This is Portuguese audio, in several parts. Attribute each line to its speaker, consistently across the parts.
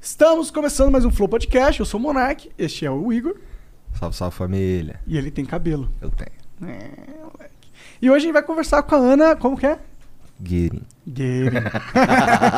Speaker 1: Estamos começando mais um Flow Podcast. Eu sou o Monark, este é o Igor
Speaker 2: Salve, salve família.
Speaker 1: e ele tem cabelo.
Speaker 2: Eu tenho.
Speaker 1: É, moleque. E hoje a gente vai conversar com a Ana, como que é?
Speaker 2: Guirin.
Speaker 1: Guerin.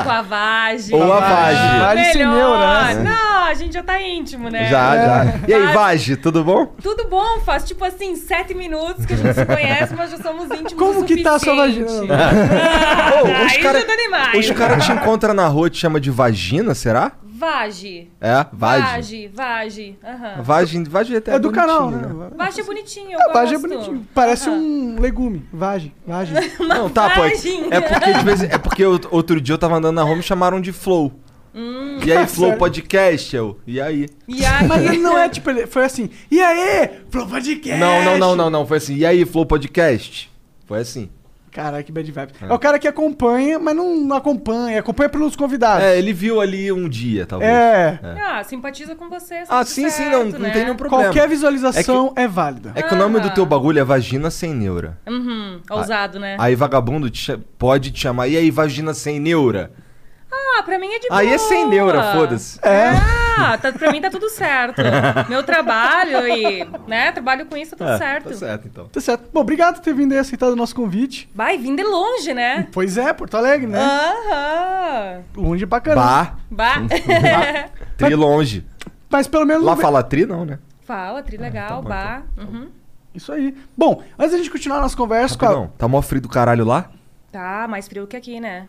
Speaker 3: Com a Vage.
Speaker 2: Ou a Vage.
Speaker 3: Ah,
Speaker 1: Vage sem né?
Speaker 3: melhor.
Speaker 1: neurose.
Speaker 3: Não, a gente já tá íntimo, né?
Speaker 2: Já, já. E aí,
Speaker 3: Vai.
Speaker 2: Vage, tudo bom?
Speaker 3: Tudo bom, faz tipo assim, sete minutos que a gente se conhece, mas já somos íntimos
Speaker 1: Como
Speaker 3: o
Speaker 1: que tá a sua
Speaker 3: suficiente.
Speaker 2: Ô,
Speaker 3: Ah,
Speaker 2: os
Speaker 3: aí
Speaker 2: cara-
Speaker 3: já tá demais.
Speaker 2: Os caras te encontram na rua e te chamam de vagina, será?
Speaker 3: Vage.
Speaker 2: É, Vage.
Speaker 3: Vage, Vage. aham.
Speaker 2: Vagem, vagem até
Speaker 1: É do
Speaker 2: bonitinho,
Speaker 1: canal, né?
Speaker 3: Vage é bonitinho,
Speaker 2: Ah,
Speaker 3: eu
Speaker 1: É, vagem é
Speaker 3: gosto.
Speaker 1: bonitinho. Parece
Speaker 3: Aham.
Speaker 1: um legume. Vagem, vagem.
Speaker 2: Não, tá, pô. é-
Speaker 3: vagem.
Speaker 2: É porque, de vez, é porque eu- outro dia eu tava andando na rua e me chamaram de Flow.
Speaker 3: Hum.
Speaker 2: e aí, Flow
Speaker 1: sério?
Speaker 2: Podcast, eu. E aí?
Speaker 3: E aí...
Speaker 1: Mas ele não é tipo, ele foi assim, e aí? Flow Podcast!
Speaker 2: Não, não, não, não, não. Foi assim. E aí, Flow Podcast? Foi assim.
Speaker 1: Caralho, que bad vibe. É.
Speaker 2: É.
Speaker 1: o cara que acompanha, mas não, não acompanha. Acompanha pelos convidados.
Speaker 2: É, ele viu ali um dia, talvez.
Speaker 1: Ah. É.
Speaker 3: Ah, simpatiza com você. tá
Speaker 2: Ah,
Speaker 3: tudo
Speaker 2: sim, sim,
Speaker 3: certo,
Speaker 2: não, não
Speaker 3: né?
Speaker 2: tem nenhum problema.
Speaker 1: Qualquer visualização é, válida.
Speaker 2: É que o nome do
Speaker 3: Ah.
Speaker 2: teu bagulho é vagina sem neura.
Speaker 3: Uhum, ousado, né?
Speaker 2: É. Aí vagabundo te cha- pode te chamar. E aí, vagina sem neura?
Speaker 3: Ah, pra mim é de boa.
Speaker 2: Aí é sem neura, foda-se.
Speaker 1: É.
Speaker 3: Ah, tá, pra mim tá tudo certo. Meu trabalho e, né, trabalho com isso, tá tudo
Speaker 2: É,
Speaker 3: certo.
Speaker 2: Tá certo, então.
Speaker 1: Tá certo. Bom, obrigado por ter vindo aí aceitado o nosso convite.
Speaker 3: Vai, vim de longe, né?
Speaker 1: Pois é, Porto Alegre, né?
Speaker 3: Ah. Aham.
Speaker 1: Longe pra caramba.
Speaker 2: Bah,
Speaker 3: Bah.
Speaker 2: tri longe.
Speaker 1: Mas pelo menos.
Speaker 2: Lá
Speaker 1: não-
Speaker 2: fala tri, não, né?
Speaker 3: Fala, tri legal,
Speaker 2: Ah, tá bom,
Speaker 3: bah. Uhum.
Speaker 1: Isso aí. Bom, antes da gente continuar a nossa conversa com a.
Speaker 2: Não, tá mó frio do caralho lá?
Speaker 3: Tá, mais frio que aqui, né?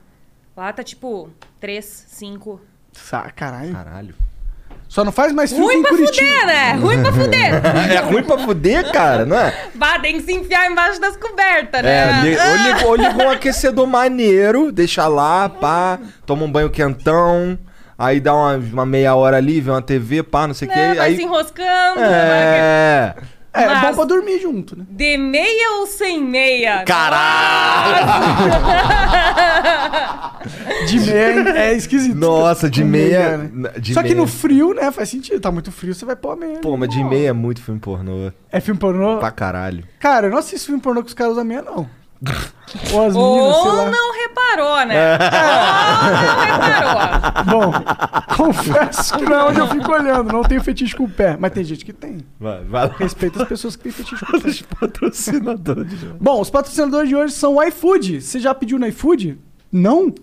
Speaker 3: Lá tá tipo 3, 5.
Speaker 1: Sa- caralho.
Speaker 2: Caralho.
Speaker 1: Só não faz mais frio que
Speaker 3: Ruim
Speaker 1: em
Speaker 3: pra
Speaker 1: Curitiba.
Speaker 3: fuder, né? Ruim pra fuder.
Speaker 2: É ruim pra fuder, cara, não é?
Speaker 3: Bah, tem que se enfiar embaixo das cobertas, né?
Speaker 2: É, li-
Speaker 3: Ah,
Speaker 2: ou ligou- ou ligou um aquecedor maneiro, deixa lá, pá, toma um banho quentão, aí dá uma, uma meia hora ali, vê uma TV, pá, não sei o que.
Speaker 3: né? Vai
Speaker 2: Aí.
Speaker 3: se enroscando. vai-
Speaker 2: É.
Speaker 1: É, é bom
Speaker 3: Mas-
Speaker 1: pra dormir junto, né?
Speaker 3: De meia ou sem meia?
Speaker 2: Caralho!
Speaker 1: De meia é esquisito.
Speaker 2: Nossa, de
Speaker 1: Com
Speaker 2: meia. é-
Speaker 1: né?
Speaker 2: de
Speaker 1: Só que no
Speaker 2: meia.
Speaker 1: frio, né? Faz sentido. Tá muito frio, você vai pôr a meia.
Speaker 2: Pô, Tá. mas de meia é muito filme pornô.
Speaker 1: É filme pornô?
Speaker 2: Pra caralho.
Speaker 1: Cara, eu não assisto filme pornô que os caras usam meia, não. Ou as meninas, sei
Speaker 3: Ou
Speaker 1: lá.
Speaker 3: não reparou, né?
Speaker 1: Bom,
Speaker 3: Ou não reparou.
Speaker 1: confesso que não é onde eu fico olhando. Não tenho fetiche com o pé. Mas tem gente que tem.
Speaker 2: Vai, vai lá.
Speaker 1: Respeita as pessoas que têm fetiche com o pé.
Speaker 2: patrocinadores.
Speaker 1: Bom, os patrocinadores de hoje são o iFood. Você já pediu no iFood? Não?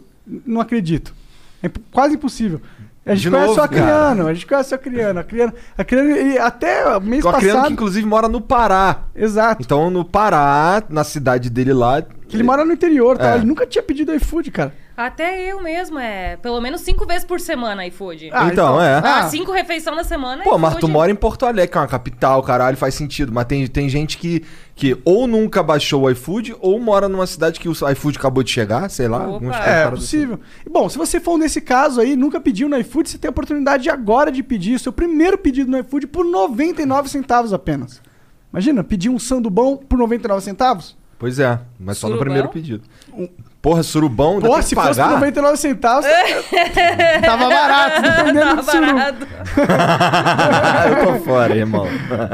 Speaker 1: Não acredito. É imp- quase impossível. A gente
Speaker 2: De
Speaker 1: conhece
Speaker 2: novo,
Speaker 1: só a
Speaker 2: cara.
Speaker 1: Criano, a gente conhece só a Criano. A Criano, a Criano ele, até mês
Speaker 2: Tô criando que
Speaker 1: passado...
Speaker 2: inclusive mora no Pará.
Speaker 1: Exato.
Speaker 2: Então no Pará, na cidade dele lá.
Speaker 1: Que ele mora no interior, tá?
Speaker 2: É.
Speaker 1: Ele nunca tinha pedido iFood, cara.
Speaker 3: Até eu mesmo, é. Pelo menos cinco vezes por semana iFood.
Speaker 1: Ah,
Speaker 2: então,
Speaker 1: então.
Speaker 2: é.
Speaker 3: Ah,
Speaker 1: ah.
Speaker 3: cinco refeições na semana
Speaker 2: Pô, mas
Speaker 3: iFood.
Speaker 2: tu mora em Porto Alegre, que é uma capital, caralho, faz sentido. Mas tem, tem gente que, que ou nunca baixou o iFood, ou mora numa cidade que o iFood acabou de chegar, sei lá.
Speaker 3: Opa.
Speaker 2: algumas
Speaker 3: É,
Speaker 2: coisas
Speaker 1: É
Speaker 2: paradas assim.
Speaker 1: possível. E, Bom, se você for nesse caso aí, nunca pediu no iFood, você tem a oportunidade agora de pedir seu primeiro pedido no iFood por 99 centavos apenas. Imagina, pedir um sandu bom por 99 centavos?
Speaker 2: Pois é, mas só no
Speaker 3: Surubão?
Speaker 2: primeiro pedido. Porra, surubão,
Speaker 1: Pô,
Speaker 2: ainda tem que
Speaker 1: se fosse por
Speaker 2: pagar?
Speaker 1: 99 centavos, tava barato, dependendo
Speaker 3: Tá
Speaker 1: do suruba.
Speaker 3: barato.
Speaker 2: Eu tô fora, irmão.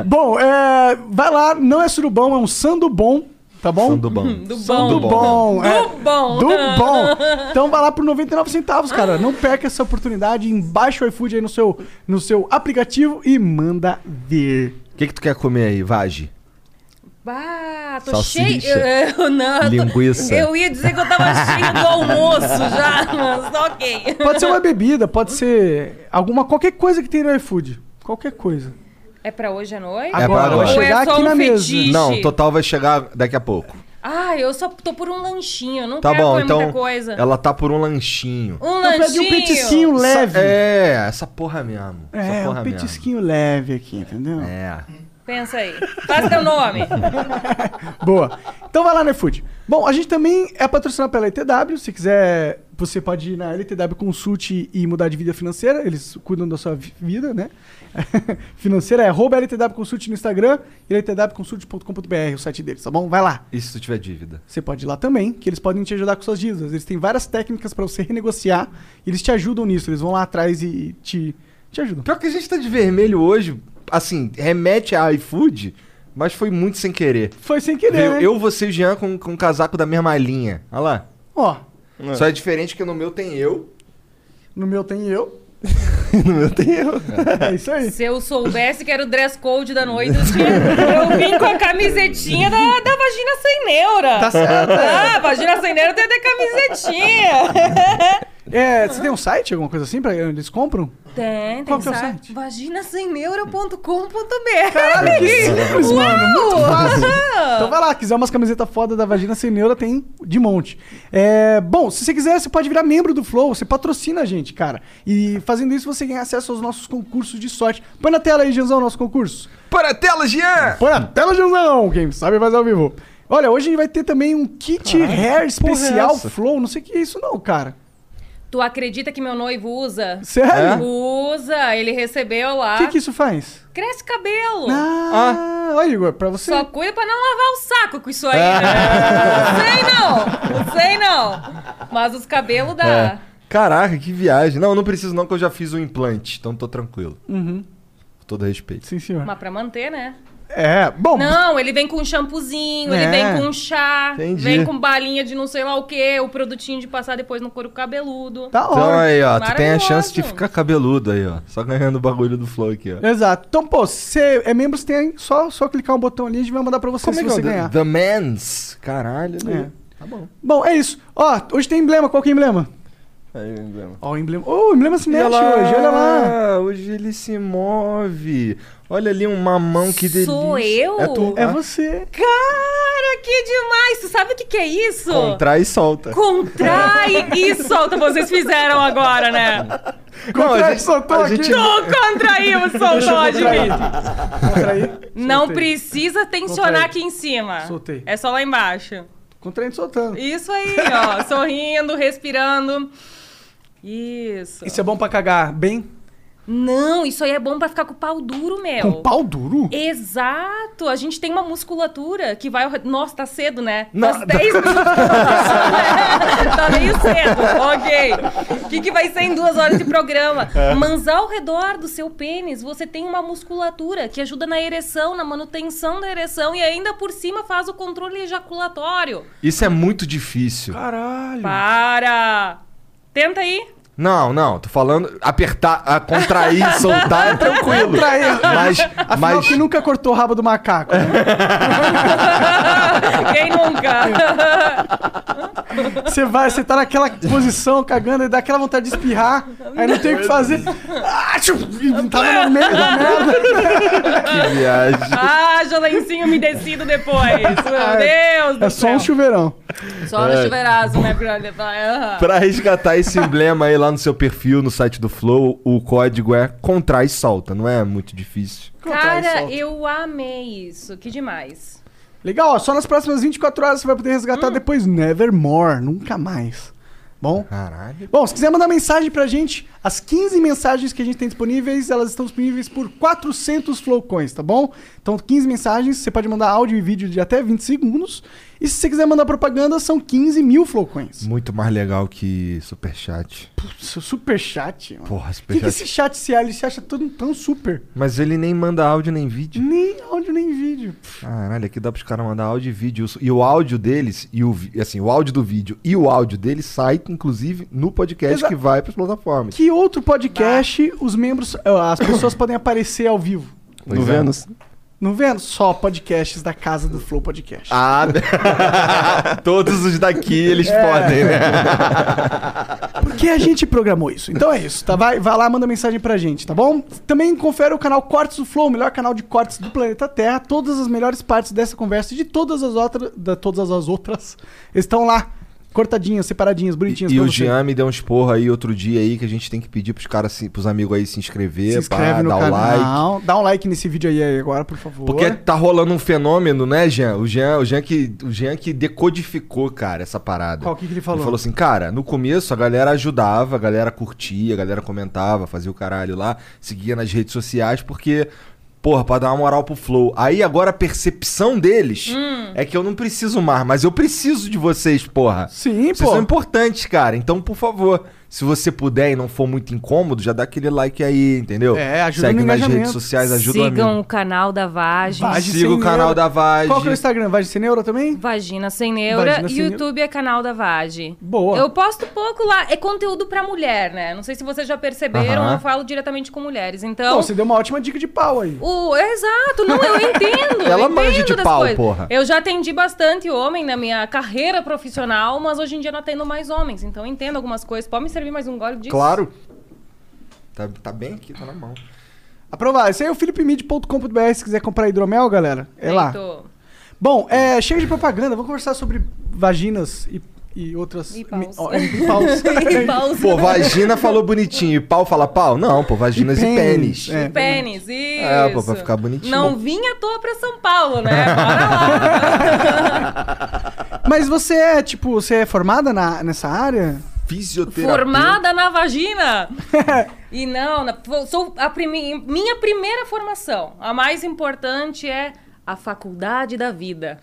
Speaker 1: Bom, é, vai lá, não é surubão, é um sandubom, tá bom?
Speaker 2: Sandubão.
Speaker 3: Do bom.
Speaker 1: Do
Speaker 2: Sandubom.
Speaker 1: bom. é.
Speaker 3: Do bom. né?
Speaker 1: Do bom. Então vai lá por 99 centavos, cara. Não perca essa oportunidade. Embaixa o iFood aí no seu, no seu aplicativo e manda ver.
Speaker 2: O que, que tu quer comer aí, Vage?
Speaker 3: Bah, tô
Speaker 2: Salsicha.
Speaker 3: cheio. Eu, eu não. eu tô-
Speaker 2: Linguiça.
Speaker 3: Eu ia dizer que eu tava cheio do almoço já, mas tá ok.
Speaker 1: Pode ser uma bebida, pode ser alguma qualquer coisa que tem no iFood. Qualquer coisa.
Speaker 3: É pra hoje à noite?
Speaker 2: É pra agora.
Speaker 3: Ou é
Speaker 1: Chegar
Speaker 3: só
Speaker 1: aqui
Speaker 3: um
Speaker 1: na mesa.
Speaker 3: fetiche?
Speaker 2: Não, total vai chegar daqui a pouco.
Speaker 3: Ah, eu só tô por um lanchinho, eu não
Speaker 2: Tá
Speaker 3: quero
Speaker 2: bom,
Speaker 3: comer
Speaker 2: então.
Speaker 3: muita coisa.
Speaker 2: Ela tá por um lanchinho.
Speaker 3: Um
Speaker 1: Então pede
Speaker 3: lanchinho.
Speaker 1: um petisquinho
Speaker 2: Essa-
Speaker 1: leve.
Speaker 2: É, essa porra mesmo. essa
Speaker 1: É,
Speaker 2: porra
Speaker 1: um
Speaker 2: mesmo.
Speaker 1: petisquinho leve aqui, entendeu?
Speaker 2: É.
Speaker 3: Pensa aí. Faz teu nome.
Speaker 1: Boa. Então vai lá no iFood. Bom, a gente também é patrocinado pela LTW. Se quiser, você pode ir na LTW Consulte e mudar de vida financeira. Eles cuidam da sua vi- vida, né? financeira é arroba LTW Consulte no Instagram e ltwconsult.com.br, o site deles, tá bom? Vai lá.
Speaker 2: E se tu tiver dívida?
Speaker 1: Você pode ir lá também, que eles podem te ajudar com suas dívidas. Eles têm várias técnicas pra você renegociar. E eles te ajudam nisso. Eles vão lá atrás e te, te ajudam.
Speaker 2: Pior que a gente tá de vermelho hoje, assim, remete a iFood, mas foi muito sem querer.
Speaker 1: Foi sem querer,
Speaker 2: Veio
Speaker 1: né?
Speaker 2: eu, você e o Jean com, com um casaco da mesma linha. Olha lá.
Speaker 1: Ó,
Speaker 2: Só é diferente que no meu tem eu.
Speaker 1: no meu tem eu.
Speaker 2: no meu tem eu.
Speaker 1: É isso aí.
Speaker 3: Se eu soubesse que era o dress code da noite, eu, tinha... eu vim com a camisetinha da, da vagina sem neura.
Speaker 1: Tá certo.
Speaker 3: Ah, vagina sem neura tem até camisetinha.
Speaker 1: É, você tem um site, alguma coisa assim, pra eles compram?
Speaker 3: Tem, tem
Speaker 1: Qual que é o site?
Speaker 3: Vaginasemneura.com.br
Speaker 1: Caralho, que simples, mano. Muito
Speaker 3: Uau!
Speaker 1: fácil. Então vai lá, quiser umas camisetas foda da Vagina Sem Neura, tem de monte. É, bom, se você quiser, você pode virar membro do Flow, você patrocina a gente, cara. E fazendo isso, você ganha acesso aos nossos concursos de sorte. Põe na tela aí, Janzão, o nosso concurso.
Speaker 2: Para a tela, Jean!
Speaker 1: Põe na tela, Janzão, quem sabe faz ao vivo. Olha, hoje a gente vai ter também um kit hair especial
Speaker 2: essa?
Speaker 1: Flow, não sei o que é isso não, cara.
Speaker 3: Tu acredita que meu noivo usa?
Speaker 1: Sério?
Speaker 3: Usa, ele recebeu lá.
Speaker 1: O É? que, que isso faz?
Speaker 3: Cresce cabelo.
Speaker 1: Ah, olha, Igor, pra você...
Speaker 3: Só cuida pra não lavar o saco com isso aí. né?
Speaker 1: É.
Speaker 3: Não sei não, não sei não. Mas os cabelos dá.
Speaker 2: É. Caraca, que viagem. Não, eu não preciso não, que eu já fiz um implante, então tô tranquilo.
Speaker 1: Uhum,
Speaker 2: Com todo respeito.
Speaker 1: sim, senhor.
Speaker 3: Mas pra manter, né?
Speaker 1: É, bom...
Speaker 3: Não, ele vem com um shampoozinho,
Speaker 1: É.
Speaker 3: ele vem com um chá,
Speaker 2: Entendi.
Speaker 3: vem com balinha de não sei lá o que, o produtinho de passar depois no couro cabeludo.
Speaker 1: Tá ótimo.
Speaker 2: Então aí, ó, tu tem a
Speaker 3: Maravilhoso.
Speaker 2: chance de ficar cabeludo aí, ó. Só ganhando o bagulho do Flow aqui, ó.
Speaker 1: Exato. Então, pô, se você é membro, você tem só, só clicar um botão ali e a gente vai mandar pra você se você
Speaker 2: o The-
Speaker 1: ganhar. É.
Speaker 2: The Mans. Caralho, né? Tá bom.
Speaker 1: Bom, é isso. Ó, hoje tem emblema. Qual que é o emblema?
Speaker 2: Aí, emblema.
Speaker 1: Ó, o emblema. Ô, o emblema se mexe hoje, olha lá.
Speaker 2: Hoje ele se move. Olha ali um mamão que delícia.
Speaker 3: Sou eu?
Speaker 2: É tu.
Speaker 1: É
Speaker 2: ah,
Speaker 1: você.
Speaker 3: Cara, que demais! Tu sabe o que, que é isso?
Speaker 2: Contrai e solta.
Speaker 3: Contrai e solta, vocês fizeram agora, né?
Speaker 1: Contrai,
Speaker 2: a gente-
Speaker 1: soltou
Speaker 2: a
Speaker 1: aqui.
Speaker 2: gente-
Speaker 3: Tu contraiu, soltou, admito.
Speaker 1: Contra aí.
Speaker 3: Não
Speaker 1: Soltei.
Speaker 3: precisa tensionar
Speaker 1: Soltei.
Speaker 3: aqui em cima.
Speaker 1: Soltei.
Speaker 3: É só lá embaixo.
Speaker 1: Contra aí, soltando.
Speaker 3: Isso aí, ó. sorrindo, respirando. Isso.
Speaker 1: Isso é bom pra cagar bem?
Speaker 3: Não, isso aí é bom pra ficar com É o pau duro, meu.
Speaker 1: Com pau duro?
Speaker 3: Exato! A gente tem uma musculatura que vai. ao re- Nossa, tá cedo, né?
Speaker 2: Não,
Speaker 3: Faz 10 minutos. tá meio cedo. Ok. O que, que vai ser em duas horas de programa? Mas ao redor do seu pênis, você tem uma musculatura que ajuda na ereção, na manutenção da ereção e ainda por cima faz o controle ejaculatório.
Speaker 2: Isso é muito difícil.
Speaker 1: Caralho.
Speaker 3: Para! Tenta aí.
Speaker 2: Não, não, tô falando apertar, a contrair e soltar é tranquilo.
Speaker 1: Contrair.
Speaker 2: Mas,
Speaker 1: Afinal,
Speaker 2: mas
Speaker 1: que nunca cortou o rabo do macaco. né?
Speaker 3: Quem nunca?
Speaker 1: Você vai, você tá naquela posição cagando e dá aquela vontade de espirrar, aí não tem o que fazer. Ah, tchum, e tava no meio da merda.
Speaker 2: que viagem.
Speaker 3: Haja lencinho umedecido depois. Meu Deus do
Speaker 1: É só
Speaker 3: céu.
Speaker 1: um chuveirão.
Speaker 3: Só
Speaker 2: É.
Speaker 3: no chuveirazo, né, brother? Vai, aham.
Speaker 2: Pra resgatar esse emblema aí lá no seu perfil, no site do Flow, o código é contrai e solta, não é muito difícil.
Speaker 3: Cara, eu amei isso. Que demais. Hum.
Speaker 1: Legal, ó, só nas próximas 24 horas você vai poder resgatar depois Nevermore, nunca mais. Bom?
Speaker 2: Caralho.
Speaker 1: Bom, se quiser mandar mensagem pra gente, as 15 mensagens que a gente tem disponíveis, elas estão disponíveis por 400 flowcoins, tá bom? Então, 15 mensagens, você pode mandar áudio e vídeo de até 20 segundos. E se você quiser mandar propaganda, são 15 mil flowcoins.
Speaker 2: Muito mais legal que superchat.
Speaker 1: Isso é Super chat, mano. O
Speaker 2: Porra,
Speaker 1: que, que
Speaker 2: superchat.
Speaker 1: esse chat se ele se acha todo tão super?
Speaker 2: Mas ele nem manda áudio nem vídeo.
Speaker 1: Nem áudio, nem vídeo.
Speaker 2: Caralho, aqui dá pros caras mandar áudio e vídeo. E o áudio deles, e o, vi- assim, o áudio do vídeo e o áudio deles sai, inclusive, no podcast
Speaker 1: Exa-
Speaker 2: que vai pras plataformas.
Speaker 1: Que outro podcast os membros, eh, as pessoas podem aparecer ao vivo?
Speaker 2: Pois
Speaker 4: no
Speaker 2: é.
Speaker 4: Vênus.
Speaker 1: Não vendo? Só podcasts da casa do Flow Podcast.
Speaker 2: Ah, todos os daqui eles
Speaker 1: É.
Speaker 2: podem, né?
Speaker 1: Porque a gente programou isso. Então é isso, tá? Vai, vai lá, manda mensagem pra gente, tá bom? Também confere o canal Cortes do Flow, o melhor canal de cortes do planeta Terra. Todas as melhores partes dessa conversa e de todas as outras, da, todas as outras estão lá, cortadinhas, separadinhas,
Speaker 2: E,
Speaker 1: bonitinhas
Speaker 2: e
Speaker 1: pra
Speaker 2: o
Speaker 1: você.
Speaker 2: Jean me deu uns porra aí outro dia aí que a gente tem que pedir pros caras, se- pros amigos aí se inscrever,
Speaker 1: se inscreve
Speaker 2: pá,
Speaker 1: no
Speaker 2: dar o like.
Speaker 1: canal, dá um like nesse vídeo aí agora, por favor.
Speaker 2: Porque tá rolando um fenômeno, né, Jean? O Jean, o Jean, que, o Jean que decodificou, cara, essa parada.
Speaker 1: Qual que, que ele falou?
Speaker 2: Ele falou assim, cara, no começo a galera ajudava, a galera curtia, a galera comentava, fazia o caralho lá, seguia nas redes sociais, porque, porra, pra dar uma moral pro Flow. Aí agora a percepção deles é que eu não preciso mais, mas eu preciso de vocês, porra.
Speaker 1: Sim,
Speaker 2: Vocês
Speaker 1: pô.
Speaker 2: são importantes, cara. Então, por favor, se você puder e não for muito incômodo, já dá aquele like aí, entendeu?
Speaker 1: É, ajuda
Speaker 2: Segue
Speaker 1: no
Speaker 2: nas
Speaker 1: engajamento.
Speaker 2: redes sociais, ajuda o amigo.
Speaker 3: Sigam o canal da Vagem.
Speaker 1: Vagem
Speaker 2: Siga o
Speaker 1: sem
Speaker 2: canal
Speaker 1: neura.
Speaker 2: da Vag.
Speaker 1: Qual que é o Instagram? Vai de Ceneura também?
Speaker 3: Vagina Sem Neura
Speaker 1: Vagina
Speaker 3: e
Speaker 1: Sem
Speaker 3: o
Speaker 1: Neura.
Speaker 3: YouTube é canal da Vage.
Speaker 1: Boa.
Speaker 3: Eu posto pouco lá, é conteúdo pra mulher, né? Não sei se vocês já perceberam,
Speaker 2: Aham.
Speaker 3: eu falo diretamente com mulheres. Então,
Speaker 1: Bom, você deu uma ótima dica de pau aí.
Speaker 3: O, exato, não, eu entendo.
Speaker 2: Ela
Speaker 3: eu entendo
Speaker 2: manja de
Speaker 3: das
Speaker 2: pau,
Speaker 3: coisas.
Speaker 2: porra.
Speaker 3: Eu já atendi bastante homem na minha carreira profissional, mas hoje em dia não atendo mais homens. Então eu entendo algumas coisas. Pode me servir mais um gole disso?
Speaker 2: Claro. Tá, tá bem aqui, tá na mão.
Speaker 1: Aprovar. Esse aí é o philipemid.com.br se quiser comprar hidromel, galera. É lá.
Speaker 3: Feito.
Speaker 1: Bom, é, chega de propaganda. Vamos conversar sobre vaginas e, e outras...
Speaker 3: E paus.
Speaker 1: mi- ó, e paus.
Speaker 3: E pausa.
Speaker 2: Pô, vagina falou bonitinho. E pau fala pau? Não, pô, vaginas e, pênis.
Speaker 1: É.
Speaker 3: Pênis, isso.
Speaker 2: É, pô, pra ficar bonitinho.
Speaker 3: Não vim à toa pra São Paulo, né? Bora lá.
Speaker 1: Mas você é, tipo, você é formada na, nessa área?
Speaker 2: Fisioterapia.
Speaker 3: Formada na vagina. e não, na- sou a prime- minha primeira formação. A mais importante é a faculdade da vida.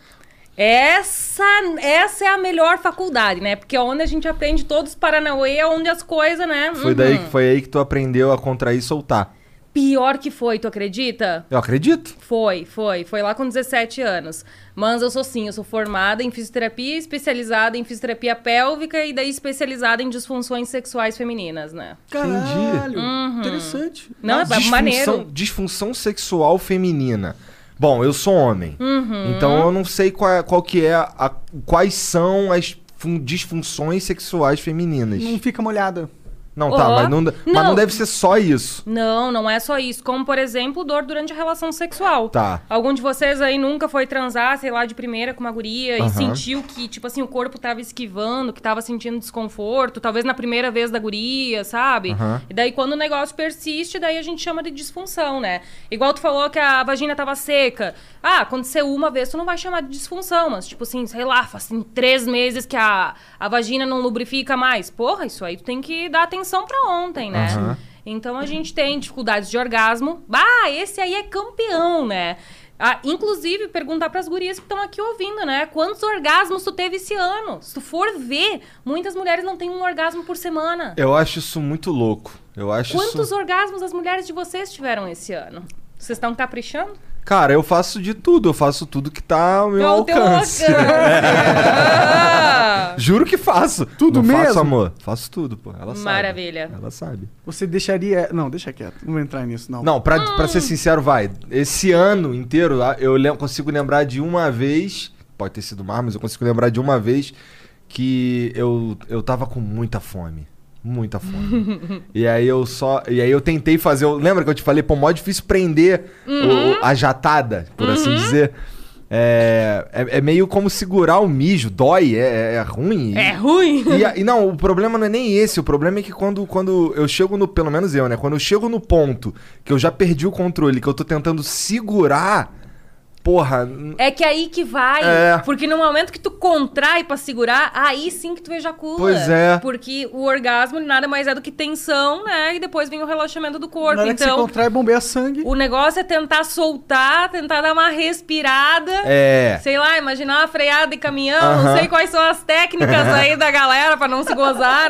Speaker 3: Essa, essa é a melhor faculdade, né? Porque é onde a gente aprende todos os Paranauê, é onde as coisas, né?
Speaker 2: Foi,
Speaker 3: Uhum.
Speaker 2: daí, que- foi aí que tu aprendeu a contrair e soltar.
Speaker 3: Pior que foi, tu acredita?
Speaker 2: Eu acredito.
Speaker 3: Foi, foi. Foi lá com 17 anos. Mas eu sou sim, eu sou formada em fisioterapia, especializada em fisioterapia pélvica e daí especializada em disfunções sexuais femininas, né?
Speaker 1: Caralho. Interessante.
Speaker 3: Uhum. Não, é
Speaker 2: Disfunção-
Speaker 3: maneiro.
Speaker 2: Disfunção sexual feminina. Bom, eu sou homem.
Speaker 3: Uhum.
Speaker 2: Então eu não sei qual, é- qual que é a- quais são as fun- disfunções sexuais femininas.
Speaker 1: Não fica molhada.
Speaker 2: Não, tá,
Speaker 3: Ó.
Speaker 2: mas, não, de- mas não
Speaker 3: Não.
Speaker 2: deve ser só isso.
Speaker 3: Não, não é só isso. Como, por exemplo, dor durante a relação sexual.
Speaker 2: Tá.
Speaker 3: Algum de vocês aí nunca foi transar, sei lá, de primeira com uma guria
Speaker 2: Aham.
Speaker 3: e sentiu que, tipo assim, o corpo tava esquivando, que tava sentindo desconforto, talvez na primeira vez da guria, sabe?
Speaker 2: Aham.
Speaker 3: E daí, quando o negócio persiste, daí a gente chama de disfunção, né? Igual tu falou que a vagina tava seca. Ah, aconteceu uma vez, tu não vai chamar de disfunção, mas, tipo assim, sei lá, faz assim, três meses que a, a vagina não lubrifica mais. Porra, isso aí tu tem que dar atenção pra ontem, né?
Speaker 2: Aham.
Speaker 3: Então a gente tem dificuldades de orgasmo. Bah, esse aí é campeão, né? Ah, inclusive, perguntar pras gurias que estão aqui ouvindo, né? Quantos orgasmos tu teve esse ano? Se tu for ver, muitas mulheres não têm um orgasmo por semana.
Speaker 2: Eu acho isso muito louco. Eu acho
Speaker 3: Quantos
Speaker 2: isso...
Speaker 3: orgasmos as mulheres de vocês tiveram esse ano? Vocês estão caprichando?
Speaker 2: Cara, eu faço de tudo. Eu faço tudo que tá ao meu
Speaker 3: Qual o teu
Speaker 2: alcance.
Speaker 3: Ah!
Speaker 2: Juro que faço.
Speaker 1: Tudo
Speaker 2: Não Faço,
Speaker 1: mesmo?
Speaker 2: amor. Faço tudo, pô. Ela sabe.
Speaker 3: Maravilha.
Speaker 2: Ela sabe.
Speaker 1: Você deixaria... Não, deixa quieto. Não vou entrar nisso, não.
Speaker 2: Não, pra, pra ser sincero, vai. Esse ano inteiro, ah, eu lem- consigo lembrar de uma vez. Pode ter sido mais, mas eu consigo lembrar de uma vez que eu, eu tava com muita fome. Muita fome. e aí eu só. E aí eu tentei fazer. eu- lembra que eu te falei, pô, mó difícil prender o- a jatada, por assim dizer. É, é, é meio como segurar o mijo, dói, é, é- é ruim.
Speaker 3: É
Speaker 2: E-
Speaker 3: ruim.
Speaker 2: e, a- e não, o problema não é nem esse. O problema é que quando, quando eu chego no. Pelo menos eu, né? Quando eu chego no ponto que eu já perdi o controle, que eu tô tentando segurar. Porra, n-
Speaker 3: É que aí que vai.
Speaker 2: É.
Speaker 3: Porque no momento que tu contrai pra segurar, aí sim que tu ejacula.
Speaker 2: Pois é.
Speaker 3: Porque o orgasmo nada mais é do que tensão, né? E depois vem o relaxamento do corpo.
Speaker 1: Na hora que você
Speaker 3: Então,
Speaker 1: contrai, bombeia sangue.
Speaker 3: o negócio é tentar soltar, tentar dar uma respirada.
Speaker 2: é.
Speaker 3: Sei lá, imaginar uma freada de caminhão. Não
Speaker 2: Aham.
Speaker 3: sei quais são as técnicas aí da galera pra não se gozar,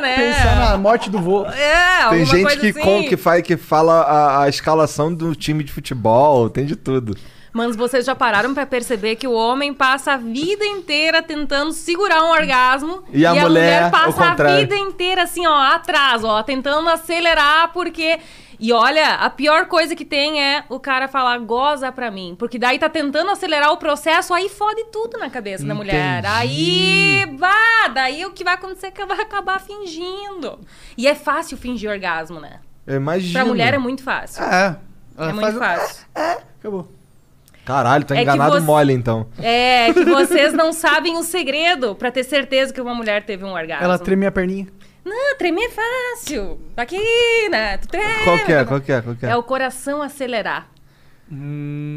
Speaker 3: né?
Speaker 1: Pensar na morte do vô.
Speaker 3: É,
Speaker 2: Tem
Speaker 3: alguma
Speaker 2: gente
Speaker 3: coisa
Speaker 2: que,
Speaker 3: assim.
Speaker 2: com, que, faz, que fala a, a escalação do time de futebol, tem de tudo.
Speaker 3: Mas vocês já pararam pra perceber que o homem passa a vida inteira tentando segurar um orgasmo
Speaker 2: E a mulher, ao
Speaker 3: passa a
Speaker 2: contrário.
Speaker 3: vida inteira assim, ó, atrás, ó, tentando acelerar porque e olha, a pior coisa que tem é o cara falar goza pra mim, porque daí tá tentando acelerar o processo, aí fode tudo na cabeça da mulher. Aí, bah, daí o que vai acontecer é que ela vai acabar fingindo. E é fácil fingir orgasmo, né?
Speaker 2: Eu imagino. Ah,
Speaker 3: Pra mulher é muito fácil.
Speaker 1: É.
Speaker 3: é
Speaker 1: Ela
Speaker 3: muito
Speaker 1: faz o-
Speaker 3: fácil.
Speaker 1: Acabou.
Speaker 2: Caralho, tá
Speaker 3: É que
Speaker 2: enganado
Speaker 3: você-
Speaker 2: mole então.
Speaker 3: É, que vocês não sabem o segredo pra ter certeza que uma mulher teve um orgasmo.
Speaker 1: Ela treme a perninha.
Speaker 3: Não, tremer é fácil. Tá aqui, né? Tu treme.
Speaker 2: Qual que é? Qual que é? Qual que é?
Speaker 3: É o coração acelerar.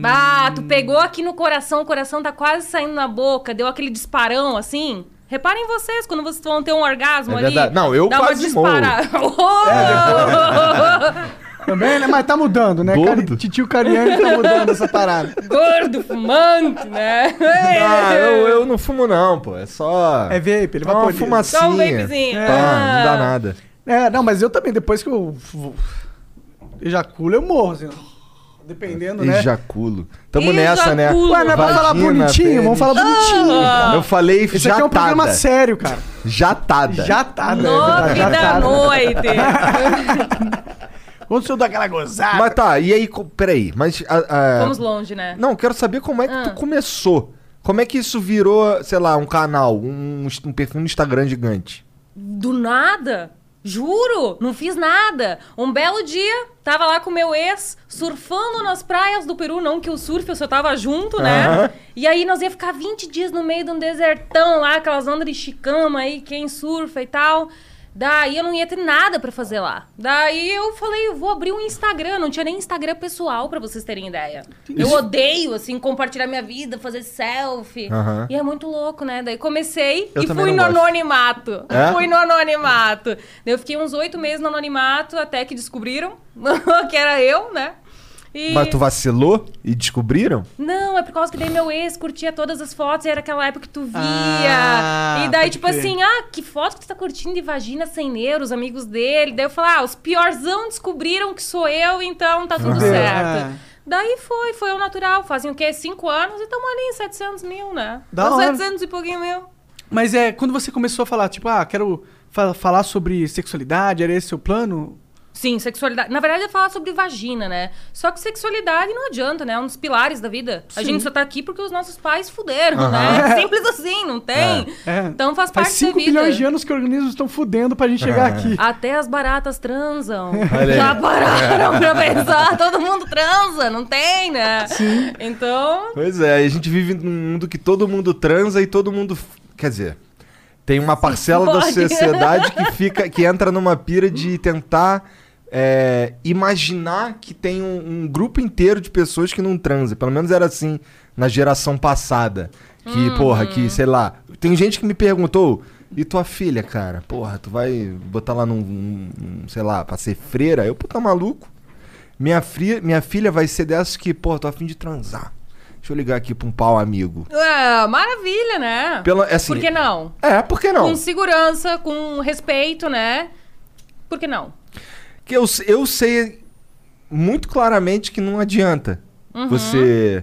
Speaker 3: Ah, tu pegou aqui no coração, o coração tá quase saindo na boca, deu aquele disparão assim. Reparem vocês, quando vocês vão ter um orgasmo
Speaker 2: É
Speaker 3: ali.
Speaker 2: verdade. Não, eu
Speaker 3: dá uma
Speaker 2: quase morro.
Speaker 3: disparada.
Speaker 1: Também, né? Mas tá mudando, né?
Speaker 2: Gordo.
Speaker 1: Cari- Titio Cariani tá mudando essa parada.
Speaker 3: Gordo, fumante, né?
Speaker 2: Ah, eu, eu não fumo não, pô. É só...
Speaker 1: É vape, ele
Speaker 2: É uma
Speaker 1: vai pôr.
Speaker 2: fumacinha.
Speaker 3: Só um vapezinho.
Speaker 2: Tá, não dá
Speaker 3: Ah.
Speaker 2: nada.
Speaker 1: É, não, mas eu também, depois que eu f- ejaculo, eu morro, assim. Dependendo, né?
Speaker 2: Ejaculo. Tamo nessa, né?
Speaker 3: Ejaculo.
Speaker 1: Ué, não é pra
Speaker 2: Vagina,
Speaker 1: falar bonitinho,
Speaker 2: pênis.
Speaker 1: vamos falar bonitinho.
Speaker 2: Eu falei
Speaker 1: Esse aqui é um programa
Speaker 2: jatada.
Speaker 1: sério, cara.
Speaker 2: Jatada.
Speaker 1: Jatada. é
Speaker 3: Nove
Speaker 1: verdade,
Speaker 3: da
Speaker 1: jatada.
Speaker 3: noite.
Speaker 1: Quando o senhor dá aquela gozada.
Speaker 2: Mas tá, e aí, co- peraí, mas... a- a-
Speaker 3: Vamos longe, né?
Speaker 2: Não, quero saber como é que
Speaker 3: Ah.
Speaker 2: tu começou. Como é que isso virou, sei lá, um canal, um, um perfil no Instagram gigante?
Speaker 3: Do nada. Juro, não fiz nada. Um belo dia, tava lá com meu ex, surfando nas praias do Peru. Não que eu surfe, eu só tava junto, né?
Speaker 2: Aham.
Speaker 3: E aí nós ia ficar 20 dias no meio de um desertão lá, aquelas ondas de chicama aí, quem surfa e tal. Daí eu não ia ter nada pra fazer lá. Daí eu falei, eu vou abrir um Instagram. Não tinha nem Instagram pessoal, pra vocês terem ideia. Eu odeio, assim, compartilhar minha vida, fazer selfie.
Speaker 2: Aham.
Speaker 3: E é muito louco, né? Daí comecei
Speaker 2: Eu
Speaker 3: e
Speaker 2: também
Speaker 3: fui no
Speaker 2: não gosto.
Speaker 3: anonimato.
Speaker 2: É?
Speaker 3: Fui no anonimato. Daí Eu fiquei uns oito meses no anonimato até que descobriram que era eu, né? E...
Speaker 2: Mas tu vacilou e descobriram?
Speaker 3: Não, é por causa que daí meu ex curtia todas as fotos e era aquela época que tu via.
Speaker 1: Ah,
Speaker 3: e daí,
Speaker 1: pode
Speaker 3: tipo
Speaker 1: crer.
Speaker 3: assim, ah, que foto que tu tá curtindo de vagina sem neuro, os amigos dele. Daí eu falei, ah, os piorzão descobriram que sou eu, então tá tudo
Speaker 1: Fudeu.
Speaker 3: certo.
Speaker 1: Ah.
Speaker 3: Daí foi, foi o natural. Fazem o quê? Cinco anos e tamo ali, 700 mil, né?
Speaker 1: Da
Speaker 3: Uns
Speaker 1: hora.
Speaker 3: 700 e pouquinho mil.
Speaker 1: Mas é, quando você começou a falar, tipo, ah, quero fa- falar sobre sexualidade, era esse seu plano?
Speaker 3: Sim, sexualidade. Na verdade, é falar sobre vagina, né? Só que sexualidade não adianta, né? É um dos pilares da vida. A
Speaker 1: Sim.
Speaker 3: gente só tá aqui porque os nossos pais fuderam, né? Simples assim, não tem?
Speaker 1: É.
Speaker 3: Então faz,
Speaker 1: Faz
Speaker 3: parte da
Speaker 1: 5
Speaker 3: vida. Ah.
Speaker 1: bilhões de anos que organismos estão fudendo pra gente chegar
Speaker 2: É.
Speaker 1: aqui.
Speaker 3: Até as baratas transam.
Speaker 2: aí.
Speaker 3: Já
Speaker 1: É.
Speaker 3: pararam pra pensar. Todo mundo transa, não tem, né? Sim. Então.
Speaker 2: Pois é, a gente vive num mundo que todo mundo transa e todo mundo. f- Quer dizer, tem uma parcela da
Speaker 3: fode.
Speaker 2: sociedade que fica. que entra numa pira de tentar é, imaginar que tem um, um grupo inteiro de pessoas que não transa. Pelo menos era assim na geração passada. Que, porra, que, sei lá. Tem gente que me perguntou. E tua filha, cara? Porra, tu vai botar lá num, num- num, sei lá, pra ser freira? Eu, puta maluco. Minha, fri- minha filha vai ser dessas que, pô, tô afim de transar. Deixa eu ligar aqui pra um pau amigo.
Speaker 3: é, maravilha, né?
Speaker 2: Pela, é assim,
Speaker 3: Por que não?
Speaker 2: É, por que não?
Speaker 3: Com segurança, com respeito, né? Por que não?
Speaker 2: Que eu, se- eu sei muito claramente que não adianta você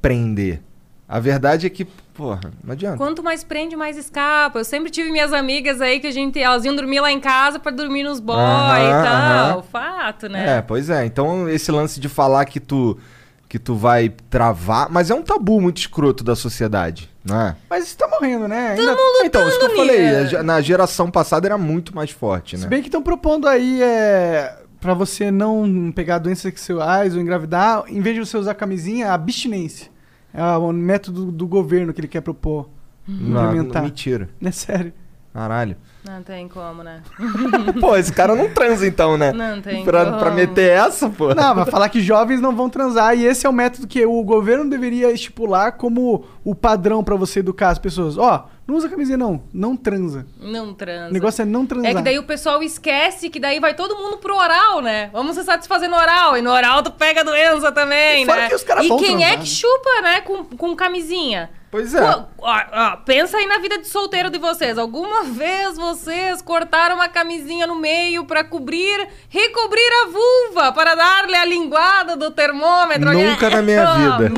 Speaker 2: prender. A verdade é que, porra, não adianta.
Speaker 3: Quanto mais prende, mais escapa. Eu sempre tive minhas amigas aí que a gente, elas iam dormir lá em casa pra dormir nos boys e
Speaker 2: Aham,
Speaker 3: tal.
Speaker 2: aham.
Speaker 3: Fato,
Speaker 2: É,
Speaker 3: né?
Speaker 2: pois é. Então esse lance de falar que tu que tu vai travar, mas é um tabu muito escroto da sociedade, não é?
Speaker 1: Mas isso tá morrendo, né? Ainda...
Speaker 2: então, isso que eu
Speaker 3: lutando,
Speaker 2: falei,
Speaker 3: Nina.
Speaker 2: a ge- na geração passada era muito mais forte, né?
Speaker 1: Se bem que estão propondo aí é, pra você não pegar doenças sexuais ou engravidar, em vez de você usar camisinha, a abstinência. É o método do governo que ele quer propor.
Speaker 2: não, não,
Speaker 1: implementar.
Speaker 2: mentira.
Speaker 1: É sério.
Speaker 2: Caralho.
Speaker 3: Não tem como, né?
Speaker 2: Pô, esse cara não transa então, né?
Speaker 3: Não tem
Speaker 2: pra,
Speaker 3: como.
Speaker 2: pra meter essa, pô.
Speaker 1: Não, vai falar que jovens não vão transar e esse é o método que o governo deveria estipular como o padrão pra você educar as pessoas. Ó, não usa camisinha não, não transa.
Speaker 3: Não transa.
Speaker 1: O negócio é não transar.
Speaker 3: É que daí o pessoal esquece que daí vai todo mundo pro oral, né? Vamos se satisfazer no oral. E no oral tu pega a doença também,
Speaker 1: E fora
Speaker 3: né?
Speaker 1: que os caras
Speaker 3: e
Speaker 1: vão
Speaker 3: quem
Speaker 1: transar,
Speaker 3: é
Speaker 1: né?
Speaker 3: que chupa, né? Com, com camisinha.
Speaker 2: Pois é.
Speaker 3: Pô, ó, ó, pensa aí na vida de solteiro de vocês. Alguma vez vocês cortaram uma camisinha no meio pra cobrir, recobrir a vulva, para dar-lhe a linguada do termômetro.
Speaker 2: Nunca na minha vida.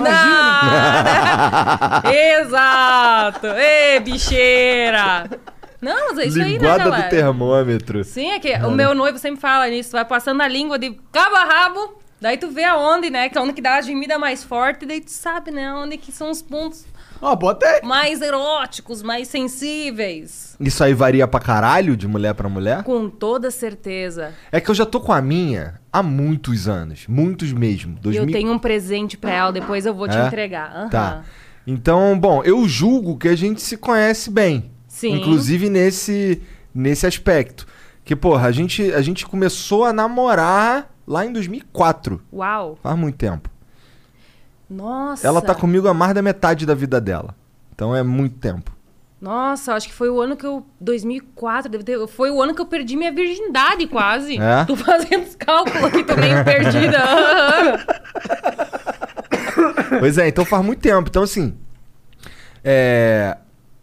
Speaker 3: Nada. Exato. Ê, bicheira. Não, mas é isso aí, né,
Speaker 2: Linguada
Speaker 3: galera?
Speaker 2: do termômetro.
Speaker 3: Sim, é que o meu noivo sempre fala nisso, vai passando a língua de cabo a rabo, daí tu vê aonde, né? Que é onde que dá a gemida mais forte, daí tu sabe, né? Onde que são os pontos
Speaker 1: Ó, bota aí.
Speaker 3: mais eróticos, mais sensíveis.
Speaker 2: Isso aí varia pra caralho de mulher pra mulher?
Speaker 3: Com toda certeza.
Speaker 2: É que eu já tô com a minha há muitos anos. Muitos mesmo.
Speaker 3: Eu
Speaker 2: 2000...
Speaker 3: tenho um presente pra ela, depois eu vou te
Speaker 2: É?
Speaker 3: entregar. Aham.
Speaker 2: Tá. Então, bom, eu julgo que a gente se conhece bem.
Speaker 3: Sim.
Speaker 2: Inclusive nesse, nesse aspecto. Que, porra, a gente, a gente começou a namorar lá em 2004.
Speaker 3: Uau.
Speaker 2: Faz muito tempo.
Speaker 3: Nossa.
Speaker 2: Ela tá comigo há mais da metade da vida dela. Então é muito tempo.
Speaker 3: Nossa, acho que foi o ano que eu. 2004, deve ter. Foi o ano que eu perdi minha virgindade, quase.
Speaker 2: É?
Speaker 3: Tô fazendo os cálculos aqui, tô meio perdida. Aham.
Speaker 2: Pois é, então faz muito tempo. Então, assim. É.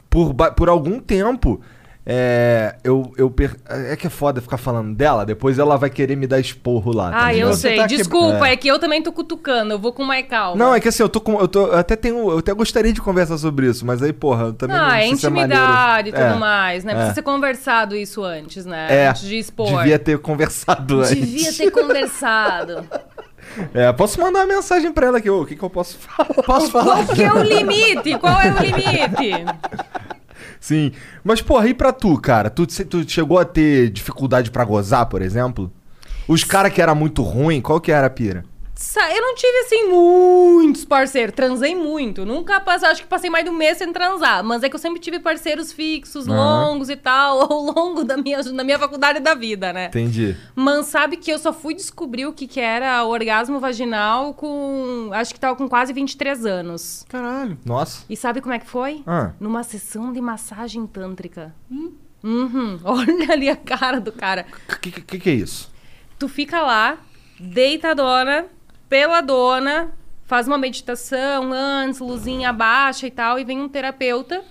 Speaker 2: Por, ba- por algum tempo. É. Eu. eu per- É que é foda ficar falando dela, depois ela vai querer me dar esporro lá. tá
Speaker 3: Ah, eu
Speaker 2: ligado?
Speaker 1: Você
Speaker 3: sei.
Speaker 1: tá que-
Speaker 3: Desculpa, é. que eu também tô cutucando. Eu vou com mais calma.
Speaker 2: Não, é que assim, eu tô com. Eu, tô, eu até tenho. Eu até gostaria de conversar sobre isso, mas aí, porra, eu também não,
Speaker 3: Ah, é
Speaker 2: sei se maneiro.
Speaker 3: intimidade e tudo
Speaker 2: É,
Speaker 3: mais, né? Precisa
Speaker 2: é.
Speaker 3: ter conversado isso antes, né?
Speaker 2: É,
Speaker 3: Antes de expor.
Speaker 2: Devia ter conversado antes.
Speaker 3: Devia ter conversado.
Speaker 2: É, posso mandar uma mensagem pra ela que ô, o que, que eu posso falar?
Speaker 1: Posso falar?
Speaker 3: Qual que é o limite? Qual é o limite?
Speaker 2: Sim. Mas, porra, e pra tu, cara? Tu, cê- tu chegou a ter dificuldade pra gozar, por exemplo? Os caras que era muito ruim, qual que era a pira?
Speaker 3: Sa- Eu não tive, assim, muitos parceiros. Transei muito. Nunca passei... Acho que passei mais de um mês sem transar. Mas é que eu sempre tive parceiros fixos, longos e tal. Ao longo da minha, da minha faculdade e da vida, né?
Speaker 2: Entendi.
Speaker 3: Mas sabe que eu só fui descobrir o que, que era orgasmo vaginal com. Acho que tava com quase 23 anos.
Speaker 1: Caralho.
Speaker 2: Nossa.
Speaker 3: E sabe como é que foi?
Speaker 2: Ah.
Speaker 3: Numa sessão de massagem tântrica. Uhum. Olha ali a cara do cara.
Speaker 2: O que, que, que é isso?
Speaker 3: Tu fica lá, deitadona, peladona, faz uma meditação antes, luzinha baixa e tal, e vem um terapeuta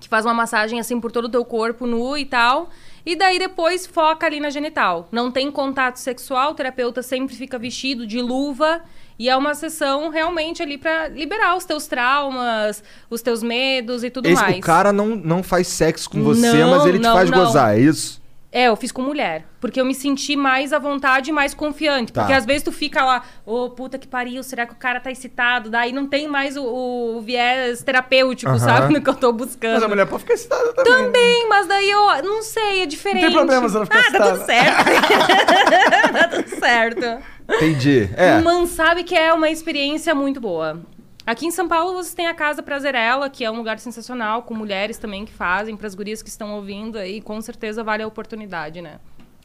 Speaker 3: que faz uma massagem assim por todo o teu corpo nu e tal. E daí depois foca ali na genital. Não tem contato sexual, o terapeuta sempre fica vestido de luva. E é uma sessão realmente ali pra liberar os teus traumas, os teus medos e tudo
Speaker 2: Esse-
Speaker 3: mais.
Speaker 2: o cara não, não faz sexo com você,
Speaker 3: Não,
Speaker 2: mas ele te
Speaker 3: não,
Speaker 2: faz
Speaker 3: não.
Speaker 2: gozar, é isso?
Speaker 3: É, eu fiz com mulher. Porque eu me senti mais à vontade e mais confiante.
Speaker 2: Tá.
Speaker 3: Porque às vezes tu fica lá, ô puta que pariu, será que o cara tá excitado? Daí não tem mais o, o viés terapêutico,
Speaker 2: Aham.
Speaker 3: sabe? No que eu tô buscando.
Speaker 1: Mas a mulher pode ficar excitada também. né?
Speaker 3: Também, mas daí eu não sei, é diferente.
Speaker 1: problema se ela ficar
Speaker 3: Ah, tá
Speaker 1: excitada.
Speaker 3: tudo certo. tá tudo certo.
Speaker 2: Entendi. É.
Speaker 3: Mas sabe que é uma experiência muito boa. Aqui em São Paulo você tem a Casa Prazerela, que é um lugar sensacional, com mulheres também que fazem, pras gurias que estão ouvindo aí, com certeza vale a oportunidade, né?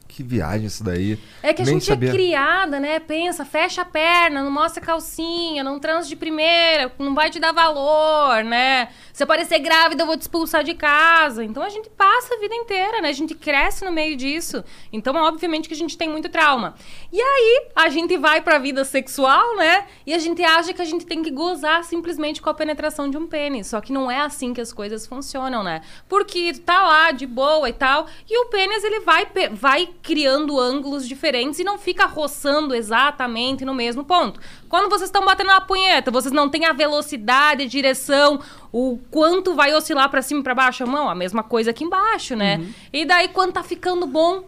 Speaker 2: Que viagem isso daí.
Speaker 3: É que a
Speaker 2: Nem
Speaker 3: gente
Speaker 2: sabia.
Speaker 3: é criada, né? Pensa, fecha a perna, não mostra calcinha, não transa de primeira, não vai te dar valor, né? Se eu parecer grávida, eu vou te expulsar de casa. Então a gente passa a vida inteira, né? A gente cresce no meio disso. Então, obviamente, que a gente tem muito trauma. E aí, a gente vai pra vida sexual, né? E a gente acha que a gente tem que gozar simplesmente com a penetração de um pênis. Só que não é assim que as coisas funcionam, né? Porque tu tá lá de boa e tal, e o pênis ele vai, pe- vai criando ângulos diferentes e não fica roçando exatamente no mesmo ponto. Quando vocês estão batendo na punheta, vocês não têm a velocidade, a direção, o quanto vai oscilar pra cima e pra baixo a mão, a mesma coisa aqui embaixo, né? E daí quando tá ficando bom,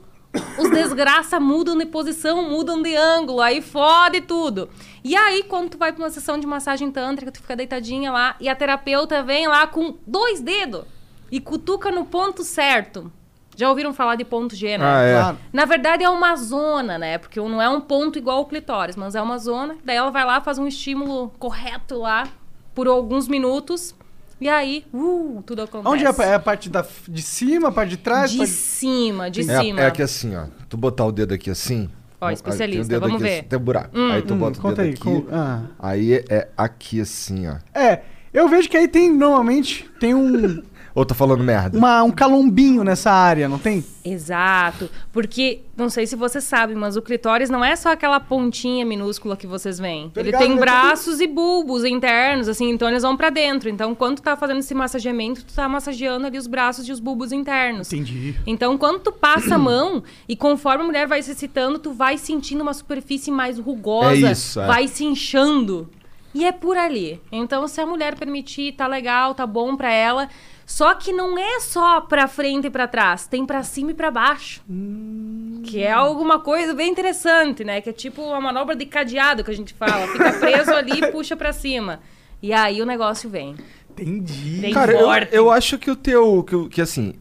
Speaker 3: os desgraça mudam de posição, mudam de ângulo, aí fode tudo. E aí, quando tu vai pra uma sessão de massagem tântrica, tu fica deitadinha lá e a terapeuta vem lá com dois dedos e cutuca no ponto certo. Já ouviram falar de ponto G, né?
Speaker 2: Ah, é.
Speaker 1: Claro.
Speaker 3: Na verdade, é uma zona, né? Porque não é um ponto igual ao clitóris, mas é uma zona. Daí ela vai lá, faz um estímulo correto lá por alguns minutos. E aí, uh, tudo acontece.
Speaker 1: Onde é, a- é a parte da, de cima, a parte de trás?
Speaker 3: De
Speaker 1: parte...
Speaker 3: cima, de
Speaker 2: É,
Speaker 3: cima.
Speaker 2: é aqui assim, ó. Tu botar o dedo aqui assim.
Speaker 3: Ó, especialista,
Speaker 2: tem o dedo
Speaker 3: vamos
Speaker 2: aqui,
Speaker 3: ver.
Speaker 2: assim, Tem um buraco. aí tu
Speaker 1: Hum,
Speaker 2: bota o
Speaker 1: conta
Speaker 2: dedo
Speaker 1: aí. com-
Speaker 2: aqui.
Speaker 1: ah.
Speaker 2: Aí é- é aqui assim, ó.
Speaker 1: É, eu vejo que aí tem, normalmente, tem um,
Speaker 2: Ou tô falando merda?
Speaker 1: uma- um calombinho nessa área, não tem?
Speaker 3: Exato. Porque, não sei se você sabe, mas o clitóris não é só aquela pontinha minúscula que vocês veem.
Speaker 1: Tá
Speaker 3: ele
Speaker 1: ligado,
Speaker 3: tem
Speaker 1: né?
Speaker 3: braços e bulbos internos, assim, então eles vão pra dentro. Então, quando tu tá fazendo esse massageamento, tu tá massageando ali os braços e os bulbos internos.
Speaker 1: Entendi.
Speaker 3: Então, quando tu passa a mão e conforme a mulher vai se excitando, tu vai sentindo uma superfície mais rugosa,
Speaker 2: É isso, é.
Speaker 3: vai se inchando. E é por ali. Então, se a mulher permitir, tá legal, tá bom pra ela. Só que não é só pra frente e pra trás, tem pra cima e pra baixo.
Speaker 2: Hum.
Speaker 3: Que é alguma coisa bem interessante, né? Que é tipo a manobra de cadeado que a gente fala. Fica preso ali e puxa pra cima. E aí o negócio vem.
Speaker 1: Entendi.
Speaker 3: Tem
Speaker 2: Cara, eu,
Speaker 3: forte.
Speaker 2: eu acho que o teu. Que, o- que assim.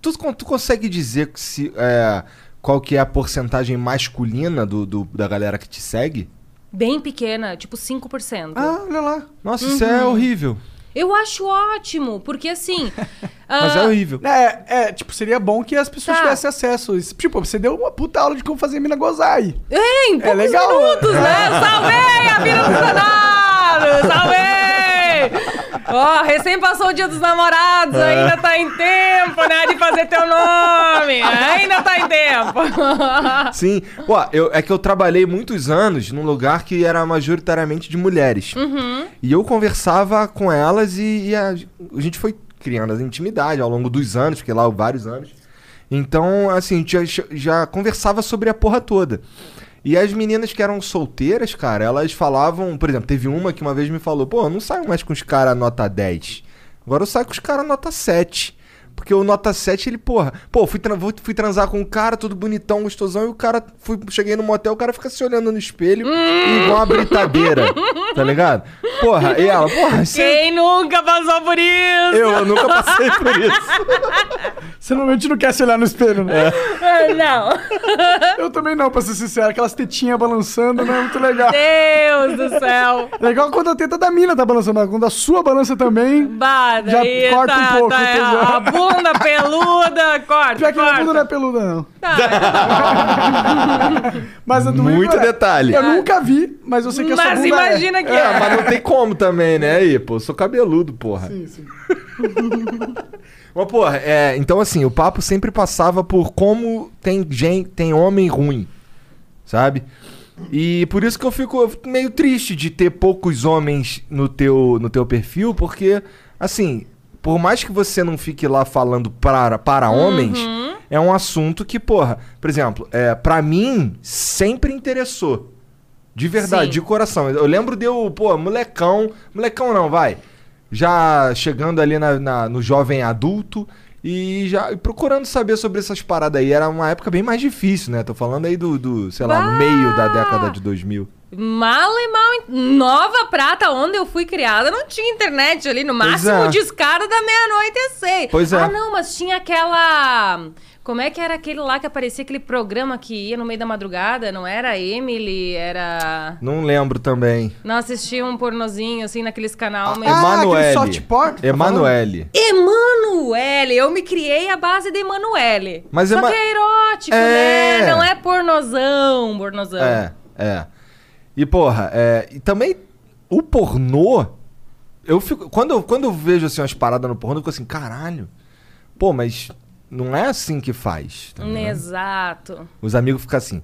Speaker 2: Tu, con- tu consegue dizer que se, é, qual que é a porcentagem masculina do, do- da galera que te segue?
Speaker 3: Bem pequena, tipo 5%.
Speaker 1: Ah, olha lá.
Speaker 2: Nossa, isso é
Speaker 3: Uhum.
Speaker 2: horrível.
Speaker 3: Eu acho ótimo, porque assim.
Speaker 2: Mas
Speaker 3: ah,
Speaker 2: é horrível.
Speaker 1: É, é, tipo, seria bom que as pessoas
Speaker 3: Tá.
Speaker 1: tivessem acesso. a isso. Tipo, você deu uma puta aula de como fazer mina gozar aí.
Speaker 3: é, em poucos
Speaker 1: legal,
Speaker 3: minutos, né? Salvei a vida dos namorados! Salvei! Ó, recém passou o dia dos namorados,
Speaker 1: É.
Speaker 3: ainda tá em tempo, né? De fazer teu nome! Ainda tá em tempo!
Speaker 2: Sim. Pô, eu, é que eu trabalhei muitos anos num lugar que era majoritariamente de mulheres. E eu conversava com elas e, e a, a gente foi criando essa intimidade ao longo dos anos, fiquei lá vários anos. Então, assim, a gente já, já conversava sobre a porra toda. E as meninas que eram solteiras, cara, elas falavam, por exemplo, teve uma que uma vez me falou, pô, eu não saio mais com os caras nota 10. Agora eu saio com os caras nota 7. Porque o nota 7, ele, porra, pô, fui, tran- vou- fui transar com um cara, tudo bonitão, gostosão, e o cara, fui, cheguei no motel, o cara fica se olhando no espelho, igual uma britadeira, tá ligado? Porra, e ela, porra, isso é-
Speaker 3: Quem nunca passou por isso?
Speaker 2: eu, eu nunca passei por isso.
Speaker 1: Você normalmente não quer se olhar no espelho, né?
Speaker 3: Ah, Não! É.
Speaker 1: Eu também não, pra ser sincero. Aquelas tetinhas balançando não é muito legal.
Speaker 3: Deus do céu!
Speaker 1: Legal quando a teta da mina tá balançando, mas quando a sua balança também.
Speaker 3: Bada,
Speaker 1: Já
Speaker 3: aí,
Speaker 1: corta um
Speaker 3: tá,
Speaker 1: pouco,
Speaker 3: tá,
Speaker 1: entendeu?
Speaker 3: a bunda peluda, corta,
Speaker 1: Pior que minha
Speaker 3: corta.
Speaker 1: bunda não é peluda, não.
Speaker 3: Tá,
Speaker 1: Mas a do
Speaker 2: Muito
Speaker 1: Igor é.
Speaker 2: detalhe.
Speaker 1: Eu nunca vi, mas eu sei que a sua
Speaker 3: mas
Speaker 1: bunda
Speaker 3: imagina
Speaker 1: é.
Speaker 3: que
Speaker 2: É,
Speaker 3: é.
Speaker 2: mas não tem como também, né? Aí, pô, eu sou cabeludo, porra.
Speaker 1: Sim, sim.
Speaker 2: Mas, porra, é, então assim, o papo sempre passava por como tem gente, tem homem ruim, sabe? E por isso que eu fico, eu fico meio triste de ter poucos homens no teu, no teu perfil, porque, assim, por mais que você não fique lá falando para, para homens, é um assunto que, porra, por exemplo, é, para mim sempre interessou. De verdade,
Speaker 3: Sim.
Speaker 2: de coração. Eu lembro de eu, pô, molecão. Molecão não, vai. Já chegando ali na, na- no jovem adulto e já e procurando saber sobre essas paradas aí. Era uma época bem mais difícil, né? Tô falando aí do, do, sei lá, no
Speaker 3: Bah!
Speaker 2: meio da década de 2000.
Speaker 3: Mal e mal, Nova Prata, onde eu fui criada, não tinha internet ali, no máximo
Speaker 2: é.
Speaker 3: discada da meia-noite às seis.
Speaker 2: Pois é.
Speaker 3: Ah, não, mas tinha aquela... Como é que era aquele lá que aparecia aquele programa que ia no meio da madrugada? Não era Emily, era...
Speaker 2: Não lembro também.
Speaker 3: Não assistia um pornozinho, assim, naqueles canal meio...
Speaker 1: Ah, aquele
Speaker 2: Emanuele.
Speaker 1: soft porn que tá
Speaker 2: Emanuele.
Speaker 3: Emanuele! Eu me criei à base de Emanuele.
Speaker 2: Mas
Speaker 3: Só
Speaker 2: Ema-
Speaker 3: que é erótico,
Speaker 2: É.
Speaker 3: né? Não é pornozão, pornozão.
Speaker 2: É, é. E porra, é, e também o pornô, eu fico quando eu, quando eu vejo assim umas paradas no pornô, eu fico assim, caralho. Pô, mas não é assim que faz.
Speaker 1: Né.
Speaker 2: tá ligado?
Speaker 3: Exato.
Speaker 2: Os amigos ficam assim.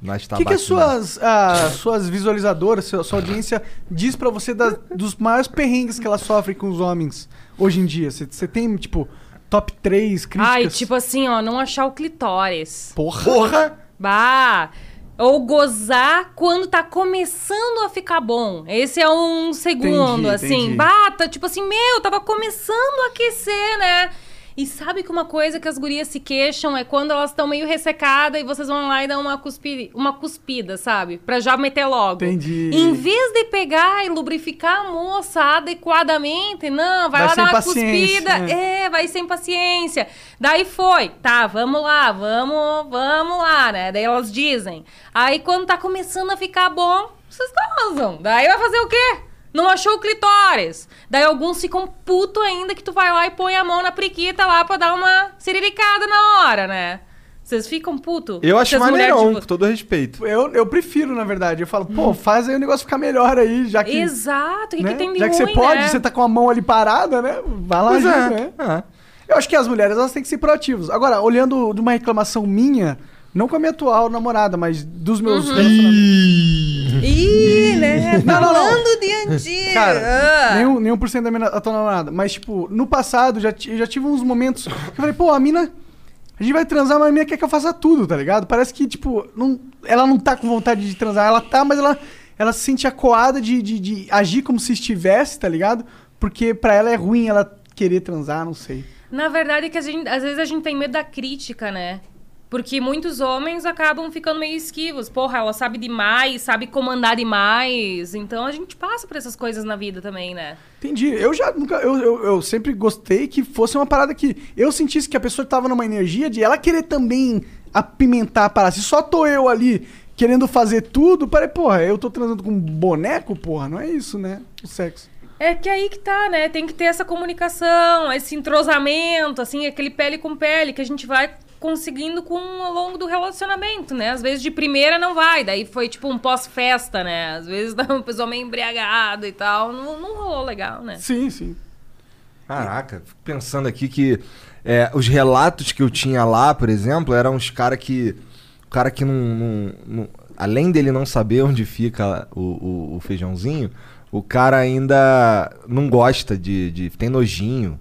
Speaker 2: Nós
Speaker 1: O
Speaker 2: tá
Speaker 1: que, é que as
Speaker 2: batendo.
Speaker 1: suas, ah, suas visualizadoras, sua, sua audiência, diz pra você das- dos maiores perrengues que elas sofrem com os homens hoje em dia? Você- Você tem, tipo, top 3 críticas?
Speaker 3: Ai, tipo assim, ó, não achar o clitóris.
Speaker 1: Porra!
Speaker 2: Porra!
Speaker 3: Bah! Ou gozar quando tá começando a ficar bom. Esse é um segundo,
Speaker 1: Entendi,
Speaker 3: assim.
Speaker 1: entendi.
Speaker 3: Bata, tipo assim, meu, tava começando a aquecer, né? E sabe que uma coisa que as gurias se queixam é quando elas estão meio ressecadas e vocês vão lá e dão uma, cuspi... uma cuspida, sabe? Pra já meter logo.
Speaker 1: Entendi.
Speaker 3: Em vez de pegar e lubrificar a moça adequadamente, não, vai,
Speaker 1: Vai
Speaker 3: lá
Speaker 1: sem
Speaker 3: dar uma
Speaker 1: paciência,
Speaker 3: cuspida.
Speaker 1: né?
Speaker 3: É, é, vai sem paciência. Daí foi, tá, vamos lá, vamos, vamos lá, né? Daí elas dizem. Aí quando tá começando a ficar bom, vocês gozam. Daí vai fazer o quê? Não achou o clitóris. Daí alguns ficam puto ainda que tu vai lá e põe a mão na priquita lá pra dar uma ciriricada na hora, né? Vocês ficam puto?
Speaker 2: Eu acho
Speaker 3: Vocês mulher,
Speaker 2: maneirão,
Speaker 3: tipo-
Speaker 2: com todo respeito.
Speaker 1: Eu, eu prefiro, na verdade. Eu falo, pô, faz aí o negócio ficar melhor aí, já que.
Speaker 3: Exato, o
Speaker 1: tá
Speaker 3: que,
Speaker 1: né?
Speaker 3: que tem de
Speaker 1: Já que
Speaker 3: ruim,
Speaker 1: você pode,
Speaker 3: né?
Speaker 1: você tá com a mão ali parada, né? Vai lá,
Speaker 2: Pois
Speaker 1: ajuda,
Speaker 2: é.
Speaker 1: né?
Speaker 2: é.
Speaker 1: Eu acho que as mulheres elas têm que ser proativas. Agora, olhando de uma reclamação minha, não com a minha atual namorada, mas dos
Speaker 3: Uhum.
Speaker 1: meus relacionamentos.
Speaker 3: Ih, né?
Speaker 1: Não, não, não.
Speaker 3: Falando de antigo.
Speaker 1: Cara,
Speaker 3: Ah.
Speaker 1: nenhum, nenhum por cento da minha atual namorada. Mas, tipo, no passado, já, ti- eu já tive uns momentos que eu falei, pô, a mina. A gente vai transar, mas a mina quer que eu faça tudo, tá ligado? Parece que, tipo, não, ela não tá com vontade de transar. Ela tá, mas ela, ela se sente acuada de, de, de agir como se estivesse, tá ligado? Porque pra ela é ruim ela querer transar, não sei.
Speaker 3: Na verdade, é que a gente- às vezes a gente tem medo da crítica, né? Porque muitos homens acabam ficando meio esquivos. Porra, ela sabe demais, sabe comandar demais. Então a gente passa por essas coisas na vida também, né?
Speaker 1: Entendi. Eu já nunca. Eu, eu, eu sempre gostei que fosse uma parada que eu sentisse que a pessoa tava numa energia de ela querer também apimentar a parada. Se só tô eu ali querendo fazer tudo, parei, porra, eu tô transando com um boneco, porra, não é isso, né? O sexo.
Speaker 3: É que aí que tá, né? Tem que ter essa comunicação, esse entrosamento, assim, aquele pele com pele que a gente vai conseguindo com ao longo do relacionamento, né? Às vezes de primeira não vai, daí foi tipo um pós-festa, né? Às vezes dá um pessoal meio embriagado e tal, não, não rolou legal, né?
Speaker 1: Sim, sim.
Speaker 2: Caraca, fico pensando aqui que é, os relatos que eu tinha lá, por exemplo, eram os caras que. O cara que não, não- não- Além dele não saber onde fica o, o- o feijãozinho, o cara ainda não gosta de. de- tem nojinho.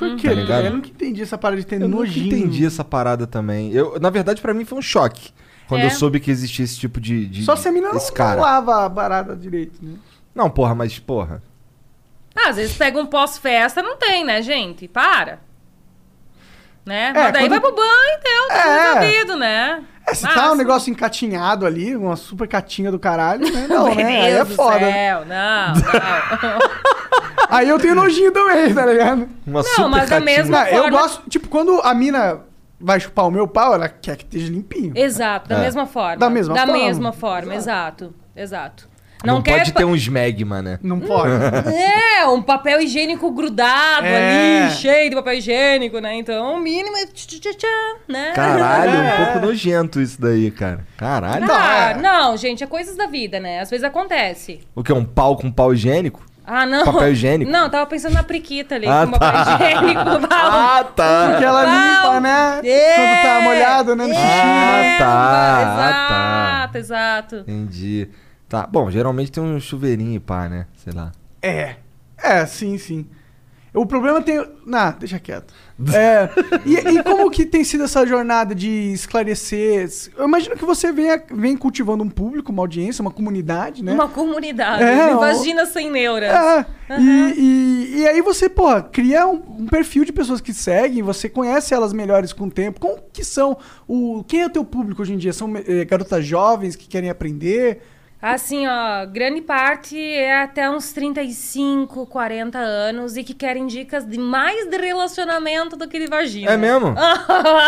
Speaker 3: Uhum.
Speaker 1: Por quê?
Speaker 2: Tá ligado?
Speaker 1: eu nunca entendi essa parada de ter
Speaker 2: Eu
Speaker 1: nojinho.
Speaker 2: nunca entendi essa parada também. Eu, na verdade, pra mim foi um choque. Quando
Speaker 3: É.
Speaker 2: eu soube que existia esse tipo de. de-
Speaker 1: Só se a mina não,
Speaker 2: esse cara.
Speaker 1: não lava a parada direito, né?
Speaker 2: Não, porra, mas porra.
Speaker 3: Ah, às vezes pega um pós-festa, não tem, né, gente? Para. Né?
Speaker 1: É,
Speaker 3: Mas daí
Speaker 1: quando-
Speaker 3: vai pro banho, então, tá
Speaker 1: É.
Speaker 3: resolvido, né?
Speaker 1: É, se tá
Speaker 3: Massa.
Speaker 1: um negócio encatinhado ali, uma super catinha do caralho, né? Não,
Speaker 3: Meu
Speaker 1: né? Aí é
Speaker 3: Deus do
Speaker 1: foda.
Speaker 3: céu, Não, não.
Speaker 1: Aí eu tenho nojinho também, tá ligado?
Speaker 2: Uma
Speaker 3: Não, mas é da
Speaker 2: catinga.
Speaker 3: mesma-
Speaker 1: Não, eu
Speaker 3: forma-
Speaker 1: gosto, tipo, quando a mina vai chupar o meu pau, ela quer que esteja limpinho.
Speaker 3: Exato, da
Speaker 2: É.
Speaker 3: mesma forma.
Speaker 1: Da mesma
Speaker 3: da
Speaker 1: forma.
Speaker 3: mesma forma, exato. Exato.
Speaker 2: Não,
Speaker 3: quer
Speaker 2: pode
Speaker 3: pa-
Speaker 2: ter um esmegma, né?
Speaker 1: Não pode.
Speaker 3: É, um papel higiênico grudado
Speaker 1: É.
Speaker 3: ali, cheio de papel higiênico, né? Então, o mínimo é... tch, tch, tch, tch, Né?
Speaker 2: Caralho, um pouco nojento isso daí, cara. Caralho.
Speaker 3: Ah,
Speaker 1: Não, é.
Speaker 3: não, gente, é coisas da vida, né? Às vezes acontece.
Speaker 2: O que? Um pau com pau higiênico?
Speaker 3: Ah, não.
Speaker 2: Papel higiênico?
Speaker 3: Não, tava pensando na priquita ali,
Speaker 2: Ah,
Speaker 3: com papel
Speaker 2: tá.
Speaker 3: higiênico. tá.
Speaker 2: Ah, tá.
Speaker 1: Porque ela
Speaker 3: Não.
Speaker 1: limpa, né?
Speaker 3: É.
Speaker 1: Quando tá molhado, né? No xixi.
Speaker 2: Ah, tá, ah,
Speaker 3: Exato,
Speaker 2: tá.
Speaker 3: exato.
Speaker 2: Entendi. Tá, bom, geralmente tem um chuveirinho e pá, né? Sei lá.
Speaker 1: É. É, sim, sim. O problema tem. Nah, deixa quieto. É, e, e como que tem sido essa jornada de esclarecer? Eu imagino que você venha, vem cultivando um público, uma audiência, uma comunidade, né?
Speaker 3: Uma comunidade.
Speaker 1: É,
Speaker 3: É,
Speaker 1: ó.
Speaker 3: Vagina sem neuras.
Speaker 1: É, e, e, e aí você, porra, cria um, um perfil de pessoas que seguem, você conhece elas melhores com o tempo. Como que são o. Quem é o teu público hoje em dia? São eh, garotas jovens que querem aprender?
Speaker 3: Assim, ó, grande parte é até uns 35, 40 anos e que querem dicas de mais de relacionamento do que de vagina.
Speaker 2: É mesmo?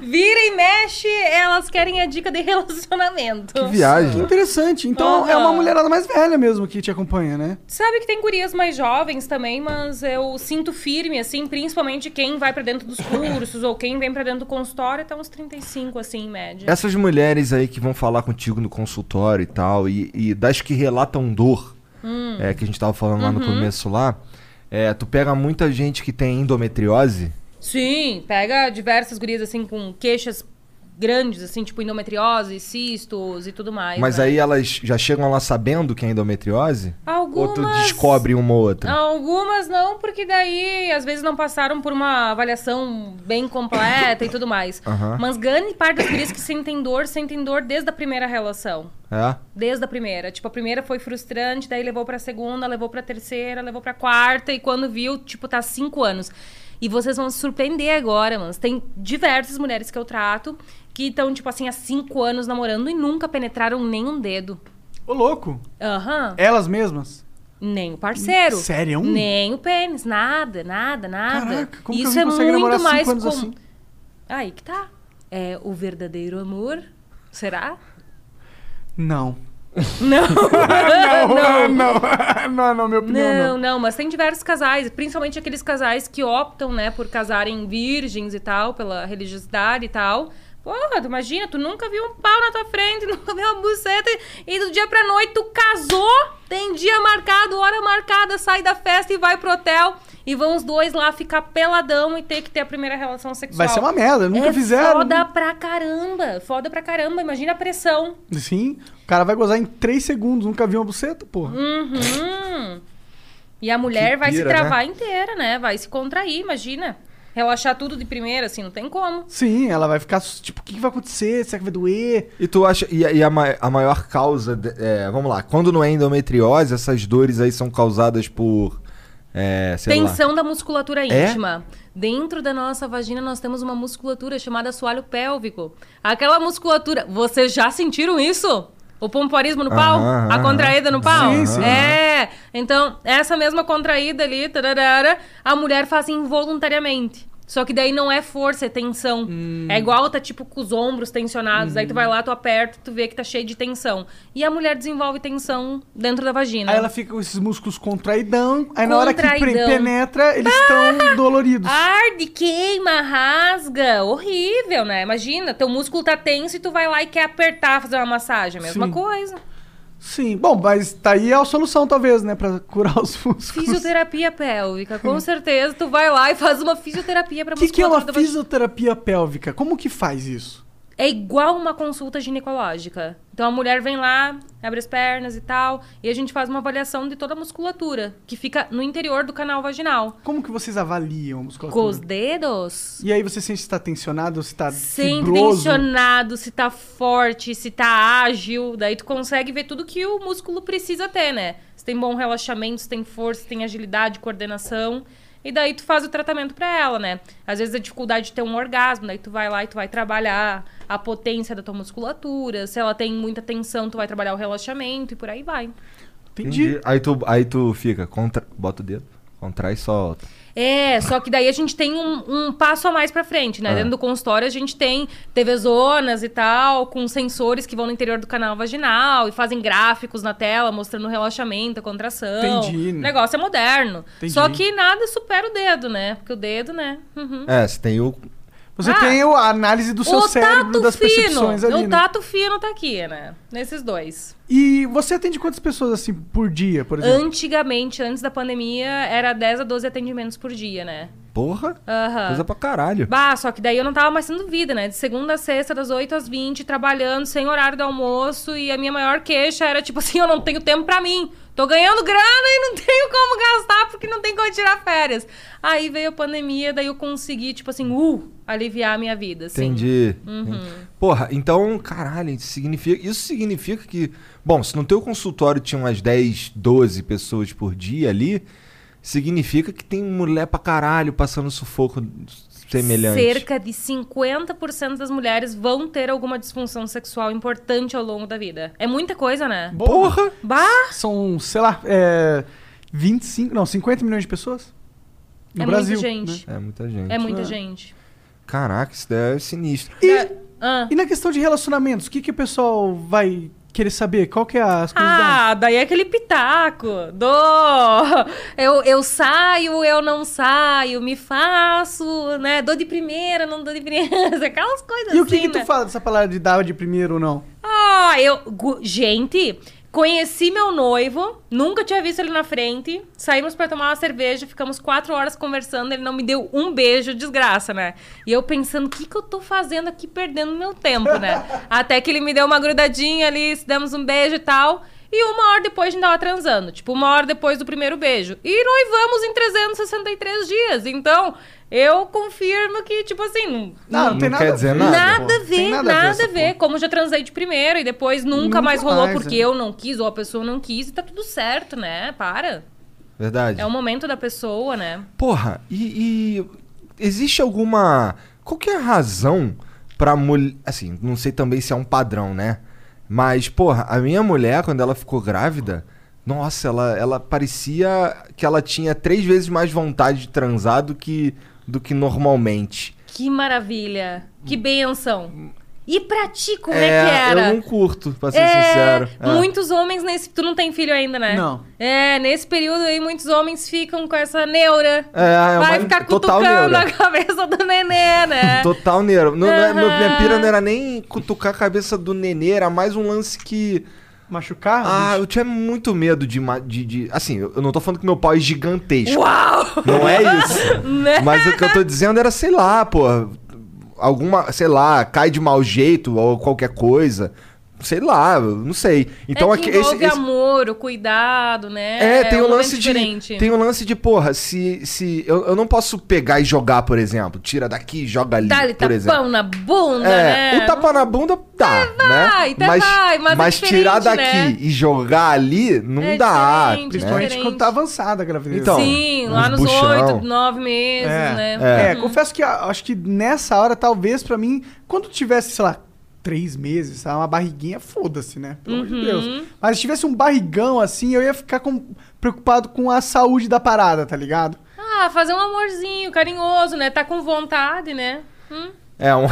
Speaker 3: Vira e mexe, elas querem a dica de relacionamento.
Speaker 2: Que viagem.
Speaker 1: Interessante. Então é uma
Speaker 3: Aham.
Speaker 1: mulherada mais velha mesmo que te acompanha, né?
Speaker 3: Sabe que tem gurias mais jovens também, mas eu sinto firme, assim, principalmente quem vai pra dentro dos cursos ou quem vem pra dentro do consultório até uns 35, assim, em média.
Speaker 2: Essas mulheres aí que vão falar contigo no consultório e tal, e, e das que relatam dor, é, que a gente tava falando lá no começo lá, é, tu pega muita gente que tem endometriose.
Speaker 3: Sim, pega diversas gurias, assim, com queixas grandes, assim, tipo endometriose, cistos e tudo mais.
Speaker 2: Mas
Speaker 3: né?
Speaker 2: aí elas já chegam lá sabendo que é endometriose? Ou
Speaker 3: Algumas...
Speaker 2: tu descobre né? uma ou outra?
Speaker 3: Algumas não, porque daí às vezes não passaram por uma avaliação bem completa e tudo mais.
Speaker 2: Aham.
Speaker 3: Mas grande parte das gurias que sentem dor, sentem dor desde a primeira relação.
Speaker 2: É?
Speaker 3: Desde a primeira. Tipo, a primeira foi frustrante, daí levou pra segunda, levou pra terceira, levou pra quarta, e quando viu, tipo, tá cinco anos. E vocês vão se surpreender agora, mano. Tem diversas mulheres que eu trato que estão, tipo assim, há cinco anos namorando e nunca penetraram nem um dedo.
Speaker 1: Ô, louco.
Speaker 3: Aham.
Speaker 1: Elas mesmas?
Speaker 3: Nem o parceiro.
Speaker 1: É? Sério? É um?
Speaker 3: Nem o pênis, nada, nada, nada.
Speaker 1: Caraca, como
Speaker 3: Isso
Speaker 1: que
Speaker 3: é
Speaker 1: alguém consegue
Speaker 3: muito
Speaker 1: namorar
Speaker 3: mais
Speaker 1: cinco anos
Speaker 3: comum.
Speaker 1: assim?
Speaker 3: Aí que tá. É o verdadeiro amor. Será?
Speaker 1: Não.
Speaker 3: Não.
Speaker 1: Não,
Speaker 3: não.
Speaker 1: não, não, não, minha opinião
Speaker 3: Não,
Speaker 1: não.
Speaker 3: não, mas tem diversos casais, principalmente aqueles casais que optam, né, por casarem virgens e tal, pela religiosidade e tal. Porra, tu imagina, tu nunca viu um pau na tua frente, nunca viu uma buceta e do dia pra noite tu casou, tem dia marcado, hora marcada, sai da festa e vai pro hotel e vão os dois lá ficar peladão e ter que ter a primeira relação sexual.
Speaker 1: Vai ser uma merda, nunca
Speaker 3: é
Speaker 1: fizeram.
Speaker 3: Foda pra caramba, foda pra caramba, imagina a pressão.
Speaker 1: Sim, o cara vai gozar em 3 segundos, nunca viu uma buceta,
Speaker 3: Hum.
Speaker 1: porra.
Speaker 3: Uhum. E a mulher
Speaker 2: Que
Speaker 3: vai se
Speaker 2: pira,
Speaker 3: travar inteira, né? Vai se contrair, imagina. Relaxar tudo de primeira, assim, não tem como.
Speaker 1: Sim, ela vai ficar, tipo, o que, que vai acontecer? Será que vai doer?
Speaker 2: E tu acha. E, a- e a, ma- a maior causa. de- é, vamos lá. Quando não é endometriose, essas dores aí são causadas por. É, sei lá.
Speaker 3: Tensão da musculatura
Speaker 2: É?
Speaker 3: íntima. Dentro da nossa vagina nós temos uma musculatura chamada assoalho pélvico. Aquela musculatura. Vocês já sentiram isso? O pompoarismo no pau?
Speaker 2: Aham,
Speaker 3: a
Speaker 2: aham.
Speaker 3: contraída no pau?
Speaker 1: Sim, sim.
Speaker 3: É. Então, essa mesma contraída ali, tararara, a mulher faz involuntariamente. Só que daí não é força, é tensão.
Speaker 1: Hum.
Speaker 3: É igual tá tipo com os ombros tensionados. Aí tu vai lá, tu aperta, tu vê que tá cheio de tensão. E a mulher desenvolve tensão dentro da vagina.
Speaker 1: Aí ela fica com esses músculos contraidão, aí na hora que pre-
Speaker 3: Contraidão. Ah!
Speaker 1: penetra, eles estão doloridos.
Speaker 3: Arde, queima, rasga. Horrível, né? Imagina, teu músculo tá tenso e tu vai lá e quer apertar, fazer uma massagem. Mesma
Speaker 1: Sim.
Speaker 3: coisa.
Speaker 1: Sim, bom, mas tá aí a solução, talvez, né, pra curar os músculos.
Speaker 3: Fisioterapia pélvica, com certeza. Tu vai lá e faz uma fisioterapia pra
Speaker 1: O que, que é uma
Speaker 3: musculatura da vagina.
Speaker 1: fisioterapia pélvica? Como que faz isso?
Speaker 3: É igual uma consulta ginecológica. Então a mulher vem lá, abre as pernas e tal, e a gente faz uma avaliação de toda a musculatura, que fica no interior do canal vaginal.
Speaker 1: Como que vocês avaliam a musculatura?
Speaker 3: Com os dedos,
Speaker 1: E aí você sente se tá tensionado, se tá
Speaker 3: Sempre
Speaker 1: fibroso?
Speaker 3: tensionado, se tá forte, se tá ágil. Daí tu consegue ver tudo que o músculo precisa ter, né? Se tem bom relaxamento, se tem força, se tem agilidade, coordenação. E daí tu faz o tratamento pra ela, né? Às vezes a dificuldade de ter um orgasmo, daí tu vai lá e tu vai trabalhar a potência da tua musculatura. Se ela tem muita tensão, tu vai trabalhar o relaxamento e por aí vai.
Speaker 1: Entendi.
Speaker 2: Aí tu, aí tu fica. Contra, bota o dedo. Contrai e solta.
Speaker 3: É, só que daí a gente tem um, um passo a mais pra frente,
Speaker 1: É.
Speaker 3: né?
Speaker 2: Ah.
Speaker 3: Dentro do consultório a gente tem TV zonas e tal, com sensores que vão no interior do canal vaginal e fazem gráficos na tela mostrando o relaxamento, a contração.
Speaker 1: Entendi.
Speaker 3: O negócio é moderno.
Speaker 1: Entendi.
Speaker 3: Só que nada supera o dedo, né? Porque o dedo, né? Uhum.
Speaker 2: É, você tem o.
Speaker 1: Você
Speaker 3: Ah.
Speaker 1: tem o- a análise do seu
Speaker 3: o
Speaker 1: cérebro,
Speaker 3: tato
Speaker 1: das
Speaker 3: fino.
Speaker 1: percepções ali,
Speaker 3: o
Speaker 1: né?
Speaker 3: tato fino tá aqui, né? Nesses dois.
Speaker 1: E você atende quantas pessoas, assim, por dia, por exemplo?
Speaker 3: Antigamente, antes da pandemia, era 10 a 12 atendimentos por dia, né?
Speaker 2: Porra!
Speaker 3: Aham.
Speaker 2: Coisa pra caralho.
Speaker 3: Bah, só que daí eu não tava mais sendo vida, né? De segunda a sexta, das 8 às 20, trabalhando, sem horário do almoço. E a minha maior queixa era tipo assim: eu não tenho tempo pra mim. Tô ganhando grana e não tenho como gastar porque não tem como tirar férias. Aí veio a pandemia, daí eu consegui, tipo assim, uh, aliviar a minha vida. Assim.
Speaker 2: Entendi. Entendi. Porra, então, caralho, isso significa, isso significa que. Bom, se no teu consultório tinha umas 10, 12 pessoas por dia ali, significa que tem mulher pra caralho passando sufoco semelhante.
Speaker 3: Cerca de 50% das mulheres vão ter alguma disfunção sexual importante ao longo da vida. É muita coisa, né?
Speaker 1: Bom,
Speaker 2: Porra!
Speaker 3: Bah!
Speaker 1: São, sei lá, é, 25, não, 50 milhões de pessoas? No
Speaker 3: é
Speaker 1: Brasil.
Speaker 3: muita gente.
Speaker 1: né?
Speaker 2: É muita gente.
Speaker 3: É muita
Speaker 1: É.
Speaker 3: gente.
Speaker 2: Caraca, isso daí é sinistro.
Speaker 1: E,
Speaker 3: Ah.
Speaker 1: e na questão de relacionamentos, o que, que o pessoal vai querer saber? Qual que é as curiosidades?
Speaker 3: Ah, daí é aquele pitaco do eu, eu saio, eu não saio, me faço, né? Dou de primeira, não dou de primeira, aquelas coisas
Speaker 1: e o
Speaker 3: assim,
Speaker 1: que, que
Speaker 3: né?
Speaker 1: tu fala dessa palavra de dar de primeiro ou não?
Speaker 3: Ah, eu... gu- Gente, conheci meu noivo, nunca tinha visto ele na frente, saímos pra tomar uma cerveja, ficamos quatro horas conversando, ele não me deu um beijo, desgraça, né? E eu pensando, o que que eu tô fazendo aqui perdendo meu tempo, né? Até que ele me deu uma grudadinha ali, se demos um beijo e tal... E uma hora depois a gente tava transando. Tipo, uma hora depois do primeiro beijo. E noivamos em 363 dias. Então, eu confirmo que, tipo assim, não,
Speaker 1: Não, não,
Speaker 2: Não
Speaker 1: tem nada
Speaker 2: quer
Speaker 1: a ver.
Speaker 2: dizer
Speaker 3: Nada,
Speaker 2: nada,
Speaker 3: a
Speaker 1: pô.
Speaker 3: ver,
Speaker 1: Tem
Speaker 3: nada,
Speaker 1: essa
Speaker 3: a ver. Como já transei de primeiro e depois nunca,
Speaker 1: Nunca
Speaker 3: mais rolou
Speaker 1: mais,
Speaker 3: porque
Speaker 1: é.
Speaker 3: eu não quis ou a pessoa não quis e tá tudo certo, né? Para.
Speaker 2: Verdade.
Speaker 3: É o momento da pessoa, né?
Speaker 2: Porra, e, e existe alguma. Qual que é a razão pra mulher. Assim, não sei também se é um padrão, né? Mas, porra, a minha mulher, quando ela ficou grávida, nossa, ela, ela parecia que ela tinha três vezes mais vontade de transar do que, do que normalmente.
Speaker 3: Que maravilha. Que benção. E pra ti, como é, que era?
Speaker 2: Eu não curto, pra ser sincero. É.
Speaker 3: Muitos homens nesse. Tu não tem filho ainda, né?
Speaker 1: Não.
Speaker 3: É, nesse período aí, muitos homens ficam com essa neura.
Speaker 2: É, é
Speaker 3: Vai
Speaker 2: uma
Speaker 3: ficar
Speaker 2: total
Speaker 3: cutucando
Speaker 2: neura.
Speaker 3: a cabeça do nenê, né?
Speaker 2: Total neiro. Não, não é- meu- minha
Speaker 3: Aham.
Speaker 2: pira não era nem cutucar a cabeça do nenê, era mais um lance que.
Speaker 1: Machucar?
Speaker 2: Ah,
Speaker 1: bicho?
Speaker 2: eu tinha muito medo de. ma- de, de- assim, eu eu não tô falando que meu pau é gigantesco.
Speaker 3: Uau!
Speaker 2: Não é isso.
Speaker 3: Né?
Speaker 2: Mas o que eu tô dizendo era, sei lá, pô. Alguma, sei lá, cai de mau jeito ou qualquer coisa. Sei lá, eu não sei. Então
Speaker 3: é que
Speaker 2: aqui- esse-
Speaker 3: envolve
Speaker 2: esse-
Speaker 3: amor, o cuidado, né?
Speaker 2: É, tem o
Speaker 3: um momento
Speaker 2: lance de.
Speaker 3: diferente.
Speaker 2: Tem o lance de, porra, se. se eu, eu não posso pegar e jogar, por exemplo. Tira daqui e joga ali.
Speaker 3: Dá-lhe
Speaker 2: um- por
Speaker 3: tapão
Speaker 2: exemplo.
Speaker 3: tá na bunda,
Speaker 2: É,
Speaker 3: né?
Speaker 2: o tapa na bunda dá,
Speaker 3: vai,
Speaker 2: né?
Speaker 3: até vai, mas é
Speaker 2: tirar
Speaker 3: diferente,
Speaker 2: daqui
Speaker 3: né?
Speaker 2: e jogar ali não
Speaker 3: É
Speaker 2: dá.
Speaker 3: diferente,
Speaker 2: Né?
Speaker 1: Principalmente
Speaker 3: diferente.
Speaker 1: quando tá avançada a gravidez.
Speaker 2: Então,
Speaker 3: Sim, lá
Speaker 2: uns
Speaker 3: nos
Speaker 2: buchão.
Speaker 3: oito, nove meses,
Speaker 1: É,
Speaker 3: né?
Speaker 1: É, confesso que a- acho que nessa hora, talvez, pra mim, quando tivesse, sei lá, três meses, sabe, uma barriguinha, foda-se, né? Pelo amor
Speaker 3: Uhum.
Speaker 1: de Deus. Mas se tivesse um barrigão assim, eu ia ficar com- preocupado com a saúde da parada, tá ligado?
Speaker 3: Ah, fazer um amorzinho carinhoso, né? Tá com vontade, né? Hum?
Speaker 2: É um.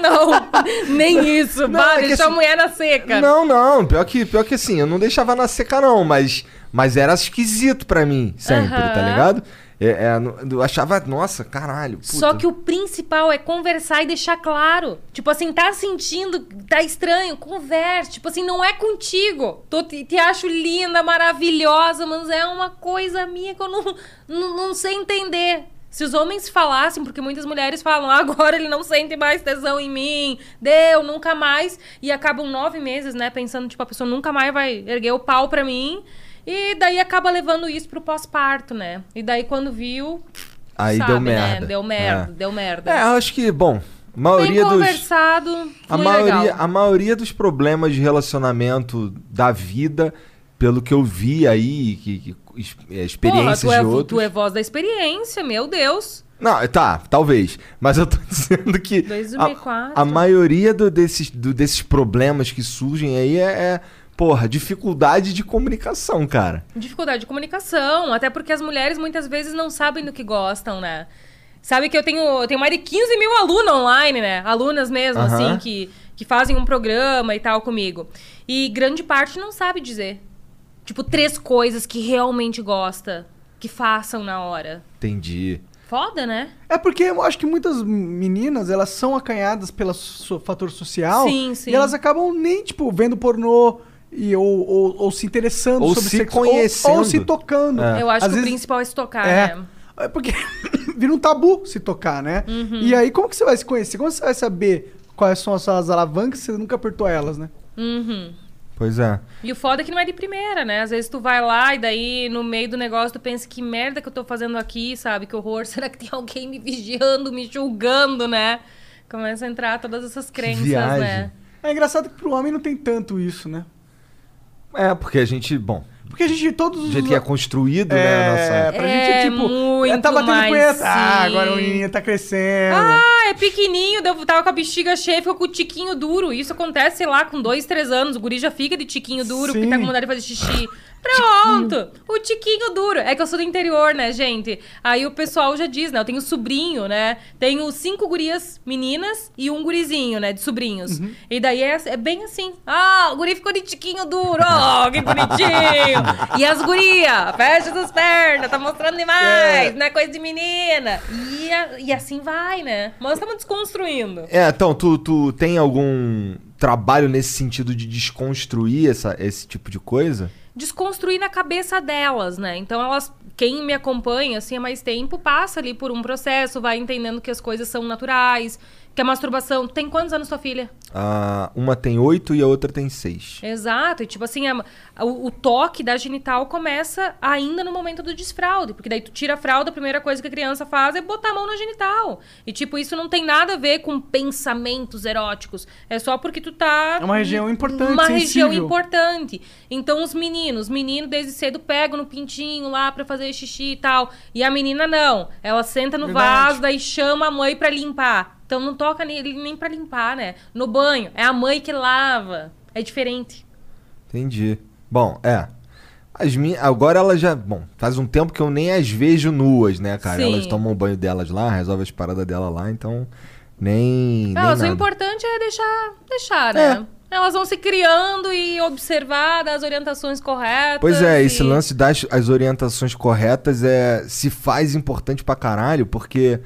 Speaker 3: Não, nem isso.
Speaker 2: Não,
Speaker 3: Bah,
Speaker 2: é que
Speaker 3: deixou
Speaker 2: assim-
Speaker 3: a mulher na seca.
Speaker 2: Não, não. Pior que, pior que assim, eu não deixava na seca, não, mas, mas era esquisito pra mim, sempre,
Speaker 3: Aham.
Speaker 2: tá ligado? É, é, não- eu achava, nossa, caralho. Puta.
Speaker 3: Só que o principal é conversar e deixar claro. Tipo assim, tá sentindo, tá estranho, converse. Tipo assim, não é contigo. Tô, te, te acho linda, maravilhosa, mas é uma coisa minha que eu não, não, não sei entender. Se os homens falassem, porque muitas mulheres falam, "Ah, agora ele não sente mais tesão em mim, deu, nunca mais. E acabam nove meses, né? Pensando, tipo, a pessoa nunca mais vai erguer o pau pra mim. E daí acaba levando isso pro pós-parto, né? E daí quando viu,
Speaker 2: Aí
Speaker 3: sabe,
Speaker 2: deu
Speaker 3: né?
Speaker 2: merda.
Speaker 3: Deu merda, deu merda.
Speaker 2: É, eu acho que, bom, a
Speaker 3: Bem
Speaker 2: maioria dos.
Speaker 3: conversado,
Speaker 2: A
Speaker 3: foi
Speaker 2: maioria,
Speaker 3: legal.
Speaker 2: a maioria dos problemas de relacionamento da vida, pelo que eu vi aí, que, que- es- é,
Speaker 3: Porra,
Speaker 2: experiências
Speaker 3: tu é,
Speaker 2: de
Speaker 3: vo-
Speaker 2: outros.
Speaker 3: tu é voz da experiência, meu Deus.
Speaker 2: Não, tá, talvez. Mas eu tô dizendo que.
Speaker 3: Dois e
Speaker 2: a-
Speaker 3: meio, quatro.
Speaker 2: A, maioria do- desses, do- desses problemas que surgem aí é, é, porra, dificuldade de comunicação, cara.
Speaker 3: Dificuldade de comunicação, até porque as mulheres muitas vezes não sabem do que gostam, né? Sabe que eu tenho, eu tenho mais de 15 mil alunos online, né? Alunas mesmo,
Speaker 2: Aham.
Speaker 3: assim, que, que fazem um programa e tal comigo. E grande parte não sabe dizer. Tipo, três coisas que realmente gosta, que façam na hora.
Speaker 2: Entendi.
Speaker 3: Foda, né?
Speaker 1: É porque eu acho que muitas meninas, elas são acanhadas pelo fator social.
Speaker 3: Sim, sim.
Speaker 1: E elas acabam nem, tipo, vendo pornô e, ou, ou, ou se interessando
Speaker 2: Ou
Speaker 1: sobre
Speaker 2: se
Speaker 1: sexo. ou- Ou,
Speaker 2: conhecendo.
Speaker 1: se tocando.
Speaker 2: É.
Speaker 3: Eu acho
Speaker 1: Às
Speaker 3: que o
Speaker 1: vezes-
Speaker 3: principal é estocar,
Speaker 1: É.
Speaker 3: né?
Speaker 1: É porque vira um tabu se tocar, né?
Speaker 3: Uhum.
Speaker 1: E aí, como que você vai se conhecer? Como você vai saber quais são as suas alavancas se você nunca apertou elas, né?
Speaker 3: Uhum.
Speaker 2: Pois é.
Speaker 3: E o foda é que não é de primeira, né? Às vezes tu vai lá e daí no meio do negócio tu pensa que merda que eu tô fazendo aqui, sabe? Que horror. Será que tem alguém me vigiando, me julgando, né? Começa a entrar todas essas crenças,
Speaker 2: viagem.
Speaker 3: né?
Speaker 1: É engraçado que pro homem não tem tanto isso, né?
Speaker 2: É, porque a gente, bom,
Speaker 1: Porque a gente, todos
Speaker 2: do
Speaker 1: os... hum,
Speaker 2: jeito que é construído, né, a
Speaker 1: É,
Speaker 2: nossa.
Speaker 1: pra gente é
Speaker 3: É
Speaker 1: tipo...
Speaker 3: muito
Speaker 1: tá batendo
Speaker 3: mais
Speaker 1: punheta. Ah,
Speaker 3: sim.
Speaker 1: agora o menino tá crescendo.
Speaker 3: Ah, é pequenininho, eu tava com a bexiga cheia, ficou com o tiquinho duro. Isso acontece, sei lá, com dois, três anos. O guri já fica de tiquinho duro, porque tá
Speaker 1: Sim.
Speaker 3: com vontade de fazer xixi. Pronto! O tiquinho duro. É que eu sou do interior, né, gente? Aí o pessoal já diz, né? Eu tenho sobrinho, né? Tenho cinco gurias meninas e um gurizinho, né? De sobrinhos. E daí é, é bem assim. Ah, o guri ficou de tiquinho duro. Oh, que bonitinho! e as gurias, fecha suas pernas, tá mostrando demais,
Speaker 1: É.
Speaker 3: não é coisa de menina. E, a- e assim vai, né? Mas estamos desconstruindo.
Speaker 2: É, então, tu, tu tem algum trabalho nesse sentido de desconstruir essa, esse tipo de coisa?
Speaker 3: desconstruir na cabeça delas, né? Então elas, quem me acompanha assim há mais tempo, passa ali por um processo, vai entendendo que as coisas são naturais, que a masturbação. Tem quantos anos sua filha?
Speaker 2: Ah, uma tem oito e a outra tem seis.
Speaker 3: Exato, e tipo assim, a- a- o, o toque da genital começa ainda no momento do desfraude, porque daí tu tira a fralda, a primeira coisa que a criança faz é botar a mão na genital. E tipo, isso não tem nada a ver com pensamentos eróticos, é só porque tu tá...
Speaker 1: É uma região importante,
Speaker 3: Uma região
Speaker 1: sensível.
Speaker 3: importante. Então os meninos, menino desde cedo pegam no pintinho lá pra fazer xixi e tal, e a menina não, ela senta no
Speaker 1: Verdade.
Speaker 3: vaso, daí chama a mãe pra limpar. Então não toca nele nem pra limpar, né? No banho, é a mãe que lava. É diferente.
Speaker 2: Entendi. Bom, é. As minhas, agora elas já. Bom, faz um tempo que eu nem as vejo nuas, né, cara?
Speaker 3: Sim.
Speaker 2: Elas tomam o banho delas lá, resolvem as paradas dela lá, então. nem. nem
Speaker 3: Ah, mas o
Speaker 2: nada. É.
Speaker 3: importante é deixar, deixar, né? Elas vão se criando e observar, dar as orientações corretas.
Speaker 2: Pois é,
Speaker 3: e...
Speaker 2: esse lance das as orientações corretas é se faz importante pra caralho, porque,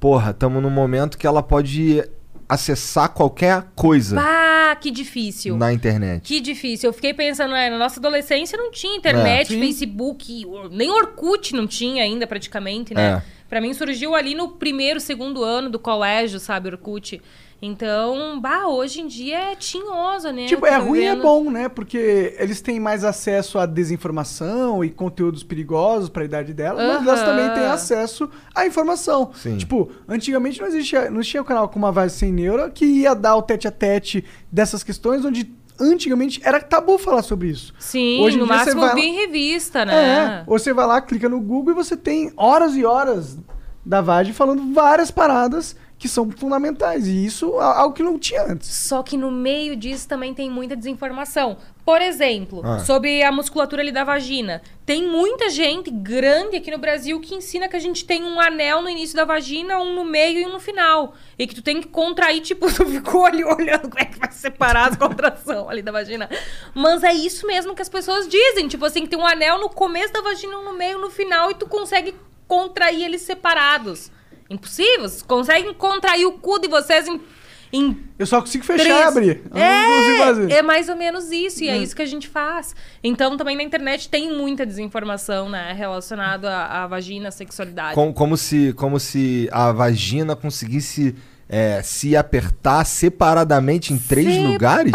Speaker 2: porra, estamos num momento que ela pode acessar qualquer coisa
Speaker 3: Bah, que difícil.
Speaker 2: na internet.
Speaker 3: Que difícil. Eu fiquei pensando, né, na nossa adolescência não tinha
Speaker 1: É.
Speaker 3: internet, Facebook, or- nem Orkut não tinha ainda praticamente,
Speaker 1: É.
Speaker 3: né? Pra mim surgiu ali no primeiro, segundo ano do colégio, sabe, Orkut. Então, bah, hoje em dia é tinhoso, né?
Speaker 1: Tipo,
Speaker 3: Eu tô
Speaker 1: é ruim e é
Speaker 3: vendo.
Speaker 1: bom, né? Porque eles têm mais acesso à desinformação e conteúdos perigosos pra idade dela, mas elas
Speaker 3: Aham.
Speaker 1: também têm acesso à informação.
Speaker 2: Sim.
Speaker 1: Tipo, antigamente não existia, não tinha um canal com uma voz sem neura que ia dar o tete a tete dessas questões, onde antigamente era tabu falar sobre isso.
Speaker 3: Sim,
Speaker 1: Hoje em
Speaker 3: no
Speaker 1: dia você
Speaker 3: máximo
Speaker 1: vai
Speaker 3: eu vi
Speaker 1: lá-
Speaker 3: em revista,
Speaker 1: É,
Speaker 3: né?
Speaker 1: ou você vai lá, clica no Google e você tem horas e horas da VAD falando várias paradas que são fundamentais. E isso é algo que não tinha antes.
Speaker 3: Só que no meio disso também tem muita desinformação. Por exemplo,
Speaker 2: Ah.
Speaker 3: sobre a musculatura ali da vagina. Tem muita gente grande aqui no Brasil que ensina que a gente tem um anel no início da vagina, um no meio e um no final. E que tu tem que contrair, tipo, tu ficou ali olhando como é que vai separar as contração ali da vagina. Mas é isso mesmo que as pessoas dizem. Tipo assim, que tem um anel no começo da vagina, um no meio, um no final, e tu consegue contrair eles separados. Impossível? Vocês conseguem contrair o cu de vocês em- em
Speaker 1: Eu só consigo fechar
Speaker 3: Três.
Speaker 1: e abrir. Eu não consigo fazer.
Speaker 3: É, é mais ou menos isso, e é isso que a gente faz. Então, também na internet tem muita desinformação, né, relacionada à, à vagina, à sexualidade.
Speaker 2: Com- como, se, como se a vagina conseguisse é, se apertar separadamente em três lugares?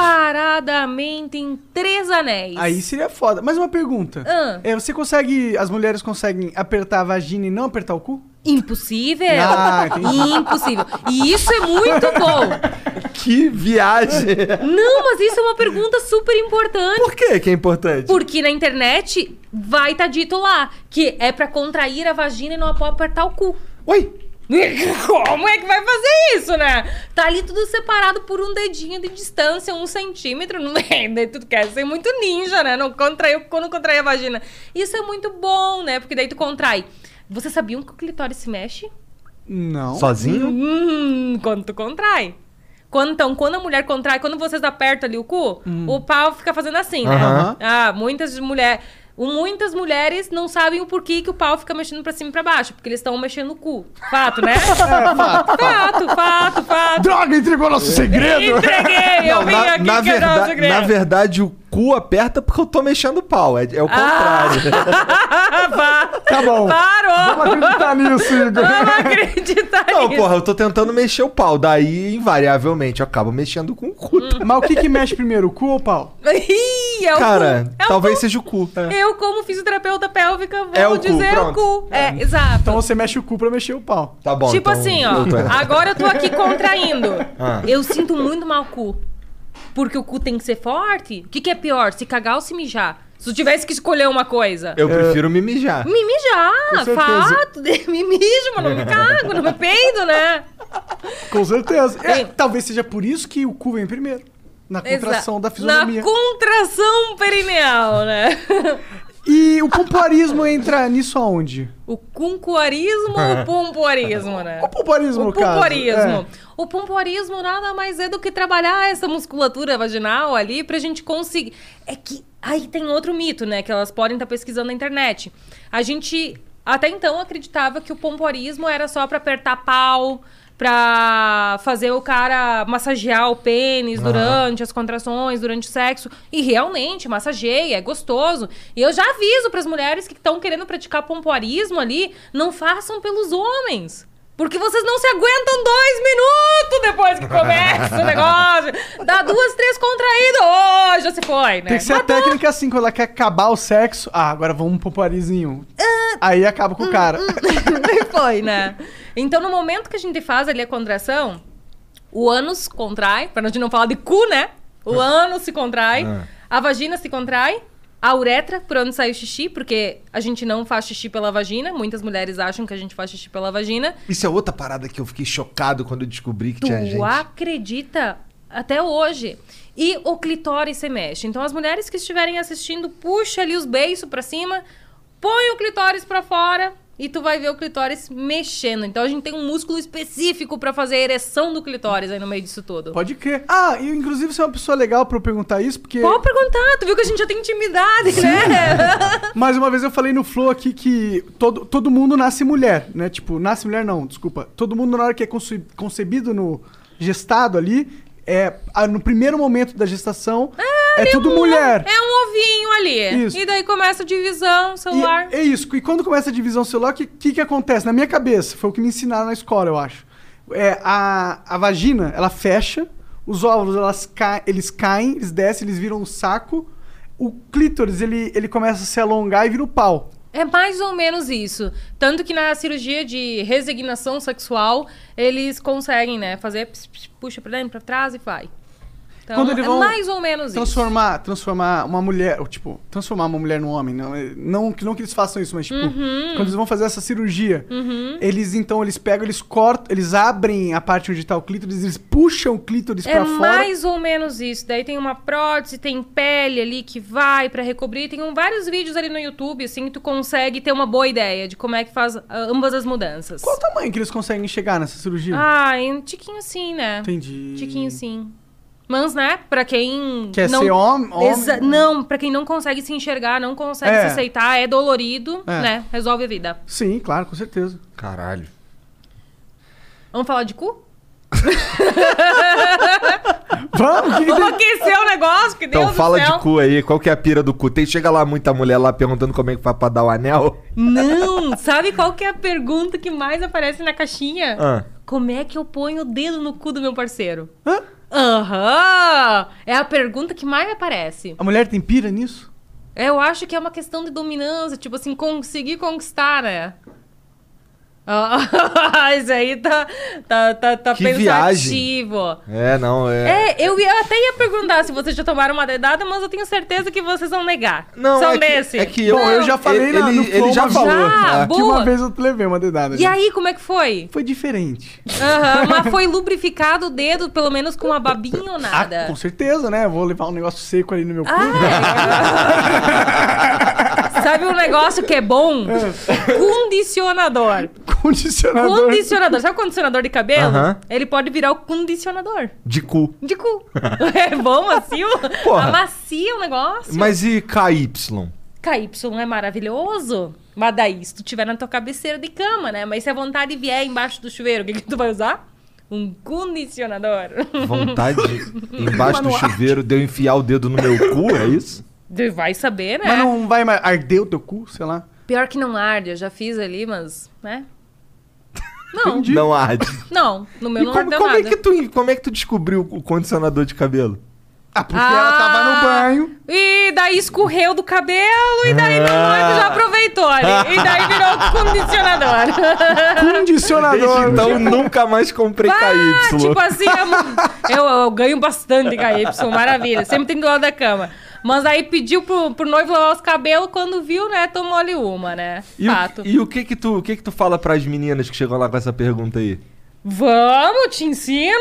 Speaker 3: Separadamente em três anéis.
Speaker 1: Aí seria foda. Mas uma pergunta.
Speaker 3: Ah.
Speaker 1: É, você consegue. As mulheres conseguem apertar a vagina e não apertar o cu?
Speaker 3: Impossível.
Speaker 1: Ah, entendi.
Speaker 3: Impossível. E isso é muito bom.
Speaker 2: Que viagem!
Speaker 3: Não, mas isso é uma pergunta super importante.
Speaker 2: Por que que é importante?
Speaker 3: Porque na internet vai estar dito lá que é pra contrair a vagina e não pode apertar o cu.
Speaker 2: Oi!
Speaker 3: Como é que vai fazer isso, né? Tá ali tudo separado por um dedinho de distância, um centímetro. Não é, daí tu quer ser muito ninja, né? Não contraiu quando contrai a vagina. Isso é muito bom, né? Porque daí tu contrai. Você sabia que o clitóris se mexe?
Speaker 1: Não.
Speaker 2: Sozinho?
Speaker 3: Hum, quando tu contrai. Quando, então, quando a mulher contrai, quando vocês apertam ali o cu,
Speaker 1: Hum.
Speaker 3: o pau fica fazendo assim, né?
Speaker 2: Aham.
Speaker 3: Ah, muitas mulheres. Muitas mulheres não sabem o porquê que o pau fica mexendo pra cima e pra baixo, porque eles estão mexendo o cu. Fato, né? fato, fato, fato.
Speaker 1: É, Droga, entregou nosso segredo!
Speaker 3: Entreguei! eu
Speaker 2: Não,
Speaker 3: vim
Speaker 2: na,
Speaker 3: aqui
Speaker 2: na
Speaker 3: que é eu
Speaker 2: verda-
Speaker 3: não segredo.
Speaker 2: na verdade, o cu aperta porque eu tô mexendo o pau. É, é
Speaker 3: Ah,
Speaker 2: o contrário.
Speaker 1: Tá bom.
Speaker 3: Parou!
Speaker 1: Vamos acreditar tá nisso, Igor.
Speaker 3: Vamos acreditar
Speaker 2: Não,
Speaker 3: nisso.
Speaker 2: porra, eu tô tentando mexer o pau. Daí, invariavelmente, eu acabo mexendo com o cu.
Speaker 1: Mas o que, que mexe primeiro, o cu ou o pau?
Speaker 3: Ih, Hum, é o
Speaker 2: Cara,
Speaker 3: cu. É o
Speaker 2: talvez
Speaker 3: cu.
Speaker 2: seja o cu.
Speaker 3: Eu, como fisioterapeuta pélvica, vou
Speaker 2: É o cu,
Speaker 3: dizer o
Speaker 2: pronto.
Speaker 3: cu. É, exato.
Speaker 1: Então você mexe o cu pra mexer o pau.
Speaker 2: Tá bom.
Speaker 3: tipo
Speaker 2: então
Speaker 3: assim,
Speaker 2: eu tô
Speaker 3: ó.
Speaker 2: errado.
Speaker 3: Agora eu tô aqui contraindo.
Speaker 2: Ah.
Speaker 3: Eu sinto muito mal o cu. Porque o cu tem que ser forte. O que, que é pior? Se cagar ou se mijar? Se tu tivesse que escolher uma coisa.
Speaker 2: Eu prefiro me mijar.
Speaker 3: Me mijar,
Speaker 1: Com
Speaker 3: fato. Me mijo, mas não me cago, não me peido, né?
Speaker 1: Com certeza. É,
Speaker 3: Sim.
Speaker 1: talvez seja por isso que o cu vem primeiro. Na contração
Speaker 3: Exa-
Speaker 1: da fisionomia.
Speaker 3: Na contração perineal, né?
Speaker 1: E o pompoarismo entra nisso aonde?
Speaker 3: O cuncuarismo ou o pompoarismo, né?
Speaker 1: O pompoarismo,
Speaker 3: O
Speaker 1: cara. É.
Speaker 3: pompoarismo. O pompoarismo nada mais é do que trabalhar essa musculatura vaginal ali pra gente conseguir. É que aí tem outro mito, né? Que elas podem estar pesquisando na internet. A gente até então acreditava que o pompoarismo era só pra apertar pau, pra fazer o cara massagear o pênis durante as contrações, durante o sexo. E realmente, massageia, é gostoso. E eu já aviso pras mulheres que estão querendo praticar pompoarismo ali, não façam pelos homens. Porque vocês não se aguentam dois minutos depois que começa o negócio. Dá duas, três contraídas. Ô, já se foi, né?
Speaker 1: Tem que ser a técnica assim, quando ela quer acabar o sexo. Ah, agora vamos pro parizinho.
Speaker 3: Ah.
Speaker 1: Aí acaba com o
Speaker 3: Hum,
Speaker 1: cara.
Speaker 3: foi, né? Então, no momento que a gente faz ali a contração, o ânus contrai, pra gente não falar de cu, né? O ânus se contrai,
Speaker 2: Ah.
Speaker 3: a vagina se contrai, a uretra, por onde sai o xixi, porque a gente não faz xixi pela vagina. Muitas mulheres acham que a gente faz xixi pela vagina.
Speaker 2: Isso é outra parada que eu fiquei chocado quando eu descobri que
Speaker 3: Tu
Speaker 2: tinha gente.
Speaker 3: acredita até hoje. E o clitóris se mexe. Então, as mulheres que estiverem assistindo, puxa ali os beiços pra cima, põe o clitóris pra fora, e tu vai ver o clitóris mexendo. Então a gente tem um músculo específico pra fazer a ereção do clitóris aí no meio disso tudo.
Speaker 1: Pode crer. Ah, e inclusive você é uma pessoa legal pra eu perguntar isso, porque.
Speaker 3: Pode perguntar, tu viu que a gente já tem intimidade, né?
Speaker 1: Mais uma vez eu falei no Flow aqui que todo, todo mundo nasce mulher, né? Tipo, nasce mulher não, desculpa. Todo mundo na hora que é conce- concebido no gestado ali, é ah, no primeiro momento da gestação, é, tudo mulher.
Speaker 3: É um ovinho ali.
Speaker 1: Isso.
Speaker 3: E daí começa a divisão, celular.
Speaker 1: E, é isso. E quando começa a divisão celular, o que, que, que acontece? Na minha cabeça, foi o que me ensinaram na escola, eu acho. É, a, a vagina, ela fecha, os óvulos, elas ca- eles caem, eles descem, eles viram um saco. O clítoris, ele, ele começa a se alongar e vira o pau.
Speaker 3: É mais ou menos isso. Tanto que na cirurgia de resignação sexual, eles conseguem, né, fazer ps, ps, puxa pra dentro, pra trás e vai. Então,
Speaker 1: Quando eles vão
Speaker 3: é mais ou menos isso.
Speaker 1: Transformar, transformar uma mulher, ou, tipo, transformar uma mulher num homem, não, é- não, que- não que eles façam isso, mas tipo,
Speaker 3: Uhum.
Speaker 1: quando eles vão fazer essa cirurgia, eles então eles pegam, eles cortam, eles abrem a parte onde tá o clítoris, eles puxam o clítoris
Speaker 3: É
Speaker 1: pra fora.
Speaker 3: mais ou menos isso. Daí tem uma prótese, tem pele ali que vai pra recobrir. Tem um- vários vídeos ali no YouTube, assim, que tu consegue ter uma boa ideia de como é que faz ah, ambas as mudanças.
Speaker 1: Qual o tamanho que eles conseguem chegar nessa cirurgia?
Speaker 3: Ah, é um tiquinho sim, né?
Speaker 1: Entendi.
Speaker 3: Tiquinho sim. Mas, né, pra quem.
Speaker 1: Quer
Speaker 3: não...
Speaker 1: ser homem? homem
Speaker 3: Exa- Não, pra quem não consegue se enxergar, não consegue
Speaker 1: É.
Speaker 3: se aceitar, é dolorido,
Speaker 1: É.
Speaker 3: né? Resolve a vida.
Speaker 1: Sim, claro, com certeza.
Speaker 2: Caralho.
Speaker 3: Vamos falar de cu?
Speaker 1: Vamos, o que que tem?
Speaker 3: Aqueceu o negócio, porque
Speaker 2: Então
Speaker 3: Deus
Speaker 2: fala
Speaker 3: do céu.
Speaker 2: de cu aí, qual que é a pira do cu? Tem chega lá muita mulher lá perguntando como é que vai pra dar o anel?
Speaker 3: Não, sabe qual que é a pergunta que mais aparece na caixinha?
Speaker 2: Ah.
Speaker 3: Como é que eu ponho o dedo no cu do meu parceiro?
Speaker 1: Hã?
Speaker 3: Aham! É a pergunta que mais aparece.
Speaker 1: A mulher tem pira nisso?
Speaker 3: Eu acho que é uma questão de dominância, tipo assim, conseguir conquistar, né? Ah, Isso aí tá, tá, tá, tá
Speaker 2: Que viagem.
Speaker 3: pensativo.
Speaker 2: É, não, é.
Speaker 3: É, eu, ia- eu até ia perguntar se vocês já tomaram uma dedada, mas eu tenho certeza que vocês vão negar.
Speaker 2: Não,
Speaker 3: São
Speaker 2: é que-
Speaker 3: desse.
Speaker 2: é que eu-
Speaker 1: Bom, eu já falei
Speaker 2: Ele-
Speaker 1: na- no
Speaker 2: ele-
Speaker 1: flow
Speaker 2: ele já
Speaker 1: uma
Speaker 2: falou.
Speaker 3: Já,
Speaker 2: Ah,
Speaker 1: Que uma
Speaker 3: boa.
Speaker 1: vez eu levei uma dedada.
Speaker 3: E
Speaker 1: gente.
Speaker 3: aí, como é que foi?
Speaker 1: Foi diferente.
Speaker 3: Aham, mas foi lubrificado o dedo, pelo menos com uma babinha ou
Speaker 1: Ah,
Speaker 3: nada? Ah,
Speaker 1: com certeza, né? Eu Vou levar um negócio seco ali no meu
Speaker 2: Ah,
Speaker 1: cu.
Speaker 3: é. Sabe um negócio que é bom? Condicionador.
Speaker 1: Condicionador.
Speaker 3: Condicionador. Sabe o condicionador de cabelo?
Speaker 2: Aham.
Speaker 3: Ele pode virar o condicionador
Speaker 2: De cu.
Speaker 3: de cu. é bom, macio?
Speaker 2: Porra.
Speaker 3: Amacia o negócio.
Speaker 2: Mas e KY?
Speaker 3: KY é maravilhoso. Mas daí, se tu tiver na tua cabeceira de cama, né? Mas se a vontade vier embaixo do chuveiro, o que, que tu vai usar? Um condicionador.
Speaker 2: Vontade embaixo do chuveiro de eu enfiar o dedo no meu cu, é isso?
Speaker 3: tu vai saber, né?
Speaker 1: Mas não vai mais arder o teu cu, sei lá.
Speaker 3: Pior que não arde, eu já fiz ali, mas, né? Não,
Speaker 1: Entendi.
Speaker 2: Não arde.
Speaker 3: não, no meu
Speaker 2: E
Speaker 3: não
Speaker 2: como,
Speaker 3: ardeu
Speaker 2: como é
Speaker 3: nada.
Speaker 2: que tu, como é que tu descobriu o condicionador de cabelo?
Speaker 1: Ah, porque ela tava no banho.
Speaker 3: E daí escorreu do cabelo, e daí meu noivo
Speaker 1: Ah!
Speaker 3: já aproveitou ali. E daí virou um condicionador.
Speaker 2: Desde
Speaker 1: Condicionador.
Speaker 2: então nunca mais comprei
Speaker 3: Ah,
Speaker 2: KY.
Speaker 3: tipo assim, eu, eu- eu ganho bastante KY, maravilha. Sempre tem do lado da cama. Mas aí pediu pro, pro noivo lavar os cabelos, quando viu, né, tomou-lhe uma, né?
Speaker 2: E
Speaker 3: Fato.
Speaker 2: o, e o que que tu, o que que tu fala pras meninas que chegam lá com essa pergunta aí?
Speaker 3: Vamos, te ensino!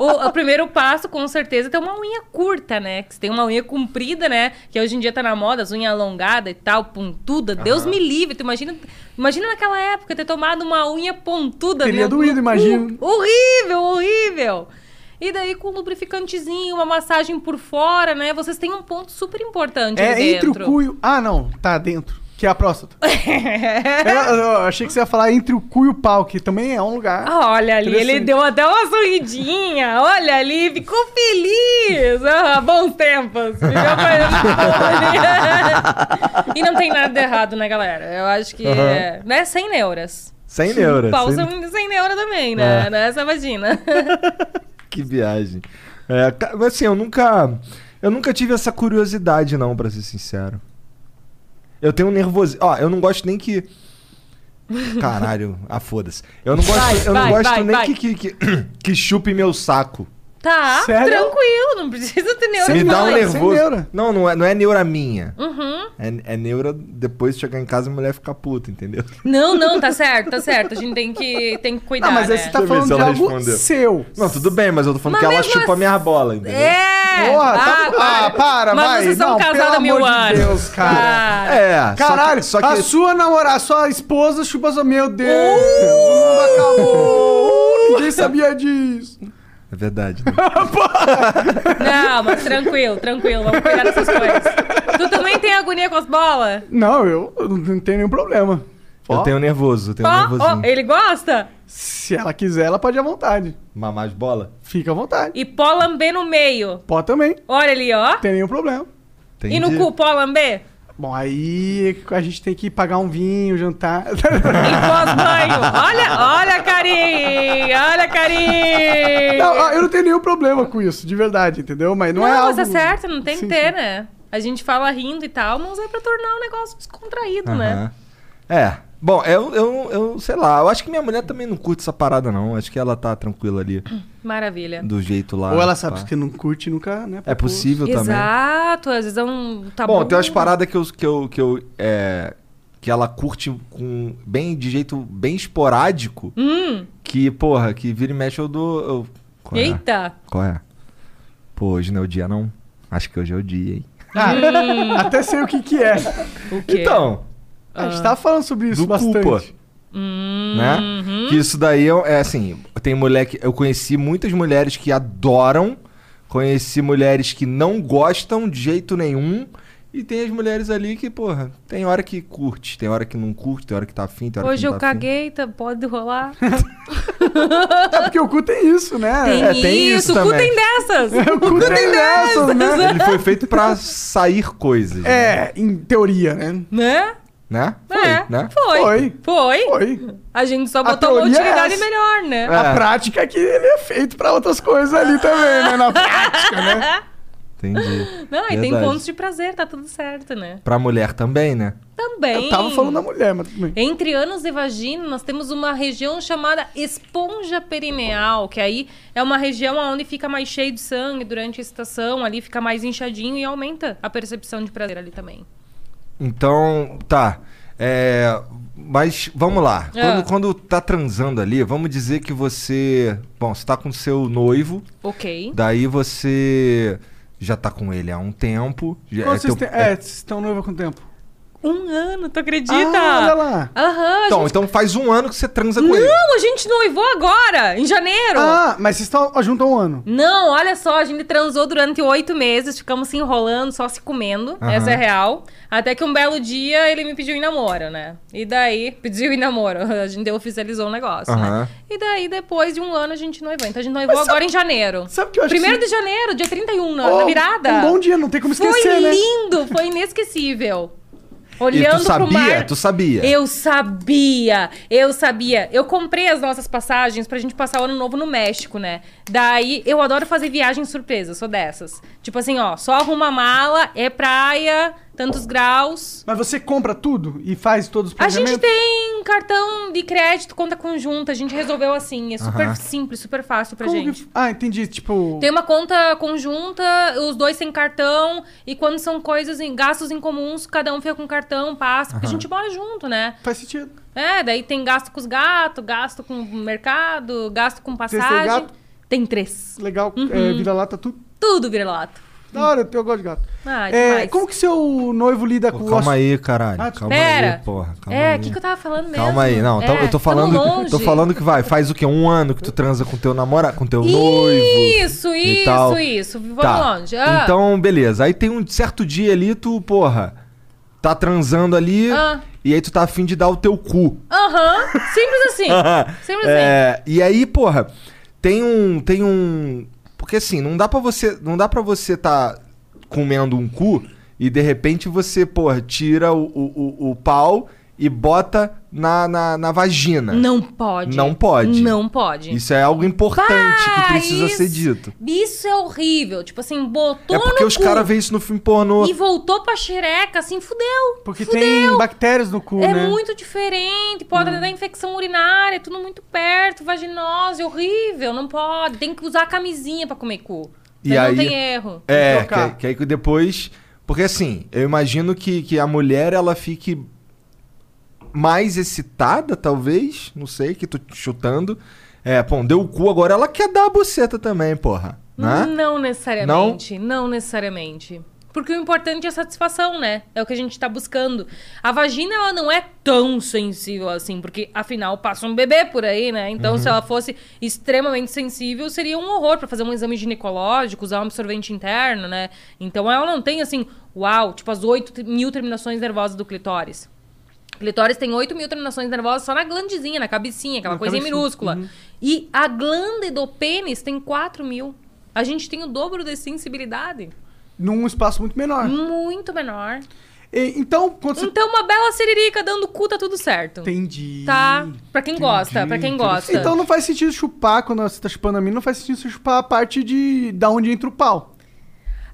Speaker 3: o, o primeiro passo, com certeza, é ter uma unha curta, né? Que você tem uma unha comprida, né? Que hoje em dia tá na moda, as unhas alongadas e tal, pontuda. Deus me livre, tu imagina, imagina naquela época ter tomado uma unha pontuda.
Speaker 1: Teria
Speaker 3: né?
Speaker 1: doído,
Speaker 3: Hum,
Speaker 1: imagino.
Speaker 3: Horrível, horrível! E daí com um lubrificantezinho, uma massagem por fora, né? Vocês têm um ponto super importante
Speaker 1: É
Speaker 3: ali
Speaker 1: entre
Speaker 3: dentro.
Speaker 1: o cu e o... Ah, não. Tá dentro. Que é a próstata. É, eu- eu achei que você ia falar entre o cu e o pau, que também é um lugar.
Speaker 3: Ah, Olha ali, ele
Speaker 1: Interessante.
Speaker 3: deu até uma sorridinha. Olha ali, ficou feliz. Ah, bons tempos. Viveu coisa boa. e não tem nada de errado, né, galera? Eu acho que é. Né? Sem neuras.
Speaker 2: Sem neura.
Speaker 3: Pausa
Speaker 2: sem-
Speaker 3: sem... neura também, né?
Speaker 2: É.
Speaker 3: Não é essa vagina. um.
Speaker 2: Que viagem. É, ca- mas assim, eu nunca. Eu nunca tive essa curiosidade, não, pra ser sincero. Eu tenho um nervoso. Ó, eu não gosto nem que. Caralho, ah, foda-se. Eu não gosto,
Speaker 3: Vai,
Speaker 2: eu
Speaker 3: vai,
Speaker 2: não gosto
Speaker 3: vai,
Speaker 2: nem
Speaker 3: vai.
Speaker 2: Que, que, que, que chupe meu saco.
Speaker 3: Tá,
Speaker 1: Sério?
Speaker 3: tranquilo, não precisa ter neura.
Speaker 1: Sem
Speaker 2: Me dá um
Speaker 3: demais.
Speaker 1: neura, sem
Speaker 2: nervoso.
Speaker 1: neura.
Speaker 2: Não, não é, não é neura minha.
Speaker 3: Uhum.
Speaker 2: É, é neura depois de chegar em casa e a mulher ficar puta, entendeu?
Speaker 3: Não, não, tá certo, tá certo. A gente tem que, tem que cuidar.
Speaker 1: Ah, mas aí
Speaker 3: né?
Speaker 1: você tá
Speaker 2: Deixa
Speaker 1: falando
Speaker 2: eu ver se
Speaker 1: de
Speaker 2: ela
Speaker 1: algo
Speaker 2: respondeu.
Speaker 1: seu.
Speaker 2: Não, tudo bem, mas eu tô falando
Speaker 3: Mas
Speaker 2: que ela
Speaker 3: mesmo
Speaker 2: chupa
Speaker 3: assim-
Speaker 2: minha bola, entendeu?
Speaker 3: É, É.
Speaker 1: Porra,
Speaker 3: Ah,
Speaker 1: tá...
Speaker 3: para.
Speaker 1: ah, para,
Speaker 3: Mas
Speaker 1: vai.
Speaker 3: vocês são
Speaker 1: Não,
Speaker 3: casados
Speaker 1: pelo
Speaker 3: há mil
Speaker 1: amor
Speaker 3: anos.
Speaker 1: de Deus, cara.
Speaker 3: Ah.
Speaker 2: É,
Speaker 1: Caralho,
Speaker 2: só que, só que
Speaker 1: a sua namorada, a sua esposa chupa sua... Meu Deus,
Speaker 3: Uh!
Speaker 1: o mundo acabou. Ninguém sabia disso.
Speaker 2: É verdade. né?
Speaker 3: Não, mas tranquilo, tranquilo. Vamos cuidar dessas coisas. Tu também tem agonia com as bolas?
Speaker 1: Não, eu não tenho nenhum problema.
Speaker 2: Eu tenho nervoso, eu tenho
Speaker 3: Ó, ó,
Speaker 2: nervosinho.
Speaker 3: ele gosta?
Speaker 1: Se ela quiser, ela pode ir à vontade.
Speaker 2: Mamar de bola?
Speaker 1: Fica à vontade.
Speaker 3: E pó lambê no meio.
Speaker 1: Pó também, não
Speaker 3: Olha ali, ó.
Speaker 1: tem nenhum problema.
Speaker 3: E no
Speaker 2: Entendi.
Speaker 3: cu, pó lambê?
Speaker 1: Bom, aí a gente tem que pagar um vinho, jantar.
Speaker 3: E pós-banho? Olha, olha, carinho! Olha, carinho!
Speaker 1: Não, ó, eu não tenho nenhum problema com isso, de verdade, entendeu? Mas É. não, é algo...
Speaker 3: mas é certo, não tem
Speaker 1: Sim,
Speaker 3: que ter,
Speaker 1: sim.
Speaker 3: né? A gente fala rindo e tal, mas é pra tornar o negócio descontraído, né?
Speaker 2: Aham. É. Bom, eu, eu, eu sei lá, eu acho que minha mulher também não curte essa parada, não. Acho que ela tá tranquila ali,
Speaker 3: Maravilha.
Speaker 2: do jeito lá.
Speaker 1: Ou ela sabe
Speaker 2: pá.
Speaker 1: que não curte nunca, né?
Speaker 2: É possível também.
Speaker 3: Exato, às vezes é um tabu.
Speaker 2: Bom, tem umas paradas que eu. Que, eu, que, eu é, que ela curte com bem, de jeito bem esporádico.
Speaker 3: Hum,
Speaker 2: Que, porra, que vira e mexe eu dou. Eu... Qual é?
Speaker 3: eita!
Speaker 2: Qual é? Pô, hoje não é o dia, não. Acho que hoje é o dia, hein?
Speaker 1: Ah, até sei o que que é.
Speaker 3: O quê?
Speaker 2: Então,
Speaker 1: A gente tava falando sobre isso
Speaker 2: do
Speaker 1: bastante.
Speaker 2: cu, pô.
Speaker 3: Hum.
Speaker 2: né?
Speaker 3: Uhum.
Speaker 2: Que isso daí é, é assim, tem mulher que eu conheci muitas mulheres que adoram, conheci mulheres que não gostam de jeito nenhum. E tem as mulheres ali que, porra, tem hora que curte, tem hora que não curte, tem hora que tá afim, tem hora
Speaker 3: Hoje
Speaker 2: que
Speaker 3: eu
Speaker 2: não tá afim.
Speaker 3: caguei, tá, pode rolar.
Speaker 1: É porque o cu tem isso, né?
Speaker 3: Tem,
Speaker 2: É, tem isso
Speaker 3: isso, o cu
Speaker 2: também.
Speaker 3: tem dessas!
Speaker 1: O cu tem dessas, né?
Speaker 2: Ele foi feito pra sair coisas,
Speaker 1: É, em teoria, né?
Speaker 3: né?
Speaker 2: né? Foi,
Speaker 3: é,
Speaker 2: né?
Speaker 3: foi,
Speaker 1: Foi.
Speaker 3: foi.
Speaker 1: Foi.
Speaker 3: A gente só
Speaker 1: A
Speaker 3: botou um uma
Speaker 1: teoria é
Speaker 3: utilidade
Speaker 1: essa.
Speaker 3: melhor, né?
Speaker 2: É.
Speaker 1: A prática é que ele é feito pra outras coisas ali também, né? Na prática, né?
Speaker 2: Entendi.
Speaker 3: Não, e tem
Speaker 2: Verdade.
Speaker 3: pontos de prazer, tá tudo certo, né?
Speaker 2: Pra mulher também, né?
Speaker 3: Também.
Speaker 1: Eu tava falando da mulher, mas
Speaker 2: É,
Speaker 1: tudo bem.
Speaker 3: Entre ânus e vagina, nós temos uma região chamada esponja perineal, que aí é uma região onde fica mais cheio de sangue durante a excitação, ali fica mais inchadinho e aumenta a percepção de prazer ali também.
Speaker 2: Então, tá. É, mas vamos lá.
Speaker 3: Ah.
Speaker 2: Quando, quando tá transando ali, vamos dizer que você. Bom, você tá com seu noivo,
Speaker 3: Ok.
Speaker 2: daí você já tá com ele há um tempo. já-
Speaker 1: Vocês
Speaker 2: teu-
Speaker 1: têm- É, vocês estão noiva com o tempo.
Speaker 3: Um ano, tu acredita?
Speaker 1: Ah, olha lá.
Speaker 3: Aham, a
Speaker 2: então,
Speaker 3: gente...
Speaker 2: então faz um ano que você transa com ele.
Speaker 3: Não, a gente noivou agora, em janeiro.
Speaker 1: Ah, mas vocês estão junto há um ano.
Speaker 3: Não, olha só, a gente transou durante oito meses, ficamos se enrolando, só se comendo,
Speaker 2: Aham.
Speaker 3: essa é real. Até que um belo dia ele me pediu em namoro, né? E daí, pediu em namoro, a gente oficializou o negócio,
Speaker 2: Aham.
Speaker 3: né? E daí, depois de um ano, a gente noivou. Então a gente noivou agora em janeiro.
Speaker 1: Sabe o que eu acho
Speaker 3: Primeiro
Speaker 1: que-
Speaker 3: de janeiro, dia 31, na,
Speaker 1: Ó,
Speaker 2: Oh,
Speaker 3: na virada.
Speaker 1: Um bom dia, não tem como esquecer,
Speaker 3: foi
Speaker 1: né?
Speaker 3: lindo, foi inesquecível.
Speaker 2: E
Speaker 3: Olhando
Speaker 2: tu
Speaker 3: pro mar.
Speaker 2: sabia? Tu sabia?
Speaker 3: Eu sabia, eu sabia. Eu comprei as nossas passagens pra gente passar o ano novo no México, né? Daí, eu adoro fazer viagem surpresa, sou dessas. Tipo assim, ó, só arruma a mala, é praia, tantos graus.
Speaker 1: Mas você compra tudo e faz todos os
Speaker 3: A gente
Speaker 1: planejamentos?
Speaker 3: tem cartão de crédito, conta conjunta, a gente resolveu assim. É super
Speaker 2: Aham.
Speaker 3: simples, super fácil pra
Speaker 1: Como
Speaker 3: gente.
Speaker 1: que- Ah, entendi. Tipo.
Speaker 3: Tem uma conta conjunta, os dois sem cartão, e quando são coisas em gastos em comuns, cada um fica com cartão, passa, porque a gente mora junto, né?
Speaker 1: Faz sentido.
Speaker 3: É, daí tem gasto com os gatos, gasto com o mercado, gasto com
Speaker 1: tem
Speaker 3: passagem.
Speaker 1: gato?
Speaker 3: Tem três.
Speaker 1: Legal. É,
Speaker 3: Uhum.
Speaker 1: vira-lata, tudo.
Speaker 3: Tudo vira-lata.
Speaker 1: Da hora, eu gosto de gato.
Speaker 3: Ah,
Speaker 1: É,
Speaker 3: demais.
Speaker 1: como que seu noivo lida
Speaker 2: Pô,
Speaker 1: com
Speaker 2: calma
Speaker 1: o
Speaker 2: aí, caralho.
Speaker 1: Ah,
Speaker 2: calma
Speaker 3: pera.
Speaker 2: aí, porra. Calma
Speaker 3: é,
Speaker 2: aí.
Speaker 3: o que, que eu tava falando mesmo?
Speaker 2: Calma aí, não. então
Speaker 3: É,
Speaker 2: eu tô
Speaker 3: tamo
Speaker 2: falando,
Speaker 3: longe.
Speaker 2: tô falando que vai, faz o quê? Um ano que tu transa com teu namorado, com teu noivo.
Speaker 3: Isso,
Speaker 2: e
Speaker 3: isso,
Speaker 2: tal.
Speaker 3: isso. Vamos
Speaker 2: Tá.
Speaker 3: longe. Ah,
Speaker 2: Então, beleza. Aí tem um certo dia ali, tu, porra, tá transando ali
Speaker 3: Ah.
Speaker 2: e aí tu tá afim de dar o teu cu.
Speaker 3: Aham, simples assim. simples assim.
Speaker 2: É, e aí, porra, tem um. Tem um. Porque assim, não dá pra você. Não dá para você tá comendo um cu e de repente você, porra, tira o, o, o- o pau e bota na, na, na vagina.
Speaker 3: Não pode.
Speaker 2: né? Não pode.
Speaker 3: Não pode.
Speaker 2: Isso é algo importante
Speaker 3: Pá,
Speaker 2: que precisa
Speaker 3: isso-
Speaker 2: ser dito.
Speaker 3: Isso é horrível. Tipo assim, botou
Speaker 2: é porque
Speaker 3: no
Speaker 2: os
Speaker 3: cu
Speaker 2: caras veem isso no filme pornô.
Speaker 3: e voltou pra xereca, assim, fudeu.
Speaker 1: Porque
Speaker 3: fudeu.
Speaker 1: tem bactérias no cu,
Speaker 3: É
Speaker 1: né?
Speaker 3: muito diferente,
Speaker 2: Hum.
Speaker 3: pode dar infecção urinária, é tudo muito perto, vaginose, horrível, não pode. Tem que usar camisinha pra comer cu.
Speaker 2: E
Speaker 3: Daí
Speaker 2: aí-
Speaker 3: não tem erro.
Speaker 2: É, que,
Speaker 1: trocar.
Speaker 2: que aí que depois. Porque assim, eu imagino que, que a mulher ela fique mais excitada, talvez. Não sei, que tô chutando. É, pô, deu o cu agora, ela quer dar a buceta também, porra. Né?
Speaker 3: Não necessariamente. Não? necessariamente. Porque o importante é a satisfação, né? É o que a gente tá buscando. A vagina, ela não é tão sensível assim, porque afinal passa um bebê por aí, né? Então, se ela fosse extremamente sensível, seria um horror pra fazer um exame ginecológico, usar um absorvente interno, né? Então, ela não tem assim, uau, tipo as 8 mil terminações nervosas do clitóris. Clitóris tem 8 mil terminações nervosas só na glandezinha, na cabecinha, aquela
Speaker 1: Na
Speaker 3: coisinha
Speaker 1: cabecinha, Uhum.
Speaker 3: minúscula. E a glande do pênis tem 4 mil. A gente tem o dobro de sensibilidade.
Speaker 1: Num espaço muito menor.
Speaker 3: Hum. Muito menor.
Speaker 1: E- então, quando você.
Speaker 3: Então, uma bela siririca dando cu tá tudo certo.
Speaker 1: Entendi.
Speaker 3: Tá? Pra quem gosta, pra quem gosta.
Speaker 1: Então não faz sentido chupar quando você tá chupando a mina, não faz sentido você chupar a parte de da onde entra o pau.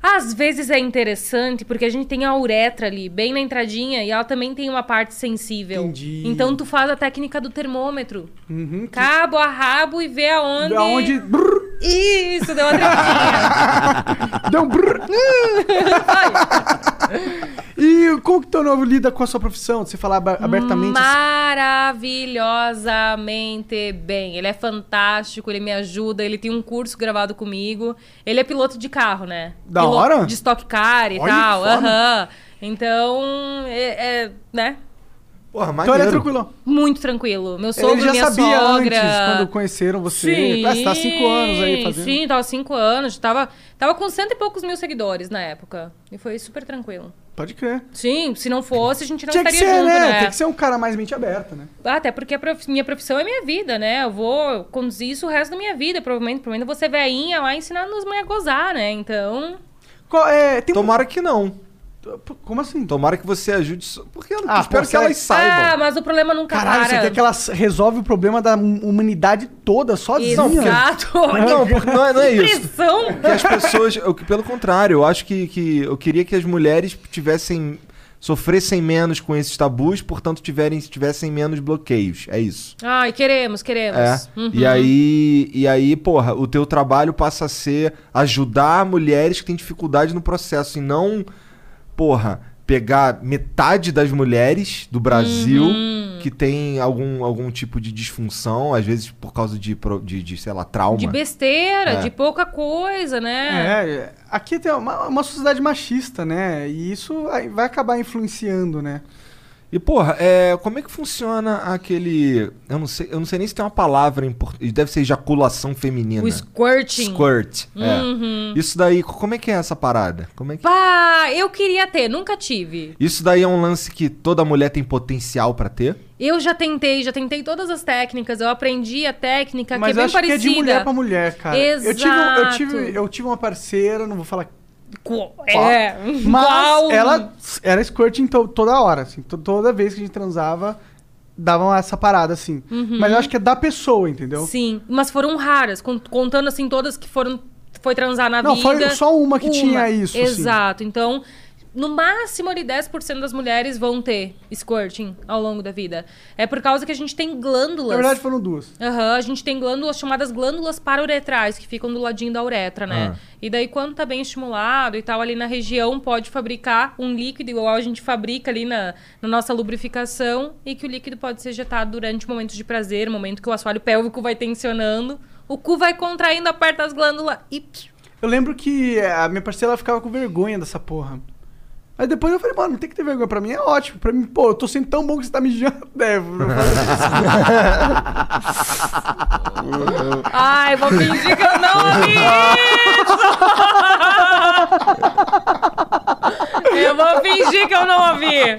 Speaker 3: Às vezes é interessante, porque a gente tem a uretra ali, bem na entradinha, e ela também tem uma parte sensível.
Speaker 1: Entendi.
Speaker 3: Então tu faz a técnica do termômetro.
Speaker 1: Uhum. que-
Speaker 3: Cabo a rabo e vê aonde...
Speaker 1: Da onde. brrr,
Speaker 3: Isso, deu uma tremidinha.
Speaker 1: deu um brrr. e como que teu novo lida com a sua profissão? De você falar ab- abertamente. assim?
Speaker 3: Maravilhosamente bem. Ele é fantástico, ele me ajuda, ele tem um curso gravado comigo. Ele é piloto de carro, né?
Speaker 1: Da
Speaker 3: Piloto
Speaker 1: hora?
Speaker 3: De stock car e
Speaker 1: Olha que
Speaker 3: tal.
Speaker 1: foda.
Speaker 3: Aham. Então, é, é, né?
Speaker 2: Porra,
Speaker 1: Então ele é
Speaker 2: maneiro.
Speaker 1: tranquilo.
Speaker 3: Muito tranquilo. Meu sogro,
Speaker 1: Ele já
Speaker 3: minha
Speaker 1: sabia
Speaker 3: sogra.
Speaker 1: antes, quando conheceram você. Ah, você tá há cinco anos aí fazendo.
Speaker 3: Sim, tava cinco anos. Tava, tava com cento e poucos mil seguidores na época. E foi super tranquilo.
Speaker 1: Pode crer.
Speaker 3: Sim, se não fosse, a gente não
Speaker 1: Tinha que
Speaker 3: estaria
Speaker 1: ser,
Speaker 3: junto,
Speaker 1: né?
Speaker 3: né?
Speaker 1: Tem que ser um cara mais mente aberta, né?
Speaker 3: Até porque a prof- minha profissão é minha vida, né? Eu vou conduzir isso o resto da minha vida. Provavelmente, provavelmente você veinha lá ensinando as mães a gozar, né? Então.
Speaker 1: Qual- é, tem um-
Speaker 2: Tomara que não.
Speaker 1: Como assim?
Speaker 2: Tomara que você ajude. só- Porque eu
Speaker 1: Ah,
Speaker 2: espero
Speaker 1: pô,
Speaker 2: que elas
Speaker 3: Ah,
Speaker 2: saibam.
Speaker 3: mas o problema nunca
Speaker 1: Caralho, você
Speaker 3: para.
Speaker 1: quer que ela s- resolve o problema da hum- humanidade toda sozinha?
Speaker 3: Exato.
Speaker 2: Não, porque não é, não é
Speaker 3: Que
Speaker 2: isso.
Speaker 3: pressão.
Speaker 2: Que as pessoas. Eu, que pelo contrário, eu acho que, que eu queria que as mulheres tivessem. sofressem menos com esses tabus, portanto, tiverem, tivessem menos bloqueios. É isso.
Speaker 3: Ai, queremos,
Speaker 2: É.
Speaker 3: queremos. Uhum.
Speaker 2: E aí, e aí, porra, o teu trabalho passa a ser ajudar mulheres que têm dificuldade no processo e não, porra, pegar metade das mulheres do Brasil
Speaker 3: Uhum.
Speaker 2: que tem algum, algum tipo de disfunção, às vezes por causa de, pro- de, de, sei lá, trauma.
Speaker 3: De besteira,
Speaker 2: É.
Speaker 3: de pouca coisa, né?
Speaker 1: É, é, aqui tem uma, uma sociedade machista, né? E isso vai vai acabar influenciando, né?
Speaker 2: E, porra, é, como é que funciona aquele. Eu não sei, eu não sei nem se tem uma palavra em português. Deve ser ejaculação feminina.
Speaker 3: O squirting.
Speaker 2: Squirt. é.
Speaker 3: Uhum.
Speaker 2: Isso daí, co- como é que é essa parada? Como é que.
Speaker 3: Pá, eu queria ter, nunca tive.
Speaker 2: Isso daí é um lance que toda mulher tem potencial pra ter.
Speaker 3: Eu já tentei, já tentei todas as técnicas, eu aprendi a técnica,
Speaker 1: Mas
Speaker 3: que é bem
Speaker 1: acho
Speaker 3: parecida.
Speaker 1: que é de mulher pra mulher, cara. Eu tive, um- eu, tive,
Speaker 3: Exato.
Speaker 1: eu tive uma parceira, não vou falar.
Speaker 3: Qual- É,
Speaker 1: Mas
Speaker 3: qual-
Speaker 1: ela s- era squirting to- toda hora, assim. to- toda vez que a gente transava, dava essa parada, assim. Mas eu acho que é da pessoa, entendeu?
Speaker 3: Uhum. Sim, mas foram raras, con- contando assim todas que foram foi transar na
Speaker 1: Não,
Speaker 3: vida.
Speaker 1: foi só uma que tinha isso, assim.
Speaker 3: Exato. Então, no máximo ali 10% das mulheres vão ter squirting ao longo da vida. É por causa que a gente tem glândulas.
Speaker 1: Na verdade, foram duas.
Speaker 3: Aham, a gente tem glândulas chamadas glândulas parauretrais, que ficam do ladinho da uretra, né?
Speaker 2: Ah.
Speaker 3: E daí, quando tá bem estimulado e tal, ali na região, pode fabricar um líquido, igual a gente fabrica ali na, na nossa lubrificação, e que o líquido pode ser injetado durante momentos de prazer, momento que o assoalho pélvico vai tensionando, o cu vai contraindo, aperta as glândulas e... pss,
Speaker 1: Eu lembro que é, a minha parceira ela ficava com vergonha dessa porra. Aí depois eu falei, mano, não tem que ter vergonha. Pra mim é ótimo. Pra mim, pô, eu tô sendo tão bom que você tá mijando. É, eu falei,
Speaker 3: Ai, vou fingir que eu não ouvi isso! Eu vou fingir que eu não ouvi!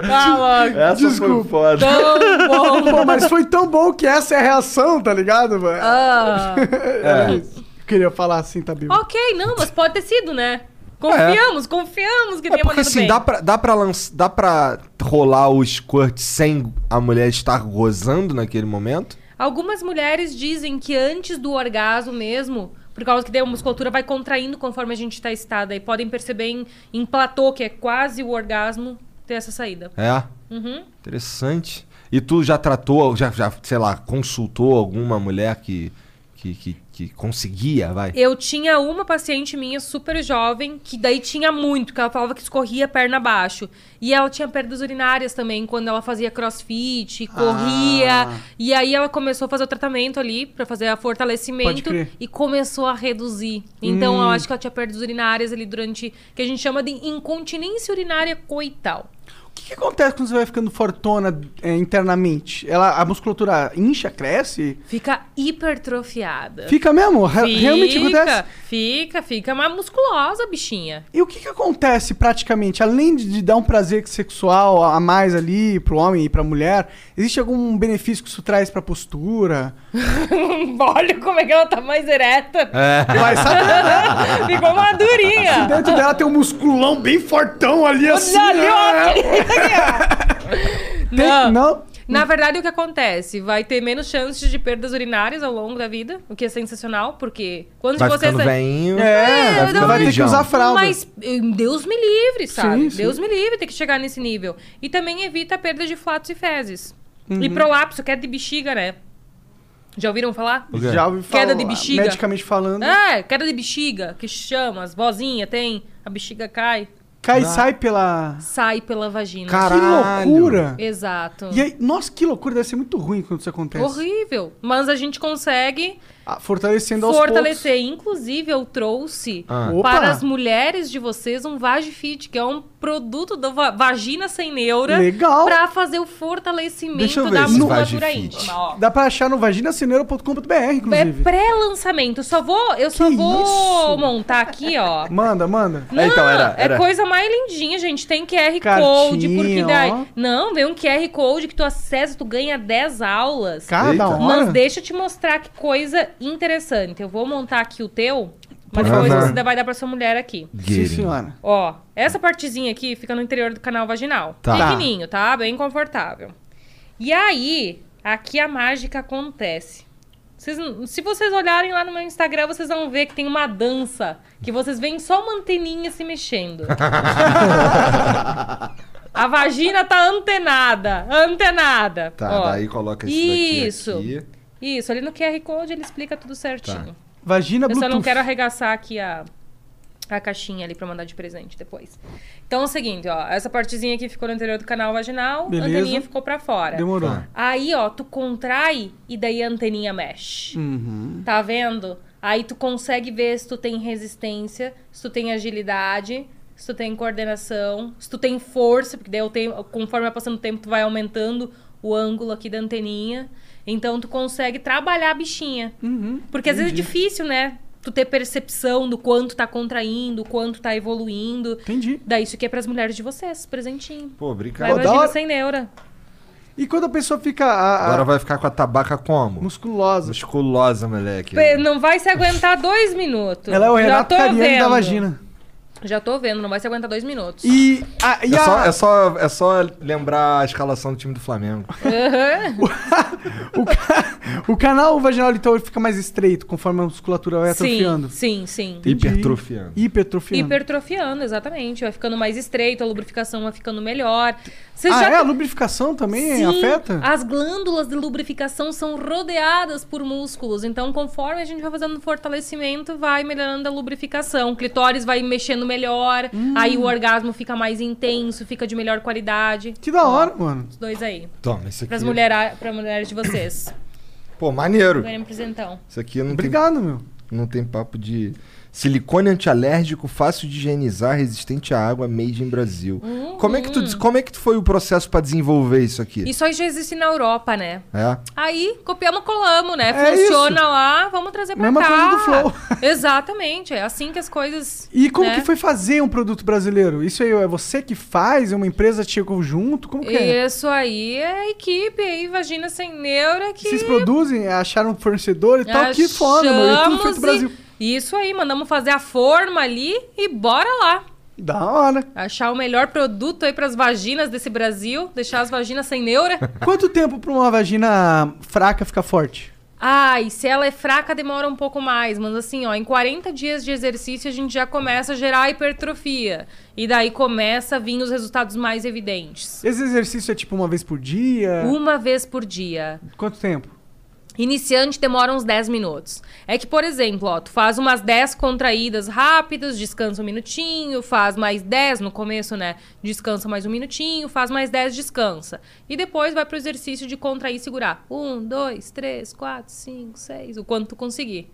Speaker 3: Tá Fala,
Speaker 1: Desculpa.
Speaker 2: foda.
Speaker 3: tão bom!
Speaker 1: Pô, mas foi tão bom que essa é a reação, tá ligado, mano?
Speaker 3: Ah.
Speaker 1: Era isso. Eu queria falar assim, tá, Bibo?
Speaker 3: ok, não, mas pode ter sido, né? Confiamos, confiamos que
Speaker 2: É
Speaker 3: tenha
Speaker 2: porque
Speaker 3: mandado
Speaker 2: assim,
Speaker 3: bem.
Speaker 2: dá pra, dá, pra lanç- dá pra rolar o squirt sem a mulher estar gozando naquele momento?
Speaker 3: Algumas mulheres dizem que antes do orgasmo mesmo, por causa que daí a musculatura vai contraindo conforme a gente tá estada. E podem perceber em, em platô, que é quase o orgasmo, ter essa saída.
Speaker 2: É.
Speaker 3: Uhum.
Speaker 2: Interessante. E tu já tratou, já, já sei lá, consultou alguma mulher que, que, que, que conseguia, vai?
Speaker 3: Eu tinha uma paciente minha super jovem, que daí tinha muito, que ela falava que escorria a perna abaixo. E ela tinha perdas urinárias também, quando ela fazia crossfit, corria.
Speaker 1: Ah.
Speaker 3: E aí ela começou a fazer o tratamento ali, pra fazer a
Speaker 1: Pode
Speaker 3: fortalecimento.
Speaker 1: crer. Hum.
Speaker 3: E começou a reduzir. Então eu acho que ela tinha perdas urinárias ali durante, que a gente chama de incontinência urinária coital.
Speaker 1: O que, que acontece quando você vai ficando fortona é, internamente? Ela, a musculatura incha, cresce?
Speaker 3: Fica hipertrofiada.
Speaker 1: Fica mesmo? Re- Realmente
Speaker 3: Fica,
Speaker 1: acontece?
Speaker 3: Fica, fica mais musculosa, bichinha.
Speaker 1: E o que, que acontece praticamente? Além de, de dar um prazer sexual a mais ali pro homem e pra mulher, existe algum benefício que isso traz pra postura?
Speaker 3: Olha como é que ela tá mais ereta.
Speaker 1: Vai, sabe?
Speaker 3: Ficou madurinha.
Speaker 1: Dentro dela tem um musculão bem fortão ali assim.
Speaker 3: ali, ó,
Speaker 1: né? Tem-
Speaker 3: Não.
Speaker 1: não?
Speaker 3: Na verdade, o que acontece? Vai ter menos chances de perdas urinárias ao longo da vida, o que é sensacional, porque quando
Speaker 2: Vai
Speaker 3: você.
Speaker 2: ficando veinho.
Speaker 1: É,
Speaker 3: eu
Speaker 2: vai ficando
Speaker 3: não-
Speaker 1: vai ter que
Speaker 2: mijão.
Speaker 1: usar fralda.
Speaker 3: Mas eh, Deus me livre, sabe?
Speaker 1: Sim, sim.
Speaker 3: Deus me livre ter que chegar nesse nível. E também evita a perda de flatos e fezes.
Speaker 1: Uhum.
Speaker 3: E prolapso, que é de bexiga, né? Já ouviram falar?
Speaker 2: O quê?
Speaker 1: Já ouvi falar.
Speaker 3: Queda de bexiga.
Speaker 1: Medicamente falando.
Speaker 3: É, queda de bexiga, que chama, as bozinhas tem, a bexiga cai,
Speaker 1: Cai e sai pela.
Speaker 3: sai pela vagina.
Speaker 2: Caralho.
Speaker 1: Que loucura!
Speaker 3: Exato.
Speaker 1: E aí, nossa, que loucura, deve ser muito ruim quando isso acontece.
Speaker 3: Horrível. Mas a gente consegue
Speaker 1: Ah, Fortalecendo aos
Speaker 3: fortalecer. Inclusive, eu trouxe
Speaker 2: Ah.
Speaker 1: Opa!
Speaker 3: para as mulheres de vocês um Vagifit, que é um produto da va- vagina sem neura.
Speaker 1: Legal.
Speaker 3: Pra fazer o
Speaker 2: Deixa eu
Speaker 3: fortalecimento
Speaker 2: ver
Speaker 3: da
Speaker 2: esse
Speaker 3: musculatura
Speaker 2: Vagifit.
Speaker 3: íntima. ó.
Speaker 1: poucos. Dá pra achar no vaginacineiro.com.br,
Speaker 3: É
Speaker 1: inclusive.
Speaker 3: pré-lançamento. Só vou, eu só
Speaker 1: Que
Speaker 3: vou
Speaker 1: isso?
Speaker 3: montar aqui, ó.
Speaker 1: Ah, Manda, manda.
Speaker 2: É, então, era-
Speaker 3: é
Speaker 2: era-
Speaker 3: coisa mais lindinha, gente. Tem QR
Speaker 1: Cartinha,
Speaker 3: Code, porque daí.
Speaker 1: ó.
Speaker 3: Não, vem um QR Code que tu acessa, tu ganha 10 aulas.
Speaker 1: Cara,
Speaker 2: Eita.
Speaker 1: da hora.
Speaker 3: Mas deixa eu te mostrar que coisa interessante. Eu vou montar aqui o teu,
Speaker 1: Por
Speaker 3: mas depois
Speaker 1: favor.
Speaker 3: você ainda vai dar pra sua mulher aqui.
Speaker 1: Sim,
Speaker 2: Guirinho.
Speaker 1: senhora.
Speaker 3: Ó, essa partezinha aqui fica no interior do canal vaginal.
Speaker 2: Tá.
Speaker 3: Pequenininho, tá? Bem confortável. E aí, aqui a mágica acontece. Vocês não- se vocês olharem lá no meu Instagram, vocês vão ver que tem uma dança que vocês veem só uma anteninha se mexendo. a vagina tá antenada, antenada.
Speaker 2: Tá,
Speaker 3: Ó,
Speaker 2: daí coloca isso daqui
Speaker 3: Isso.
Speaker 2: aqui.
Speaker 3: Isso, ali no QR Code ele explica tudo certinho.
Speaker 1: Vagina
Speaker 3: Eu só
Speaker 1: Tá. É Bluetooth.
Speaker 3: não quero arregaçar aqui a, a caixinha ali pra mandar de presente depois. Então é o seguinte, ó. Essa partezinha aqui ficou no interior do canal vaginal,
Speaker 1: Beleza. um
Speaker 3: a anteninha ficou pra fora.
Speaker 1: Demorou.
Speaker 2: Tá.
Speaker 3: Aí, ó, tu contrai e daí a anteninha mexe.
Speaker 1: Uhum.
Speaker 3: Tá vendo? Aí tu consegue ver se tu tem resistência, se tu tem agilidade, se tu tem coordenação, se tu tem força, porque daí eu tenho, conforme vai passando o tempo, tu vai aumentando o ângulo aqui da anteninha. Então tu consegue trabalhar a bichinha.
Speaker 1: Uhum.
Speaker 3: Porque às vezes é difícil, né? Tu ter percepção do quanto tá contraindo, o quanto tá evoluindo.
Speaker 1: Entendi.
Speaker 3: Daí isso aqui é pras mulheres de vocês, presentinho.
Speaker 2: Pô,
Speaker 3: Vai
Speaker 2: brincadeira.
Speaker 1: Pô, da
Speaker 3: vagina
Speaker 1: hora.
Speaker 3: sem neura.
Speaker 1: E quando a pessoa fica a- a-
Speaker 2: Agora vai ficar com a tabaca como?
Speaker 1: musculosa?
Speaker 2: Musculosa, moleque.
Speaker 3: Pe- Não vai se aguentar dois minutos.
Speaker 1: Ela é o
Speaker 3: Já
Speaker 1: Renato
Speaker 3: tô
Speaker 1: Cariani da
Speaker 3: vendo.
Speaker 1: vagina.
Speaker 3: Já tô vendo, não vai se aguentar dois minutos.
Speaker 1: E a, e
Speaker 2: É
Speaker 1: a-
Speaker 2: só, é, só, é só lembrar a escalação do time do Flamengo.
Speaker 3: Aham.
Speaker 1: o, ca- o canal vaginal então ele fica mais estreito conforme a musculatura vai atrofiando.
Speaker 3: Sim, sim, sim.
Speaker 1: Entendi.
Speaker 2: Hipertrofiando.
Speaker 1: Hipertrofiando.
Speaker 3: Hipertrofiando, exatamente. Vai ficando mais estreito, a lubrificação vai ficando melhor. Vocês
Speaker 1: Ah,
Speaker 3: já
Speaker 1: é? A lubrificação também
Speaker 3: Sim, Ah.
Speaker 1: afeta?
Speaker 3: As glândulas de lubrificação são rodeadas por músculos. Então, conforme a gente vai fazendo fortalecimento, vai melhorando a lubrificação. O clitóris vai mexendo melhor,
Speaker 1: Hum.
Speaker 3: aí o orgasmo fica mais intenso, fica de melhor qualidade.
Speaker 1: Que da hora, mano.
Speaker 3: Os dois aí.
Speaker 2: Toma, isso aqui.
Speaker 3: Pras mulher, pra mulheres de vocês.
Speaker 2: Pô, maneiro.
Speaker 3: Ganhei um presentão.
Speaker 2: Isso aqui não tem,
Speaker 1: Obrigado, meu.
Speaker 2: não tem papo de. Silicone antialérgico, fácil de higienizar, resistente à água, made in Brasil. como, é que tu, des- como é que tu foi o processo pra desenvolver isso aqui?
Speaker 3: Uhum. Isso aí já existe na Europa, né?
Speaker 2: É?
Speaker 3: Aí, copiamos, colamos, né?
Speaker 1: É
Speaker 3: Funciona lá, vamos trazer pra
Speaker 1: Mesma
Speaker 3: cá.
Speaker 1: coisa do Flow.
Speaker 3: Exatamente, é assim que as coisas...
Speaker 1: E como
Speaker 3: né?
Speaker 1: que foi fazer um produto brasileiro? Isso aí é você que faz? É uma empresa que chegou junto? Como que é?
Speaker 3: Isso aí é a equipe aí, vagina sem neura que.
Speaker 1: Vocês produzem, acharam um fornecedor e tal? Que foda, mano. E tudo
Speaker 3: achamos
Speaker 1: feito no
Speaker 3: e-
Speaker 1: Brasil.
Speaker 3: Isso aí, mandamos fazer a forma ali e bora lá.
Speaker 1: Da hora.
Speaker 3: Achar o melhor produto aí pras vaginas desse Brasil, deixar as vaginas sem neura.
Speaker 1: Quanto tempo pra uma vagina fraca ficar forte?
Speaker 3: Ai, se ela é fraca, demora um pouco mais, mas assim, ó, em 40 dias de exercício a gente já começa a gerar hipertrofia. E daí começa a vir os resultados mais evidentes. Um
Speaker 1: Esse exercício é tipo uma vez por dia?
Speaker 3: Uma vez por dia.
Speaker 1: Quanto tempo?
Speaker 3: Iniciante demora uns 10 minutos. É que, por exemplo, ó, tu faz umas 10 contraídas rápidas, descansa um minutinho, faz mais 10 no começo, né? Descansa mais um minutinho, faz mais 10, descansa. E depois vai pro exercício de contrair e segurar. Um, dois, três, quatro, cinco, seis, o quanto tu conseguir.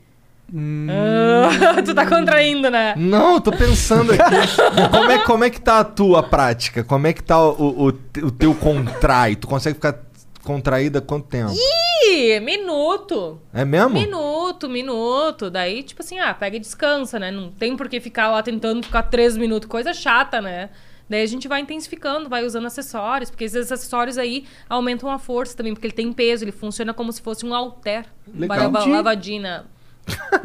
Speaker 3: Ah, tu
Speaker 1: Hum.
Speaker 3: tá contraindo, né?
Speaker 2: Não, eu tô pensando aqui. como, é, como é que tá a tua prática? Como é que tá o, o, o teu contrai? Tu consegue ficar contraída quanto tempo?
Speaker 3: Ih, minuto.
Speaker 2: É mesmo?
Speaker 3: Minuto, minuto. Daí, tipo assim, ah, pega e descansa, né? Não tem por que ficar lá tentando ficar três minutos. Coisa chata, né? Daí a gente vai intensificando, vai usando acessórios, porque esses acessórios aí aumentam a força também, porque ele tem peso, ele funciona como se fosse um halter.
Speaker 2: Legal.
Speaker 3: Uma lava-
Speaker 1: Entendi.
Speaker 3: lavadina.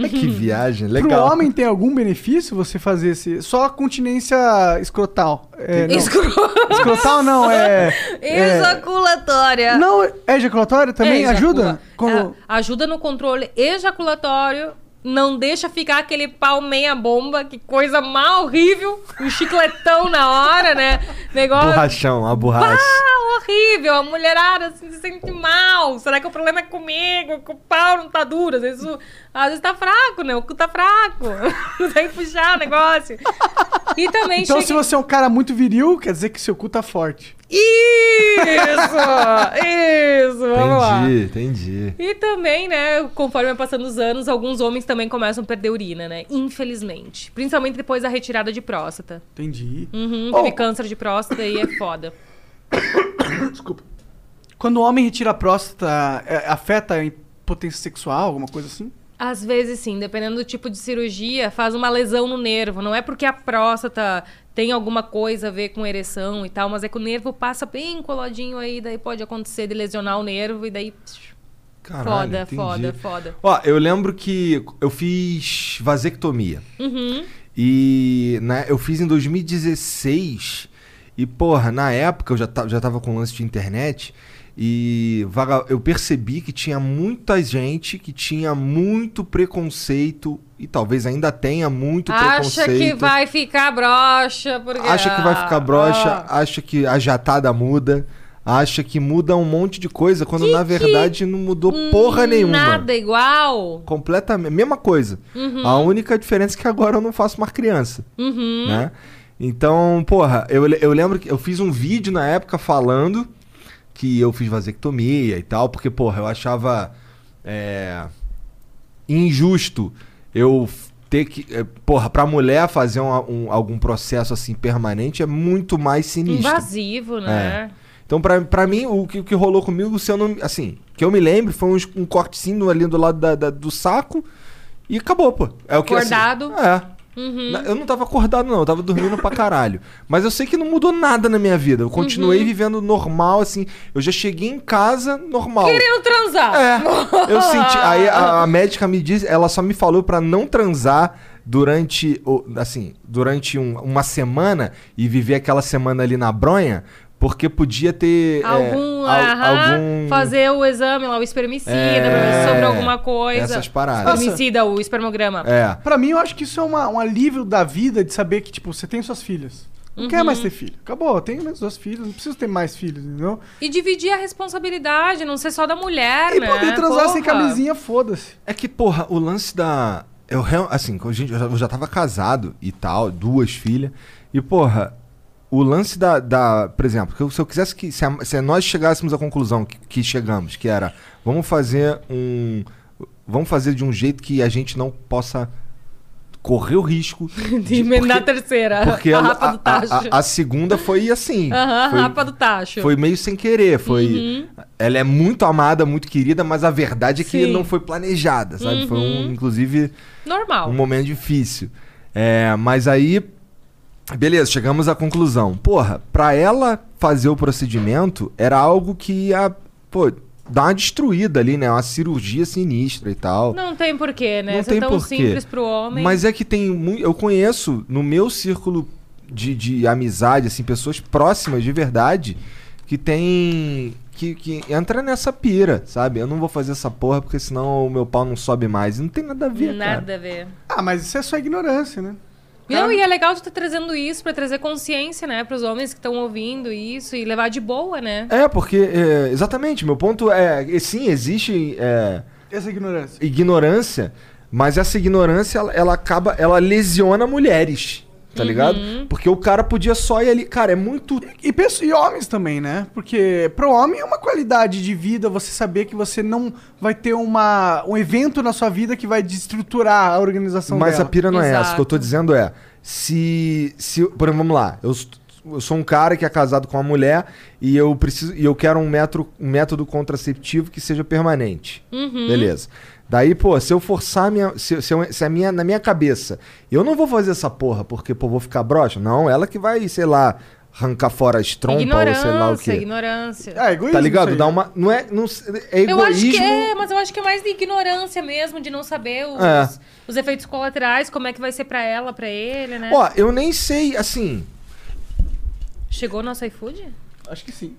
Speaker 2: que
Speaker 3: Uhum.
Speaker 2: viagem,
Speaker 1: Pro
Speaker 2: legal.
Speaker 1: homem tem algum benefício você fazer esse. Só a continência escrotal. É, não.
Speaker 3: Escro-
Speaker 1: Escrotal não, é. é...
Speaker 3: Ejaculatória.
Speaker 1: Não, é ejaculatório também?
Speaker 3: É, ejacula.
Speaker 1: Ajuda? Como...
Speaker 3: É, ajuda no controle ejaculatório. Não deixa ficar aquele pau meia bomba, que coisa mal horrível. Um chicletão na hora, né? Negócio.
Speaker 2: Borrachão, a borracha.
Speaker 3: Ah, horrível. A mulherada se sente mal. Será que o problema é comigo? Que o pau não tá duro. Às vezes, o- às vezes tá fraco, né? O cu tá fraco. Não tem que puxar o negócio. E também
Speaker 1: Então,
Speaker 3: chega...
Speaker 1: se você é um cara muito viril, quer dizer que seu cu tá forte.
Speaker 3: Isso! Isso! Vamos lá.
Speaker 2: entendi, entendi.
Speaker 3: E também, né, conforme vai passando os anos, alguns homens também começam a perder urina, né? Infelizmente. Principalmente depois da retirada de próstata.
Speaker 1: Entendi.
Speaker 3: Uhum,
Speaker 1: Oh.
Speaker 3: teve câncer de próstata e é foda.
Speaker 1: Quando o homem retira a próstata, é, afeta a potência sexual, alguma coisa assim?
Speaker 3: Às vezes, sim, dependendo do tipo de cirurgia, faz uma lesão no nervo. Não é porque a próstata tem alguma coisa a ver com ereção e tal, mas é que o nervo passa bem coladinho aí, daí pode acontecer de lesionar o nervo e daí. psh,
Speaker 2: Caralho,
Speaker 3: foda,
Speaker 2: entendi.
Speaker 3: foda, foda.
Speaker 2: Ó, eu lembro que eu fiz vasectomia.
Speaker 3: Uhum.
Speaker 2: E né, eu fiz em 2016. E, porra, na época eu já, ta- já tava com lance de internet. E vaga- eu percebi que tinha muita gente que tinha muito preconceito. E talvez ainda tenha muito
Speaker 3: Acha
Speaker 2: preconceito.
Speaker 3: que vai ficar broxa, porque. ah,
Speaker 2: acha que vai ficar broxa, acha que a jatada muda, acha que muda um monte de coisa, quando na verdade não mudou porra nenhuma.
Speaker 3: hum, Nada Uhum. igual.
Speaker 2: Completamente. Mesma coisa. A única diferença é que agora eu não faço mais criança.
Speaker 3: Uhum.
Speaker 2: Né? Então, porra, eu, le- eu lembro que eu fiz um vídeo na época falando que eu fiz vasectomia e tal, porque, porra, eu achava é, injusto eu f- ter que. é, Porra, pra mulher fazer um- um- algum processo assim permanente é muito mais sinistro.
Speaker 3: Um Invasivo, né?
Speaker 2: Então, pra, pra mim, o que, o que rolou comigo, se eu não. Assim, que eu me lembro, foi uns- um, cortezinho ali do lado da- da- do saco e acabou, pô. É o que assim,
Speaker 3: Acordado. Uhum.
Speaker 2: é. Na- Eu não tava acordado, não. Eu tava dormindo pra caralho. Mas eu sei que não mudou nada na minha vida. Eu
Speaker 3: Uhum.
Speaker 2: continuei vivendo normal, assim. Eu já cheguei em casa normal.
Speaker 3: Querendo transar.
Speaker 2: É. Eu senti. Aí a, a médica me disse, ela só me falou pra não transar durante, o- assim, durante um- uma semana e viver aquela semana ali na bronha, porque podia ter é,
Speaker 3: Algum,
Speaker 2: al-
Speaker 3: aham,
Speaker 2: algum-
Speaker 3: fazer o exame lá, o espermicida, pra ver
Speaker 2: É,
Speaker 3: se sobrou alguma coisa.
Speaker 2: essas paradas.
Speaker 3: Espermicida, o espermograma.
Speaker 2: É.
Speaker 1: Pra mim, eu acho que isso é uma- um alívio da vida de saber que, tipo, você tem suas filhas. Não
Speaker 3: Uhum.
Speaker 1: quer mais ter filho. Acabou, eu tenho menos duas filhas, não preciso ter mais filhos, entendeu?
Speaker 3: E dividir a responsabilidade, não ser só da mulher,
Speaker 1: E
Speaker 3: né?
Speaker 1: poder transar sem
Speaker 3: Porra.
Speaker 1: camisinha, foda-se.
Speaker 2: É que, porra, o lance da. Eu real- assim, com a gente, eu, já, eu já tava casado e tal, duas filhas. E, porra, o lance da. da por exemplo, que eu- se eu quisesse que. Se, a- se nós chegássemos à conclusão que, que chegamos, que era. Vamos fazer um. Vamos fazer de um jeito que a gente não possa correr o risco.
Speaker 3: De emendar a terceira.
Speaker 2: Porque
Speaker 3: a
Speaker 2: a,
Speaker 3: rapa do
Speaker 2: a- a-
Speaker 3: tacho.
Speaker 2: a- a segunda foi assim.
Speaker 3: Aham, a
Speaker 2: foi-
Speaker 3: rapa do tacho.
Speaker 2: foi meio sem querer, foi. Ela é muito amada, muito querida, mas a verdade é que
Speaker 3: Sim.
Speaker 2: não foi planejada, sabe? Foi um, inclusive,
Speaker 3: Normal.
Speaker 2: um momento difícil. É, mas aí, beleza, chegamos à conclusão. Porra, pra ela fazer o procedimento era algo que ia, pô, dar uma destruída ali, né? Uma cirurgia sinistra e tal.
Speaker 3: Não tem porquê, né?
Speaker 2: Não
Speaker 3: Isso
Speaker 2: tem
Speaker 3: é tão
Speaker 2: porquê.
Speaker 3: simples pro homem.
Speaker 2: Mas é que tem muito. Eu conheço no meu círculo de, de amizade, assim, pessoas próximas de verdade que tem. Que, que entra nessa pira, sabe? Eu não vou fazer essa porra porque senão o meu pau não sobe mais. E não tem nada a ver, cara.
Speaker 3: Nada a ver.
Speaker 1: Ah, mas isso é só ignorância, né?
Speaker 2: Tá?
Speaker 3: Não, e é legal de estar trazendo isso pra trazer consciência, né, pros homens que estão ouvindo isso e levar de boa, né?
Speaker 2: É, porque. é, exatamente, meu ponto é. e Sim, existe é,
Speaker 1: Essa ignorância.
Speaker 2: ignorância, mas essa ignorância, ela, ela acaba. Ela lesiona mulheres, tá ligado? Porque o cara podia só ir ali. Cara, é muito.
Speaker 1: E, penso, e homens também, né? Porque pro homem é uma qualidade de vida você saber que você não vai ter uma, um evento na sua vida que vai destruturar a organização
Speaker 2: Mas
Speaker 1: dela.
Speaker 2: a pira não é essa. O que eu tô
Speaker 3: Exato.
Speaker 2: dizendo é. Se. se por exemplo, vamos lá. Eu, s- eu sou um cara que é casado com uma mulher e eu preciso. E eu quero um, metro, um método contraceptivo que seja permanente.
Speaker 3: Uhum.
Speaker 2: Beleza. Daí, pô, se eu forçar a minha. Se, se, eu- se a minha, na minha cabeça, eu não vou fazer essa porra porque, pô, vou ficar broxa. Não, ela que vai, sei lá, arrancar fora as trompas ou sei lá o
Speaker 3: ignorância,
Speaker 2: quê.
Speaker 3: ignorância.
Speaker 1: É, egoísmo.
Speaker 2: Tá
Speaker 1: isso
Speaker 2: ligado?
Speaker 1: aí.
Speaker 2: Dá uma. Não é. Não, é egoísmo.
Speaker 3: Eu acho que é, mas eu acho que é mais de ignorância mesmo, de não saber os,
Speaker 2: É.
Speaker 3: os efeitos colaterais, como é que vai ser pra ela, pra ele, né?
Speaker 2: Ó, eu nem sei, assim.
Speaker 3: Chegou nosso iFood?
Speaker 2: um-
Speaker 1: Acho que sim.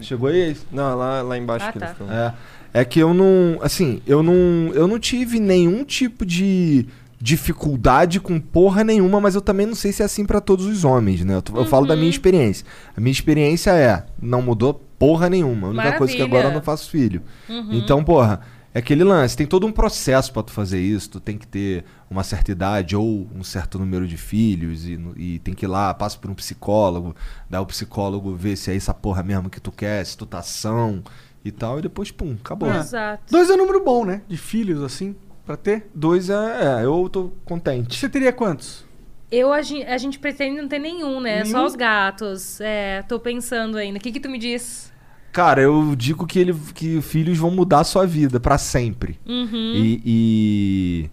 Speaker 2: Chegou aí,
Speaker 5: Não, lá, lá embaixo
Speaker 3: Ah,
Speaker 5: que
Speaker 3: tá.
Speaker 5: eles estão.
Speaker 2: É, é que eu não, assim, eu não, eu não tive nenhum tipo de dificuldade com porra nenhuma, mas eu também não sei se é assim pra todos os homens, né? Eu, tô- eu falo da minha experiência. A minha experiência é, não mudou porra nenhuma. A única coisa é que
Speaker 3: Maravilha.
Speaker 2: agora eu não faço filho. Então, porra, é aquele lance, tem todo um processo pra tu fazer isso, tu tem que ter uma certa idade ou um certo número de filhos e, no- e tem que ir lá, passa por um psicólogo, daí o psicólogo vê se é essa porra mesmo que tu quer, se tu tá são e tal, e depois, pum, acabou.
Speaker 1: É.
Speaker 3: Ah. Exato.
Speaker 1: Dois é um número bom, né? De filhos, assim, pra ter.
Speaker 2: Dois é, é, eu tô contente.
Speaker 1: Você teria quantos?
Speaker 3: Eu, a gente, a gente pretende não ter nenhum, né?
Speaker 1: Nenhum?
Speaker 3: Só os gatos. É, tô pensando ainda. O que que tu me diz?
Speaker 2: Cara, eu digo que ele que filhos vão mudar a sua vida pra sempre.
Speaker 3: Uhum.
Speaker 2: E, e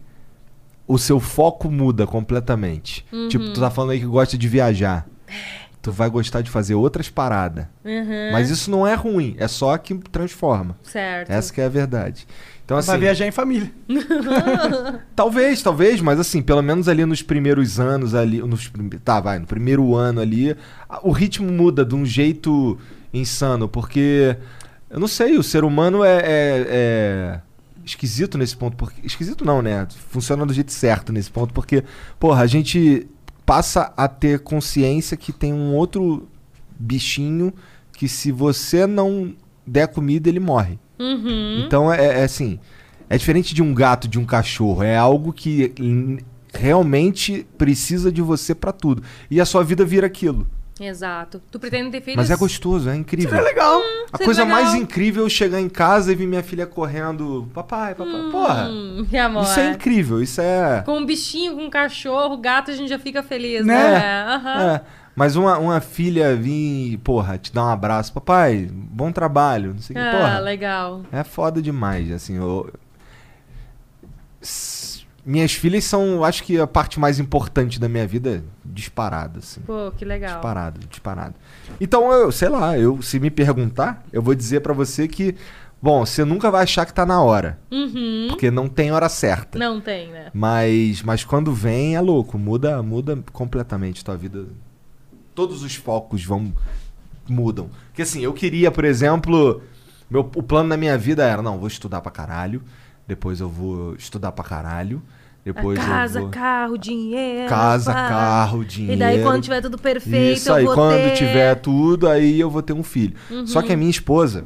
Speaker 2: o seu foco muda completamente.
Speaker 3: Uhum.
Speaker 2: Tipo, tu tá falando aí que gosta de viajar. Tu vai gostar de fazer outras paradas.
Speaker 3: Uhum.
Speaker 2: Mas isso não é ruim, é só que transforma.
Speaker 3: Certo.
Speaker 2: Essa que é a verdade. Então, assim,
Speaker 1: Vai viajar em família.
Speaker 2: talvez, talvez, mas assim, pelo menos ali nos primeiros anos ali, nos prim- tá, vai, no primeiro ano ali, a- o ritmo muda de um jeito insano, porque eu não sei, o ser humano é, é- é esquisito nesse ponto, porque esquisito não, né? Funciona do jeito certo nesse ponto, porque porra, a gente passa a ter consciência que tem um outro bichinho que se você não der comida, ele morre.
Speaker 3: Hum? Uhum.
Speaker 2: Então é, é assim. É diferente de um gato, de um cachorro. É algo que hum, realmente precisa de você pra tudo. E a sua vida vira aquilo.
Speaker 3: Exato. Tu pretende ter filhos?
Speaker 2: Mas é gostoso, é incrível.
Speaker 1: É legal.
Speaker 2: a
Speaker 3: seria
Speaker 2: coisa
Speaker 3: legal.
Speaker 2: mais incrível é eu chegar em casa e ver minha filha correndo. Papai, papai. Porra.
Speaker 3: Hum, que amor.
Speaker 2: Isso é incrível, isso é.
Speaker 3: Com um bichinho, com um cachorro, gato, a gente já fica feliz,
Speaker 1: Né?
Speaker 3: né?
Speaker 2: É, mas uma, uma filha vir, e, porra, te dar um abraço, papai, bom trabalho, não sei o que,
Speaker 3: Ah,
Speaker 2: porra.
Speaker 3: legal.
Speaker 2: É foda demais, assim, eu... S- Minhas filhas são, eu acho que a parte mais importante da minha vida, disparada, assim.
Speaker 3: Pô, que legal.
Speaker 2: Disparado, disparado. Então, eu, sei lá, eu se me perguntar, eu vou dizer pra você que, bom, você nunca vai achar que tá na hora,
Speaker 3: Uhum.
Speaker 2: porque não tem hora certa.
Speaker 3: Não tem, né?
Speaker 2: Mas, mas quando vem é louco, muda, muda completamente tua vida. Todos os focos vão mudam. Porque assim, eu queria, por exemplo, meu o plano da minha vida era, não, vou estudar pra caralho, depois eu vou estudar pra caralho, depois
Speaker 3: casa,
Speaker 2: eu vou
Speaker 3: carro, dinheiro.
Speaker 2: casa,
Speaker 3: pá.
Speaker 2: carro, dinheiro.
Speaker 3: E daí quando tiver tudo perfeito,
Speaker 2: Isso
Speaker 3: eu
Speaker 2: aí,
Speaker 3: vou
Speaker 2: quando
Speaker 3: ter... Uhum.
Speaker 2: tiver tudo, aí eu vou ter um filho. Só que a minha esposa,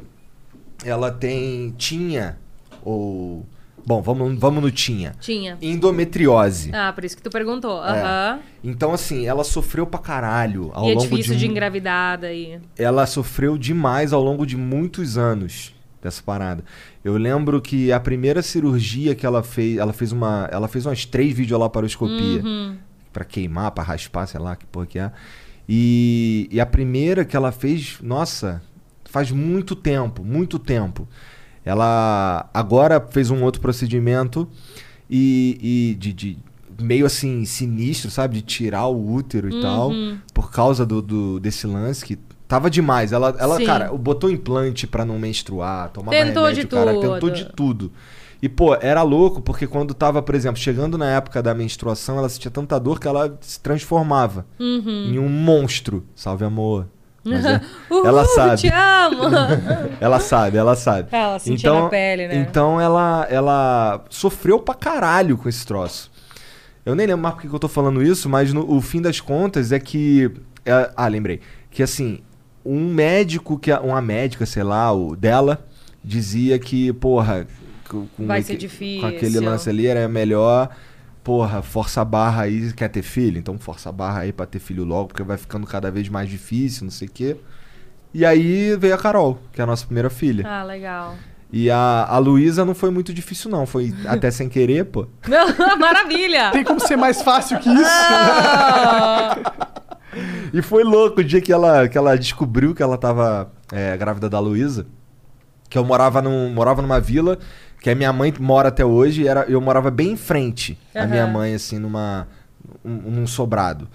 Speaker 2: ela tem tinha ou bom, vamos vamos no tinha.
Speaker 3: Tinha.
Speaker 2: Endometriose.
Speaker 3: Ah, por isso que tu perguntou. Aham.
Speaker 2: Então, assim, ela sofreu pra caralho É. ao
Speaker 3: E é
Speaker 2: longo
Speaker 3: difícil
Speaker 2: de, um-
Speaker 3: de engravidar daí.
Speaker 2: Ela sofreu demais ao longo de muitos anos dessa parada. Eu lembro que a primeira cirurgia que ela fez, ela fez uma, ela fez umas três videolaparoscopia Pra queimar, pra raspar, sei lá que porra que é. E, e a primeira que ela fez, nossa, faz muito tempo, muito tempo. Ela agora fez um outro procedimento e, e de, de- meio assim sinistro, sabe, de tirar o útero e tal, por causa do, do- desse lance que tava demais. Ela, ela
Speaker 3: Sim.
Speaker 2: cara, botou implante pra não menstruar, tomava
Speaker 3: Tentou
Speaker 2: remédio,
Speaker 3: de
Speaker 2: cara,
Speaker 3: tudo.
Speaker 2: tentou de tudo. E pô, era louco porque quando tava, por exemplo, chegando na época da menstruação, ela sentia tanta dor que ela se transformava
Speaker 3: Uhum.
Speaker 2: em um monstro. Salve amor. Mas é-
Speaker 3: Hum. Uhul,
Speaker 2: ela sabe.
Speaker 3: te amo!
Speaker 2: Ela sabe, ela sabe.
Speaker 3: Ela sentia na pele, né?
Speaker 2: Então ela, ela sofreu pra caralho com esse troço. Eu nem lembro mais porque que eu tô falando isso, mas no, o fim das contas é que. é- ah, lembrei. Que assim, um médico que. a- Uma médica, sei lá, o dela, dizia que, porra, com, com
Speaker 3: Vai ser
Speaker 2: aque-
Speaker 3: difícil.
Speaker 2: com aquele lance ali era melhor. Porra, força a barra aí, quer ter filho? Então força a barra aí pra ter filho logo, porque vai ficando cada vez mais difícil, não sei o quê. E aí veio a Carol, que é a nossa primeira filha.
Speaker 3: Ah, legal.
Speaker 2: E a, a Luísa não foi muito difícil, não. Foi até sem querer, pô.
Speaker 3: Não, maravilha!
Speaker 2: Tá
Speaker 1: Tem como ser mais fácil que
Speaker 3: Ah,
Speaker 1: isso?
Speaker 2: E foi louco o dia que ela, que ela descobriu que ela tava é, grávida da Luísa. Que eu morava, num, morava numa vila, que a minha mãe mora até hoje, e era, eu morava bem em frente à minha
Speaker 3: Aham.
Speaker 2: mãe, assim, numa, um- num sobrado.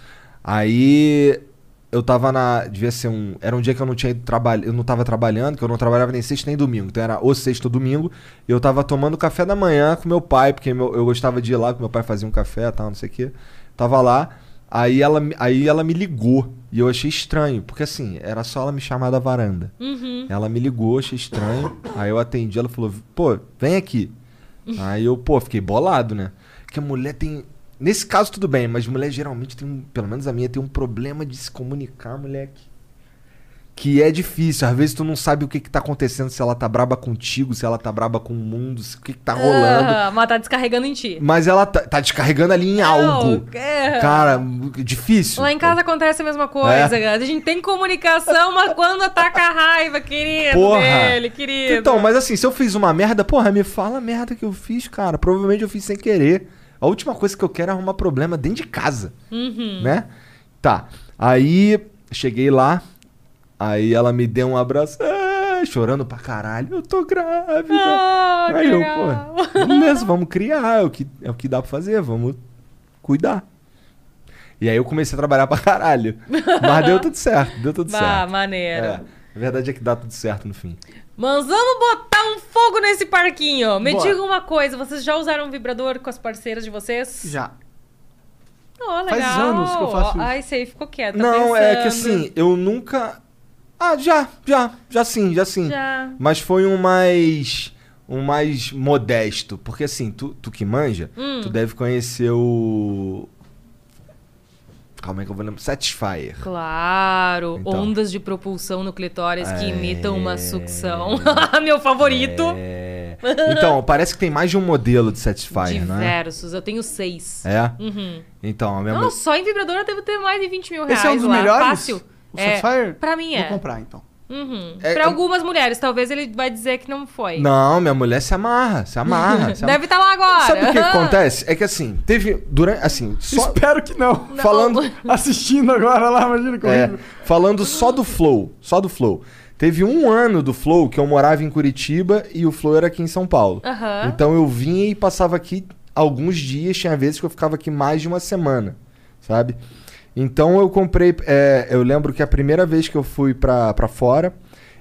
Speaker 2: Aí eu tava na. Devia ser um. Era um dia que eu não tinha ido trabalhar. Eu não tava trabalhando, que eu não trabalhava nem sexta nem domingo. Então era ou sexta ou domingo. E eu tava tomando café da manhã com meu pai, porque meu- eu gostava de ir lá, que meu pai fazia um café e tal, não sei o quê. Tava lá. Aí ela, me- aí ela me ligou. E eu achei estranho, porque assim, era só ela me chamar da varanda.
Speaker 3: Uhum.
Speaker 2: Ela me ligou, achei estranho. Aí eu atendi, ela falou, pô, vem aqui. Aí eu, pô, fiquei bolado, né? Porque a mulher tem. Nesse caso, tudo bem, mas mulher geralmente tem um. Pelo menos a minha tem um problema de se comunicar, moleque. Que é difícil. Às vezes tu não sabe o que, que tá acontecendo, se ela tá braba contigo, se ela tá braba com o mundo, se- o que, que tá rolando.
Speaker 3: Ah, mas tá descarregando em ti.
Speaker 2: Mas ela tá, tá descarregando ali em algo.
Speaker 3: é.
Speaker 2: Cara, difícil.
Speaker 3: Lá em casa acontece a mesma coisa,
Speaker 2: É.
Speaker 3: cara. A gente tem comunicação, mas quando ataca a raiva, querido
Speaker 2: Porra.
Speaker 3: dele, querido.
Speaker 2: Então, mas assim, se eu fiz uma merda, porra, me fala a merda que eu fiz, cara. Provavelmente eu fiz sem querer. A última coisa que eu quero é arrumar problema dentro de casa.
Speaker 3: Uhum.
Speaker 2: Né? Tá. Aí, cheguei lá. Aí ela me deu um abraço. ah, chorando pra caralho. Eu tô grávida.
Speaker 3: Ah, que
Speaker 2: um aí eu,
Speaker 3: legal.
Speaker 2: pô, beleza, vamos criar. É o, que, é o que dá pra fazer. Vamos cuidar. E aí eu comecei a trabalhar pra caralho. Mas deu tudo certo. Deu tudo
Speaker 3: Bah,
Speaker 2: certo.
Speaker 3: maneiro.
Speaker 2: É, a verdade é que dá tudo certo no fim.
Speaker 3: Mas vamos botar um fogo nesse parquinho. Me
Speaker 1: Bora.
Speaker 3: diga uma coisa, vocês já usaram um vibrador com as parceiras de vocês?
Speaker 1: Já.
Speaker 3: Oh, legal.
Speaker 1: Faz anos que eu faço
Speaker 3: Ó,
Speaker 1: isso.
Speaker 3: Ai, sei, ficou quieto. tá
Speaker 2: Não, é que assim, eu nunca. Ah, já, já, já sim, já sim.
Speaker 3: Já.
Speaker 2: Mas foi um mais. Um mais modesto. Porque assim, tu, tu que manja,
Speaker 3: Hum,
Speaker 2: tu deve conhecer o. Calma aí que eu vou lembrar. Satisfyer.
Speaker 3: Claro,
Speaker 2: Então.
Speaker 3: ondas de propulsão no clitóris que
Speaker 2: É.
Speaker 3: imitam uma sucção. Ah, Meu favorito.
Speaker 2: É. Então, parece que tem mais de um modelo de Satisfyer, né?
Speaker 3: Diversos, eu tenho seis.
Speaker 2: É?
Speaker 3: Uhum.
Speaker 2: Então, a minha
Speaker 3: Não, só em vibrador eu devo ter mais de 20 mil reais.
Speaker 1: Esse é um dos
Speaker 3: lá.
Speaker 1: melhores?
Speaker 3: ah, Fácil.
Speaker 1: O
Speaker 3: É,
Speaker 1: Satisfyer?
Speaker 3: pra mim é.
Speaker 1: Vou comprar, então.
Speaker 3: Uhum.
Speaker 2: É,
Speaker 3: pra
Speaker 2: eu-
Speaker 3: algumas mulheres, talvez ele vai dizer que não foi.
Speaker 2: Não, minha mulher se amarra, se amarra. se amarra.
Speaker 3: Deve estar lá agora.
Speaker 2: Sabe o que
Speaker 3: Aham.
Speaker 2: acontece? É que assim, teve. Durante. Assim, só.
Speaker 1: Espero que não.
Speaker 2: Falando,
Speaker 1: Assistindo agora lá, imagina como.
Speaker 2: É, falando só do Flow, só do Flow. Teve um ano do Flow que eu morava em Curitiba e o Flow era aqui em São Paulo.
Speaker 3: Aham.
Speaker 2: Então eu vinha e passava aqui alguns dias, tinha vezes que eu ficava aqui mais de uma semana, sabe? Então eu comprei. é, eu lembro que a primeira vez que eu fui pra, pra fora,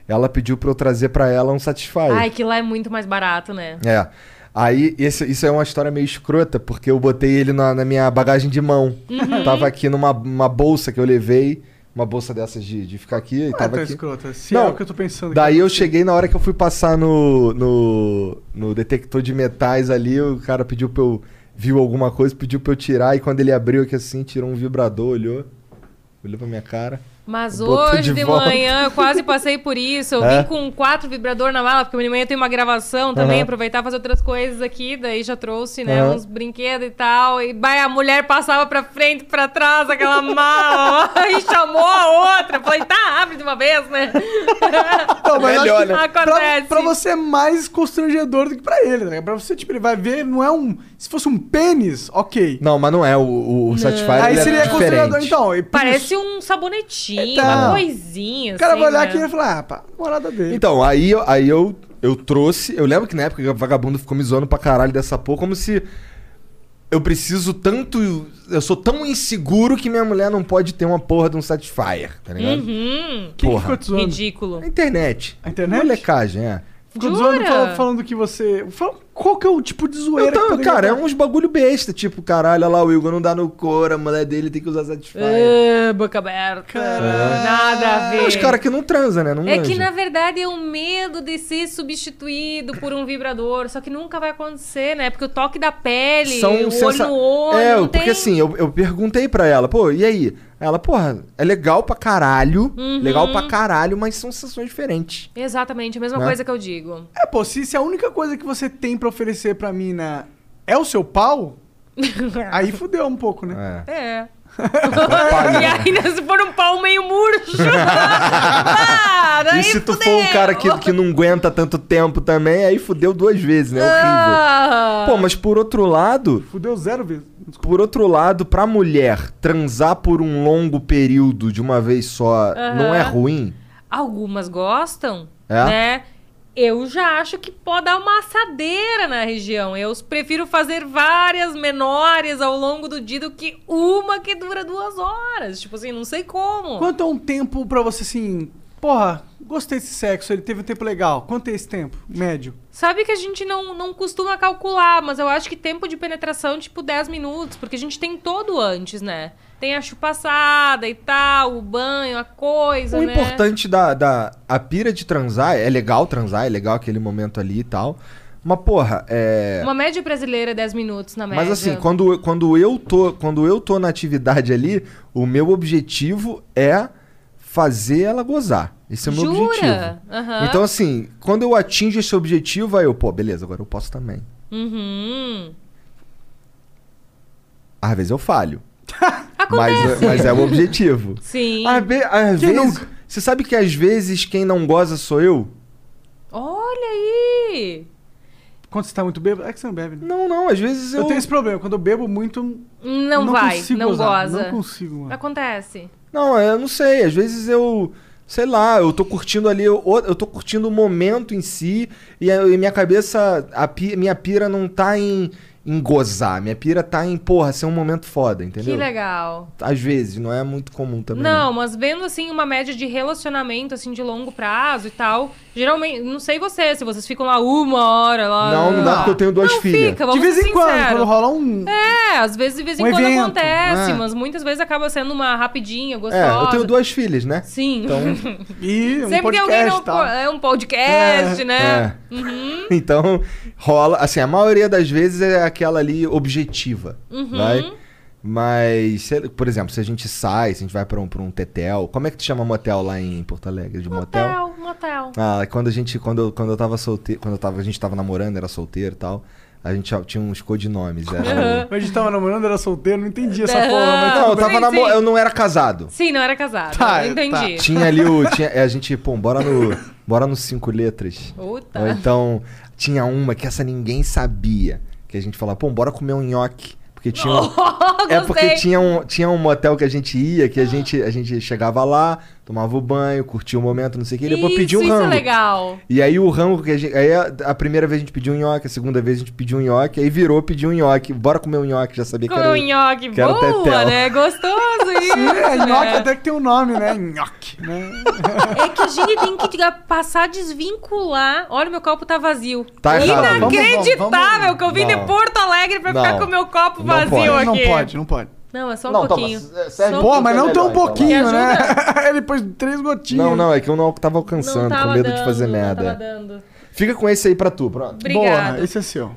Speaker 2: ela pediu pra eu trazer pra ela um Satisfyer.
Speaker 3: Ai, que lá é muito mais barato, né?
Speaker 2: É. Aí, esse- isso é uma história meio escrota, porque eu botei ele na, na minha bagagem de mão.
Speaker 1: Uhum.
Speaker 2: Tava aqui numa uma bolsa que eu levei, uma bolsa dessas de, de ficar aqui, e
Speaker 1: Ah,
Speaker 2: tava
Speaker 1: tá
Speaker 2: aqui.
Speaker 1: escrota. Se
Speaker 2: Não,
Speaker 1: é o que eu tô pensando. aqui.
Speaker 2: Daí eu cheguei na hora que eu fui passar no, no, no detector de metais ali, o cara pediu pra eu. Viu alguma coisa, pediu pra eu tirar, e quando ele abriu aqui assim, tirou um vibrador, olhou. Olhou pra minha cara.
Speaker 3: Mas
Speaker 2: Botou
Speaker 3: hoje
Speaker 2: de
Speaker 3: de,
Speaker 2: volta.
Speaker 3: manhã eu quase passei por isso. Eu
Speaker 2: É?
Speaker 3: vim com quatro vibrador na mala, porque amanhã eu tenho uma gravação também,
Speaker 2: Aham.
Speaker 3: aproveitar e fazer outras coisas aqui, daí já trouxe, né,
Speaker 2: Aham.
Speaker 3: uns brinquedos e tal. E vai, a mulher passava pra frente, pra trás, aquela mala, e chamou a outra. Falei, tá, abre de uma vez, né?
Speaker 1: Não, mas eu
Speaker 2: Melhor,
Speaker 1: acho que
Speaker 3: né?
Speaker 1: pra,
Speaker 3: Acontece.
Speaker 1: pra você é mais constrangedor do que pra ele, né? Pra você, tipo, ele vai ver, não é um. Se fosse um pênis, ok.
Speaker 2: Não, mas não é o, o, o Satisfyer.
Speaker 1: Aí
Speaker 2: ele é
Speaker 1: seria constrangedor,
Speaker 2: diferente.
Speaker 1: então. e por isso,
Speaker 3: Parece um sabonetinho,
Speaker 1: Então.
Speaker 3: uma coisinha.
Speaker 1: O cara
Speaker 3: assim,
Speaker 1: vai olhar
Speaker 3: né?
Speaker 1: aqui e vai falar, ah, pá, morada dele.
Speaker 2: Então, aí, eu- aí eu, eu trouxe. Eu lembro que na época o vagabundo ficou me zoando pra caralho dessa porra, como se eu preciso tanto. Eu sou tão inseguro que minha mulher não pode ter uma porra de um Satisfyer, tá ligado?
Speaker 3: Hum,
Speaker 1: Quem que
Speaker 2: porra.
Speaker 1: ficou te zoando?
Speaker 3: ridículo.
Speaker 2: A internet.
Speaker 1: A internet?
Speaker 2: Molecagem, é.
Speaker 1: Ficou te
Speaker 3: Jura?
Speaker 1: zoando fal- falando que você. fal- qual que é o tipo de zoeira
Speaker 2: Então,
Speaker 1: que poderia
Speaker 2: cara, é
Speaker 1: ter?
Speaker 2: uns bagulho besta, tipo, caralho, olha lá, o Igor não dá no cor, a mulher dele tem que usar Satisfyer.
Speaker 3: É, boca aberta. Nada a ver.
Speaker 2: Os caras que não transam, né? Não
Speaker 3: É que
Speaker 2: manjam.
Speaker 3: na verdade é o medo de ser substituído por um vibrador, só que nunca vai acontecer, né? Porque o toque da pele, o
Speaker 2: sensa-
Speaker 3: olho no olho,
Speaker 2: É,
Speaker 3: não
Speaker 2: porque
Speaker 3: tem...
Speaker 2: assim, eu, eu perguntei pra ela, pô, e aí? Ela, porra, é legal pra caralho,
Speaker 3: Uhum.
Speaker 2: legal pra caralho, mas são sensações diferentes.
Speaker 3: Exatamente, a mesma
Speaker 2: Né?
Speaker 3: coisa que eu digo.
Speaker 1: É, pô, se, se a única coisa que você tem pra oferecer pra mina é o seu pau, aí fudeu um pouco, né?
Speaker 2: É.
Speaker 3: É. e ainda se for um pau meio murcho. ah, Para,
Speaker 2: E se tu for um cara que, que não aguenta tanto tempo também, aí fudeu duas vezes, né? É
Speaker 3: Ah.
Speaker 2: horrível. Pô, mas por outro lado,
Speaker 1: Fudeu zero vezes. Desculpa.
Speaker 2: Por outro lado, pra mulher, transar por um longo período de uma vez só não é ruim?
Speaker 3: Algumas gostam,
Speaker 2: É?
Speaker 3: né? Eu já acho que pode dar uma assadeira na região. Eu prefiro fazer várias menores ao longo do dia do que uma que dura duas horas. Tipo assim, não sei como.
Speaker 1: Quanto é um tempo pra você, assim... Porra, gostei desse sexo, ele teve um tempo legal. Quanto é esse tempo? Médio.
Speaker 3: Sabe que a gente não, não costuma calcular, mas eu acho que tempo de penetração, tipo, 10 minutos, porque a gente tem todo antes, né? Tem a chupaçada e tal, o banho, a coisa,
Speaker 2: O
Speaker 3: né?
Speaker 2: importante da, da a pira de transar, é legal transar, é legal aquele momento ali e tal. Mas, porra, é.
Speaker 3: Uma média brasileira é 10 minutos na média.
Speaker 2: Mas assim, quando, quando, eu tô, quando eu tô na atividade ali, o meu objetivo é fazer ela gozar. Esse é o meu
Speaker 3: Jura?
Speaker 2: objetivo.
Speaker 3: Aham.
Speaker 2: Então, assim, quando eu atingo esse objetivo, aí eu, pô, beleza, agora eu posso também.
Speaker 3: Uhum.
Speaker 2: Às vezes eu falho. Mas,
Speaker 3: Acontece.
Speaker 2: mas é o objetivo.
Speaker 3: Sim.
Speaker 2: Às, ve- às
Speaker 1: Quem
Speaker 2: vezes.
Speaker 1: nunca?
Speaker 2: Você sabe que às vezes quem não goza sou eu?
Speaker 3: Olha aí!
Speaker 1: Quando você tá muito bêbado... É que você não bebe, né?
Speaker 2: Não, não, às vezes eu.
Speaker 1: Eu tenho esse problema. Quando eu bebo muito,
Speaker 3: Não, vai,
Speaker 1: consigo
Speaker 3: não
Speaker 1: gozar,
Speaker 3: goza.
Speaker 1: Não consigo, mano.
Speaker 3: Acontece.
Speaker 2: Não, é, eu não sei. Às vezes eu. Sei lá, eu tô curtindo ali, eu, eu tô curtindo o momento em si e, a- e minha cabeça, a pi- minha pira não tá em, em gozar, minha pira tá em, porra, ser um momento foda, entendeu?
Speaker 3: Que legal.
Speaker 2: Às vezes, não é muito comum também.
Speaker 3: Não, mas vendo assim uma média de relacionamento assim de longo prazo e tal, geralmente, não sei você, se vocês ficam lá uma hora lá.
Speaker 2: Não, não dá porque eu tenho duas
Speaker 3: não
Speaker 2: filhas.
Speaker 3: Fica,
Speaker 1: De
Speaker 3: vamos
Speaker 1: vez
Speaker 3: ser
Speaker 1: em quando,
Speaker 3: sinceros.
Speaker 1: quando rola um...
Speaker 3: É, às vezes de vez em
Speaker 1: Um
Speaker 3: quando
Speaker 1: evento,
Speaker 3: acontece,
Speaker 2: é.
Speaker 3: mas muitas vezes acaba sendo uma rapidinha, gostosa.
Speaker 2: É, eu tenho duas filhas, né?
Speaker 3: Sim.
Speaker 2: Então,
Speaker 1: E um
Speaker 3: Sempre tem
Speaker 1: podcast
Speaker 3: alguém
Speaker 1: e
Speaker 3: não
Speaker 1: tal.
Speaker 3: é um podcast, né?
Speaker 2: É. Então, rola. Assim, a maioria das vezes é aquela ali objetiva.
Speaker 3: Uhum.
Speaker 2: Vai? Mas, se- por exemplo, se a gente sai, se a gente vai pra um, pra um tetel. Como é que tu chama motel lá em Porto Alegre? De motel?
Speaker 3: Motel, motel.
Speaker 2: Ah, quando a gente. Quando eu, quando eu tava solteiro. Quando eu tava, a gente tava namorando, era solteiro e tal. A gente já tinha uns codinomes. Era... o-
Speaker 1: Mas a gente tava namorando, era solteiro, não entendi essa
Speaker 3: Não.
Speaker 1: porra. Mas
Speaker 2: Não, eu tava
Speaker 3: Sim,
Speaker 2: namo-
Speaker 3: sim.
Speaker 2: Eu não era casado.
Speaker 3: Sim, não era casado.
Speaker 1: Tá,
Speaker 3: eu entendi.
Speaker 2: Tinha ali o. Tinha, é, a gente, pô, bora no. Bora no cinco letras.
Speaker 3: Puta.
Speaker 2: Ou então, tinha uma que essa ninguém sabia. Que a gente falava, pô, bora comer um nhoque. Porque tinha um, É porque
Speaker 3: Oh, Gostei.
Speaker 2: tinha um, tinha um motel que a gente ia, que a gente, a gente chegava lá, tomava o banho, curtia o momento, não sei o que, e depois
Speaker 3: isso,
Speaker 2: pedia um
Speaker 3: isso é
Speaker 2: rango.
Speaker 3: legal.
Speaker 2: E aí o rango que a gente. Aí a, a primeira vez a gente pediu um nhoque, a segunda vez a gente pediu um nhoque, aí virou pedir um nhoque. Bora comer um nhoque, já sabia que
Speaker 3: Comeu
Speaker 2: era.
Speaker 3: um nhoque
Speaker 2: quero
Speaker 3: boa,
Speaker 2: tetel.
Speaker 3: né? Gostoso isso.
Speaker 1: É, nhoque
Speaker 3: né?
Speaker 1: até que tem um nome, né? Nhoque, né?
Speaker 3: É que a gente tem que diga, passar a desvincular. Olha, meu copo tá vazio.
Speaker 2: Tá errado.
Speaker 1: Vamos,
Speaker 3: Inacreditável
Speaker 1: vamos, vamos.
Speaker 3: que eu vim
Speaker 2: Não.
Speaker 3: de Porto Alegre pra
Speaker 2: Não.
Speaker 3: ficar com meu copo
Speaker 2: Não
Speaker 3: vazio
Speaker 2: pode.
Speaker 3: aqui.
Speaker 1: Não pode, não pode.
Speaker 3: Não, é só um
Speaker 2: Não, toma,
Speaker 3: pouquinho.
Speaker 2: é, serve
Speaker 3: Só
Speaker 2: um
Speaker 1: Pô, mas não tem um
Speaker 2: melhor, então.
Speaker 1: pouquinho,
Speaker 3: Me
Speaker 1: né?
Speaker 3: ajuda?
Speaker 1: Ele pôs três gotinhas.
Speaker 2: Não, não, é que eu não tava alcançando,
Speaker 3: tava
Speaker 2: com medo de
Speaker 3: dando,
Speaker 2: fazer
Speaker 3: não
Speaker 2: merda.
Speaker 3: tava dando.
Speaker 2: Fica com esse aí pra tu, pronto.
Speaker 3: Obrigada.
Speaker 1: Boa, esse é seu.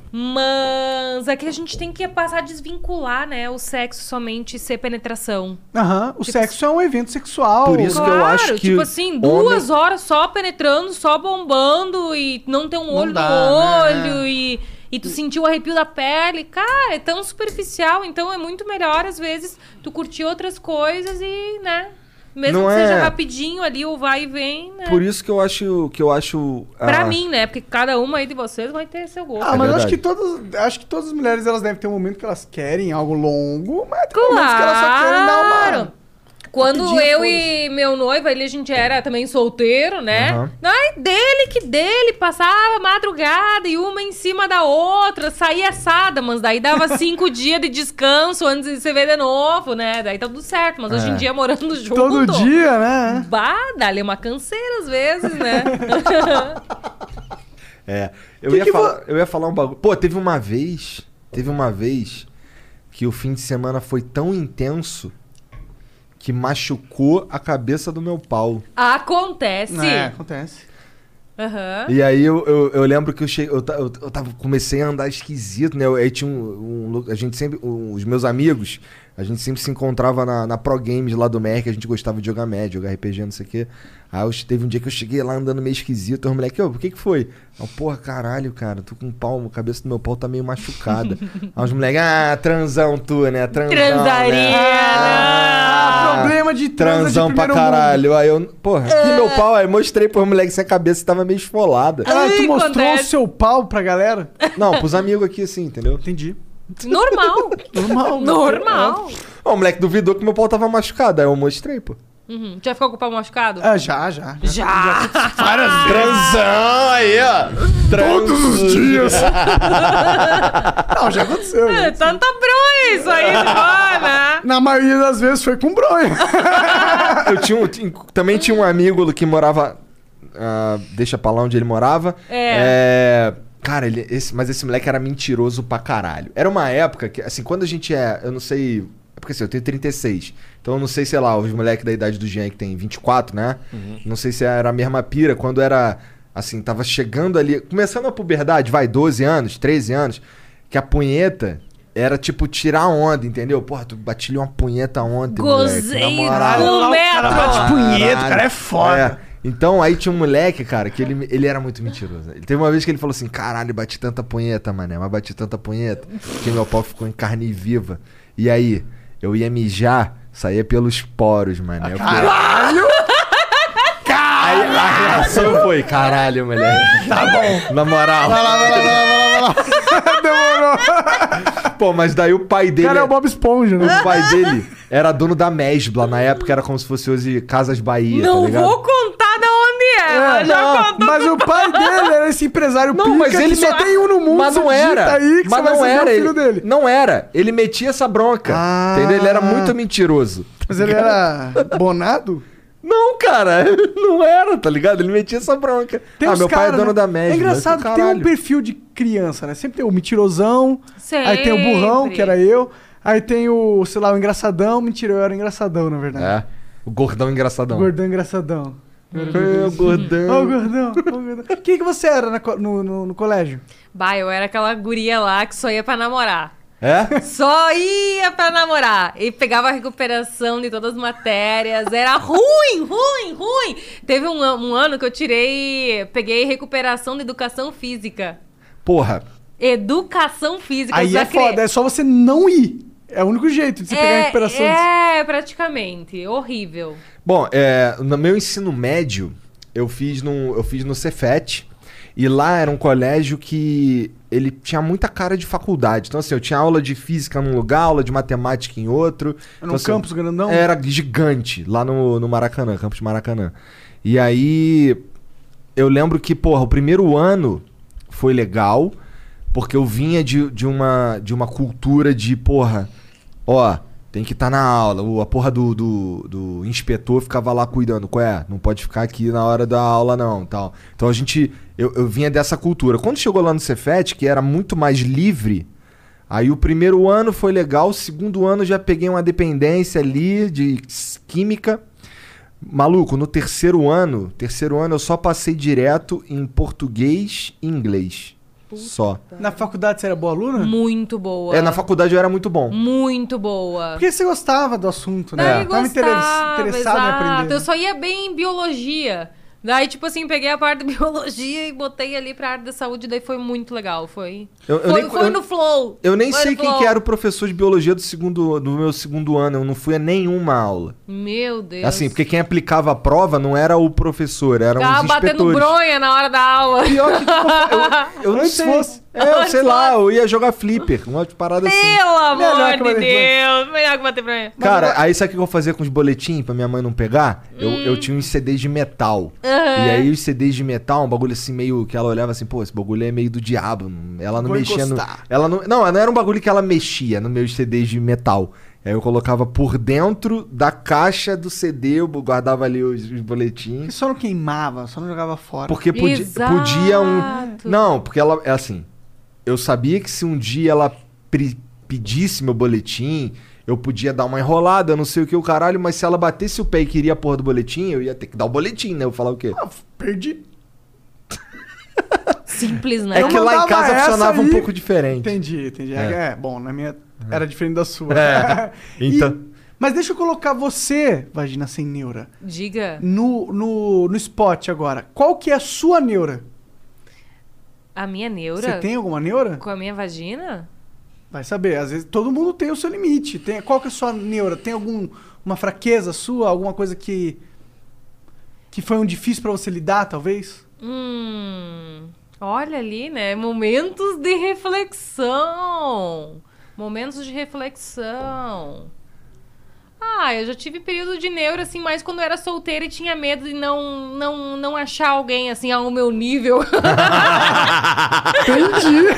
Speaker 3: Mas é que a gente tem que passar a desvincular, né? O sexo somente ser penetração.
Speaker 1: Aham, o
Speaker 3: Tipo-
Speaker 1: sexo é um evento sexual.
Speaker 2: Por isso- que eu
Speaker 3: claro,
Speaker 2: acho que
Speaker 3: tipo assim,
Speaker 2: homem-
Speaker 3: duas horas só penetrando, só bombando e não ter um olho
Speaker 1: dá,
Speaker 3: no
Speaker 1: né?
Speaker 2: É.
Speaker 3: olho e, e tu sentir o arrepio da pele. Cara, é tão superficial, então é muito melhor às vezes tu curtir outras coisas e, né? Mesmo
Speaker 2: Não
Speaker 3: que seja
Speaker 2: é-
Speaker 3: rapidinho ali, ou vai e vem, né?
Speaker 2: Por isso que eu acho. Que eu acho
Speaker 3: Pra
Speaker 2: ah,
Speaker 3: mim, né? Porque cada uma aí de vocês vai ter seu gosto.
Speaker 1: Ah,
Speaker 2: É
Speaker 1: mas eu acho que
Speaker 2: verdade.
Speaker 1: todas, acho que todas as mulheres elas devem ter um momento que elas querem algo longo, mas tem momentos que elas só querem dar
Speaker 3: Claro!
Speaker 1: uma.
Speaker 3: Quando
Speaker 1: Rapidinho,
Speaker 3: eu
Speaker 1: foda-se.
Speaker 3: e meu noivo, ali a gente era também solteiro, né?
Speaker 2: Aham.
Speaker 3: Ai, dele que dele, passava madrugada e uma em cima da outra, saía assada, mas daí dava cinco dias de descanso antes de se ver de novo, né? Daí tá tudo certo, mas hoje
Speaker 2: É.
Speaker 3: em dia morando junto...
Speaker 1: Todo dia, né?
Speaker 3: Bah, dá-lhe uma canseira às vezes, né?
Speaker 2: É. Eu,
Speaker 1: Que
Speaker 2: ia
Speaker 1: que
Speaker 2: falar,
Speaker 1: vo-
Speaker 2: eu ia falar um bagulho. Pô, teve uma vez. Teve uma vez que o fim de semana foi tão intenso que machucou a cabeça do meu pau.
Speaker 3: Acontece.
Speaker 1: É, acontece.
Speaker 3: Aham.
Speaker 2: E aí eu, eu, eu lembro que eu, che... eu, ta- eu, eu tava, comecei a andar esquisito, né? Eu- Aí tinha um, um lu- A gente sempre. um- os meus amigos, a gente sempre se encontrava na, na Pro Games lá do MEC, a gente gostava de jogar médio, jogar RPG, não sei o quê. Aí eu, che- teve um dia que eu cheguei lá andando meio esquisito, aí os moleque, ô, o que que foi? Eu, porra, caralho, cara, tô com um pau, a cabeça do meu pau tá meio machucada. aí os moleque, ah, transão tu, né? Transão, né?
Speaker 3: Transaria,
Speaker 2: Ah,
Speaker 1: Problema de transa de
Speaker 2: Transão pra
Speaker 1: primeiro mundo.
Speaker 2: caralho. Aí eu, porra, aqui meu pau, aí mostrei pros moleque se a cabeça tava meio esfolada.
Speaker 1: Ah, tu
Speaker 3: Ai,
Speaker 1: mostrou o
Speaker 3: acontece.
Speaker 1: seu pau pra galera?
Speaker 2: Não, pros amigos aqui, assim, entendeu?
Speaker 1: Entendi.
Speaker 3: Normal.
Speaker 1: Normal. né?
Speaker 3: Normal.
Speaker 2: Ó, o moleque duvidou que meu pau tava machucado, aí eu mostrei, pô.
Speaker 3: Uhum. Já ficou com o pau machucado?
Speaker 1: Ah, já, já. já.
Speaker 3: Já.
Speaker 2: Transão aí, ó. Todos os dias.
Speaker 1: Não, já aconteceu. né?
Speaker 3: Tanta bronha isso aí, né?
Speaker 1: Na maioria das vezes foi com bronha.
Speaker 2: Eu tinha um, tin- também tinha um amigo que morava... ah, deixa pra lá onde ele morava. É... cara, ele, esse, mas esse moleque era mentiroso pra caralho. Era uma época que, assim, quando a gente é... Eu não sei... é Porque assim, eu tenho 36. Então eu não sei, sei lá, os moleques da idade do Jean que tem 24, né? Não sei se era a mesma pira. Quando era... Assim, tava chegando ali... Começando a puberdade, vai, 12 anos, 13 anos. Que a punheta... Era tipo tirar onda, entendeu? Porra, tu batilhou uma punheta ontem,
Speaker 3: Gozei
Speaker 2: moleque. na moral.
Speaker 3: no
Speaker 1: Lá o cara
Speaker 3: metro.
Speaker 1: bate punheta, o
Speaker 2: Caralho.
Speaker 1: cara é foda.
Speaker 2: É. Então, aí tinha um moleque, cara, que ele, ele era muito mentiroso. Ele teve uma vez que ele falou assim: caralho, bati tanta punheta, mané, mas bati tanta punheta que meu pau ficou em carne viva. E aí, eu ia mijar, saía pelos poros, mané. Eu falei,
Speaker 1: Caralho!
Speaker 2: aí a reação foi: caralho, moleque. Tá bom. Na moral. Vai lá, vai lá, vai lá, Demorou. Pô, mas daí o pai
Speaker 1: O
Speaker 2: dele.
Speaker 1: cara é o Bob Esponja, né?
Speaker 2: O pai dele era dono da Mesbla. Na época era como se fosse hoje Casas Bahia, tá
Speaker 3: Não
Speaker 2: ligado?
Speaker 3: vou contar de onde é.
Speaker 2: É,
Speaker 3: mas já
Speaker 2: não,
Speaker 3: contou.
Speaker 1: Ah, Mas o pai dele era esse empresário
Speaker 2: Não,
Speaker 1: pica
Speaker 2: mas ele
Speaker 1: que só
Speaker 2: mete-
Speaker 1: tem um no mundo.
Speaker 2: Mas não
Speaker 1: você digita
Speaker 2: era.
Speaker 1: Aí que você
Speaker 2: mas
Speaker 1: vai
Speaker 2: não
Speaker 1: saber
Speaker 2: era
Speaker 1: o filho
Speaker 2: ele.
Speaker 1: dele.
Speaker 2: Não era. Ele metia essa bronca.
Speaker 1: Ah.
Speaker 2: Entendeu? Ele era muito mentiroso.
Speaker 1: Mas ele era bonado?
Speaker 2: Não, cara, não era, tá ligado? Ele metia essa bronca. ah,
Speaker 1: uns
Speaker 2: meu pai
Speaker 1: cara,
Speaker 2: é dono
Speaker 1: né?
Speaker 2: da média.
Speaker 1: É engraçado que tem um perfil de criança, né? Sempre tem o mentirosão, aí tem o burrão,
Speaker 3: Sempre.
Speaker 1: que era eu, aí tem o, sei lá, o engraçadão. Mentira, eu era engraçadão, na verdade.
Speaker 2: É. O gordão engraçadão.
Speaker 1: O Gordão engraçadão. Eu era
Speaker 2: É, o
Speaker 1: Ó, o
Speaker 2: gordão.
Speaker 1: gordão, ó, o gordão. Quem que você era na co- no, no- no colégio?
Speaker 3: Bah, eu era aquela guria lá que só ia pra namorar.
Speaker 2: É?
Speaker 3: Só ia pra namorar. E pegava a recuperação de todas as matérias. Era ruim, ruim, ruim. Teve um, an- um ano que eu tirei. Peguei recuperação de educação física.
Speaker 2: Porra.
Speaker 3: Educação física.
Speaker 1: Aí
Speaker 3: eu
Speaker 1: é
Speaker 3: já cre-
Speaker 1: foda, é só você não ir. É o único jeito de você pegar a recuperação.
Speaker 3: É, praticamente. Horrível.
Speaker 2: Bom, é, no meu ensino médio, eu fiz no, eu fiz no Cefet. E lá era um colégio que ele tinha muita cara de faculdade. Então, assim, eu tinha aula de física num lugar, aula de matemática em outro.
Speaker 1: Era
Speaker 2: então,
Speaker 1: um
Speaker 2: assim,
Speaker 1: campus grandão?
Speaker 2: Era gigante, lá no, no Maracanã, campus de Maracanã. E aí, eu lembro que, porra, o primeiro ano foi legal, porque eu vinha de, de, uma, de uma cultura de, porra, ó, tem que estar na aula. O, a porra do, do, do inspetor ficava lá cuidando. Qual é? Não pode ficar aqui na hora da aula, não. tal. Então a gente. Eu, eu vinha dessa cultura. Quando chegou lá no Cefet, que era muito mais livre, aí o primeiro ano foi legal, o segundo ano eu já peguei uma dependência ali de química. Maluco, no terceiro ano, terceiro ano eu só passei direto em português e inglês. Só.
Speaker 1: Na faculdade você era boa aluna?
Speaker 3: Muito boa. Hum.
Speaker 2: É, na faculdade eu era muito bom.
Speaker 3: Muito boa.
Speaker 1: Porque você gostava do assunto, né?
Speaker 2: É.
Speaker 3: Daí
Speaker 1: Tava interes-
Speaker 3: gostava,
Speaker 1: interessado em
Speaker 3: exato.
Speaker 2: né?
Speaker 1: aprender. né?
Speaker 3: Eu só ia bem em biologia. Daí, tipo assim, peguei a parte de biologia e botei ali pra área da saúde, daí foi muito legal. Foi,
Speaker 2: Eu- eu
Speaker 3: foi,
Speaker 2: nem-
Speaker 3: foi
Speaker 2: eu-
Speaker 3: no flow.
Speaker 2: Eu nem
Speaker 3: Foi
Speaker 2: sei
Speaker 3: no
Speaker 2: quem
Speaker 3: flow.
Speaker 2: que era o professor de biologia do, segundo, do meu segundo ano. Eu não fui a nenhuma aula.
Speaker 3: Meu Deus.
Speaker 2: Assim, porque quem aplicava a prova não era o professor, eram
Speaker 3: Tava
Speaker 2: os
Speaker 3: batendo
Speaker 2: inspetores.
Speaker 3: bronha na hora da aula.
Speaker 2: Pior que eu, eu não
Speaker 1: Antes
Speaker 2: sei.
Speaker 1: fosse.
Speaker 2: É, eu sei lá, eu ia jogar flipper, uma parada assim.
Speaker 3: Pelo amor
Speaker 1: Melhor que
Speaker 3: de
Speaker 1: bater
Speaker 3: Deus. Melhor que bater bronha.
Speaker 2: Cara, aí sabe o que eu fazia com os boletins pra minha mãe não pegar? Eu, eu tinha uns CDs de metal. E aí os CDs de metal, um bagulho assim meio que ela olhava assim, pô, esse bagulho é meio do diabo. Ela não
Speaker 1: Vou
Speaker 2: mexia no,
Speaker 1: encostar.
Speaker 2: ela não, não, não era um bagulho que ela mexia nos meus CDs de metal. Aí eu colocava por dentro da caixa do CD, eu guardava ali os, os boletins.
Speaker 1: Só não queimava, só não jogava fora.
Speaker 2: Porque podia, podia um.
Speaker 3: Exato.
Speaker 2: Não, porque ela. É assim. Eu sabia que se um dia ela pri- pedisse meu boletim, eu podia dar uma enrolada, não sei o que, o caralho, mas se ela batesse o pé e queria a porra do boletim, eu ia ter que dar o boletim, né? Eu falar o quê?
Speaker 1: Ah, perdi.
Speaker 3: Simples, né?
Speaker 2: É que lá em
Speaker 1: mandava
Speaker 2: casa
Speaker 1: essa
Speaker 2: funcionava um
Speaker 1: aí.
Speaker 2: pouco diferente.
Speaker 1: Entendi, entendi.
Speaker 2: É.
Speaker 1: É, bom, na minha era diferente da sua.
Speaker 2: É,
Speaker 1: E-
Speaker 2: então.
Speaker 1: mas deixa eu colocar você, vagina sem neura,
Speaker 3: Diga.
Speaker 1: no, no, no spot agora. Qual que é a sua neura?
Speaker 3: A minha neura
Speaker 1: Você tem alguma neura?
Speaker 3: com a minha vagina?
Speaker 1: Vai saber, às vezes todo mundo tem o seu limite. Tem, qual que é a sua neura? Tem algum uma fraqueza sua, alguma coisa que que foi um difícil pra você lidar, talvez?
Speaker 3: Hum. Olha ali, né? Momentos de reflexão. Momentos de reflexão. Ah, eu já tive período de neuro, assim, mais quando eu era solteira e tinha medo de não, não, não achar alguém, assim, ao meu nível. Entendi.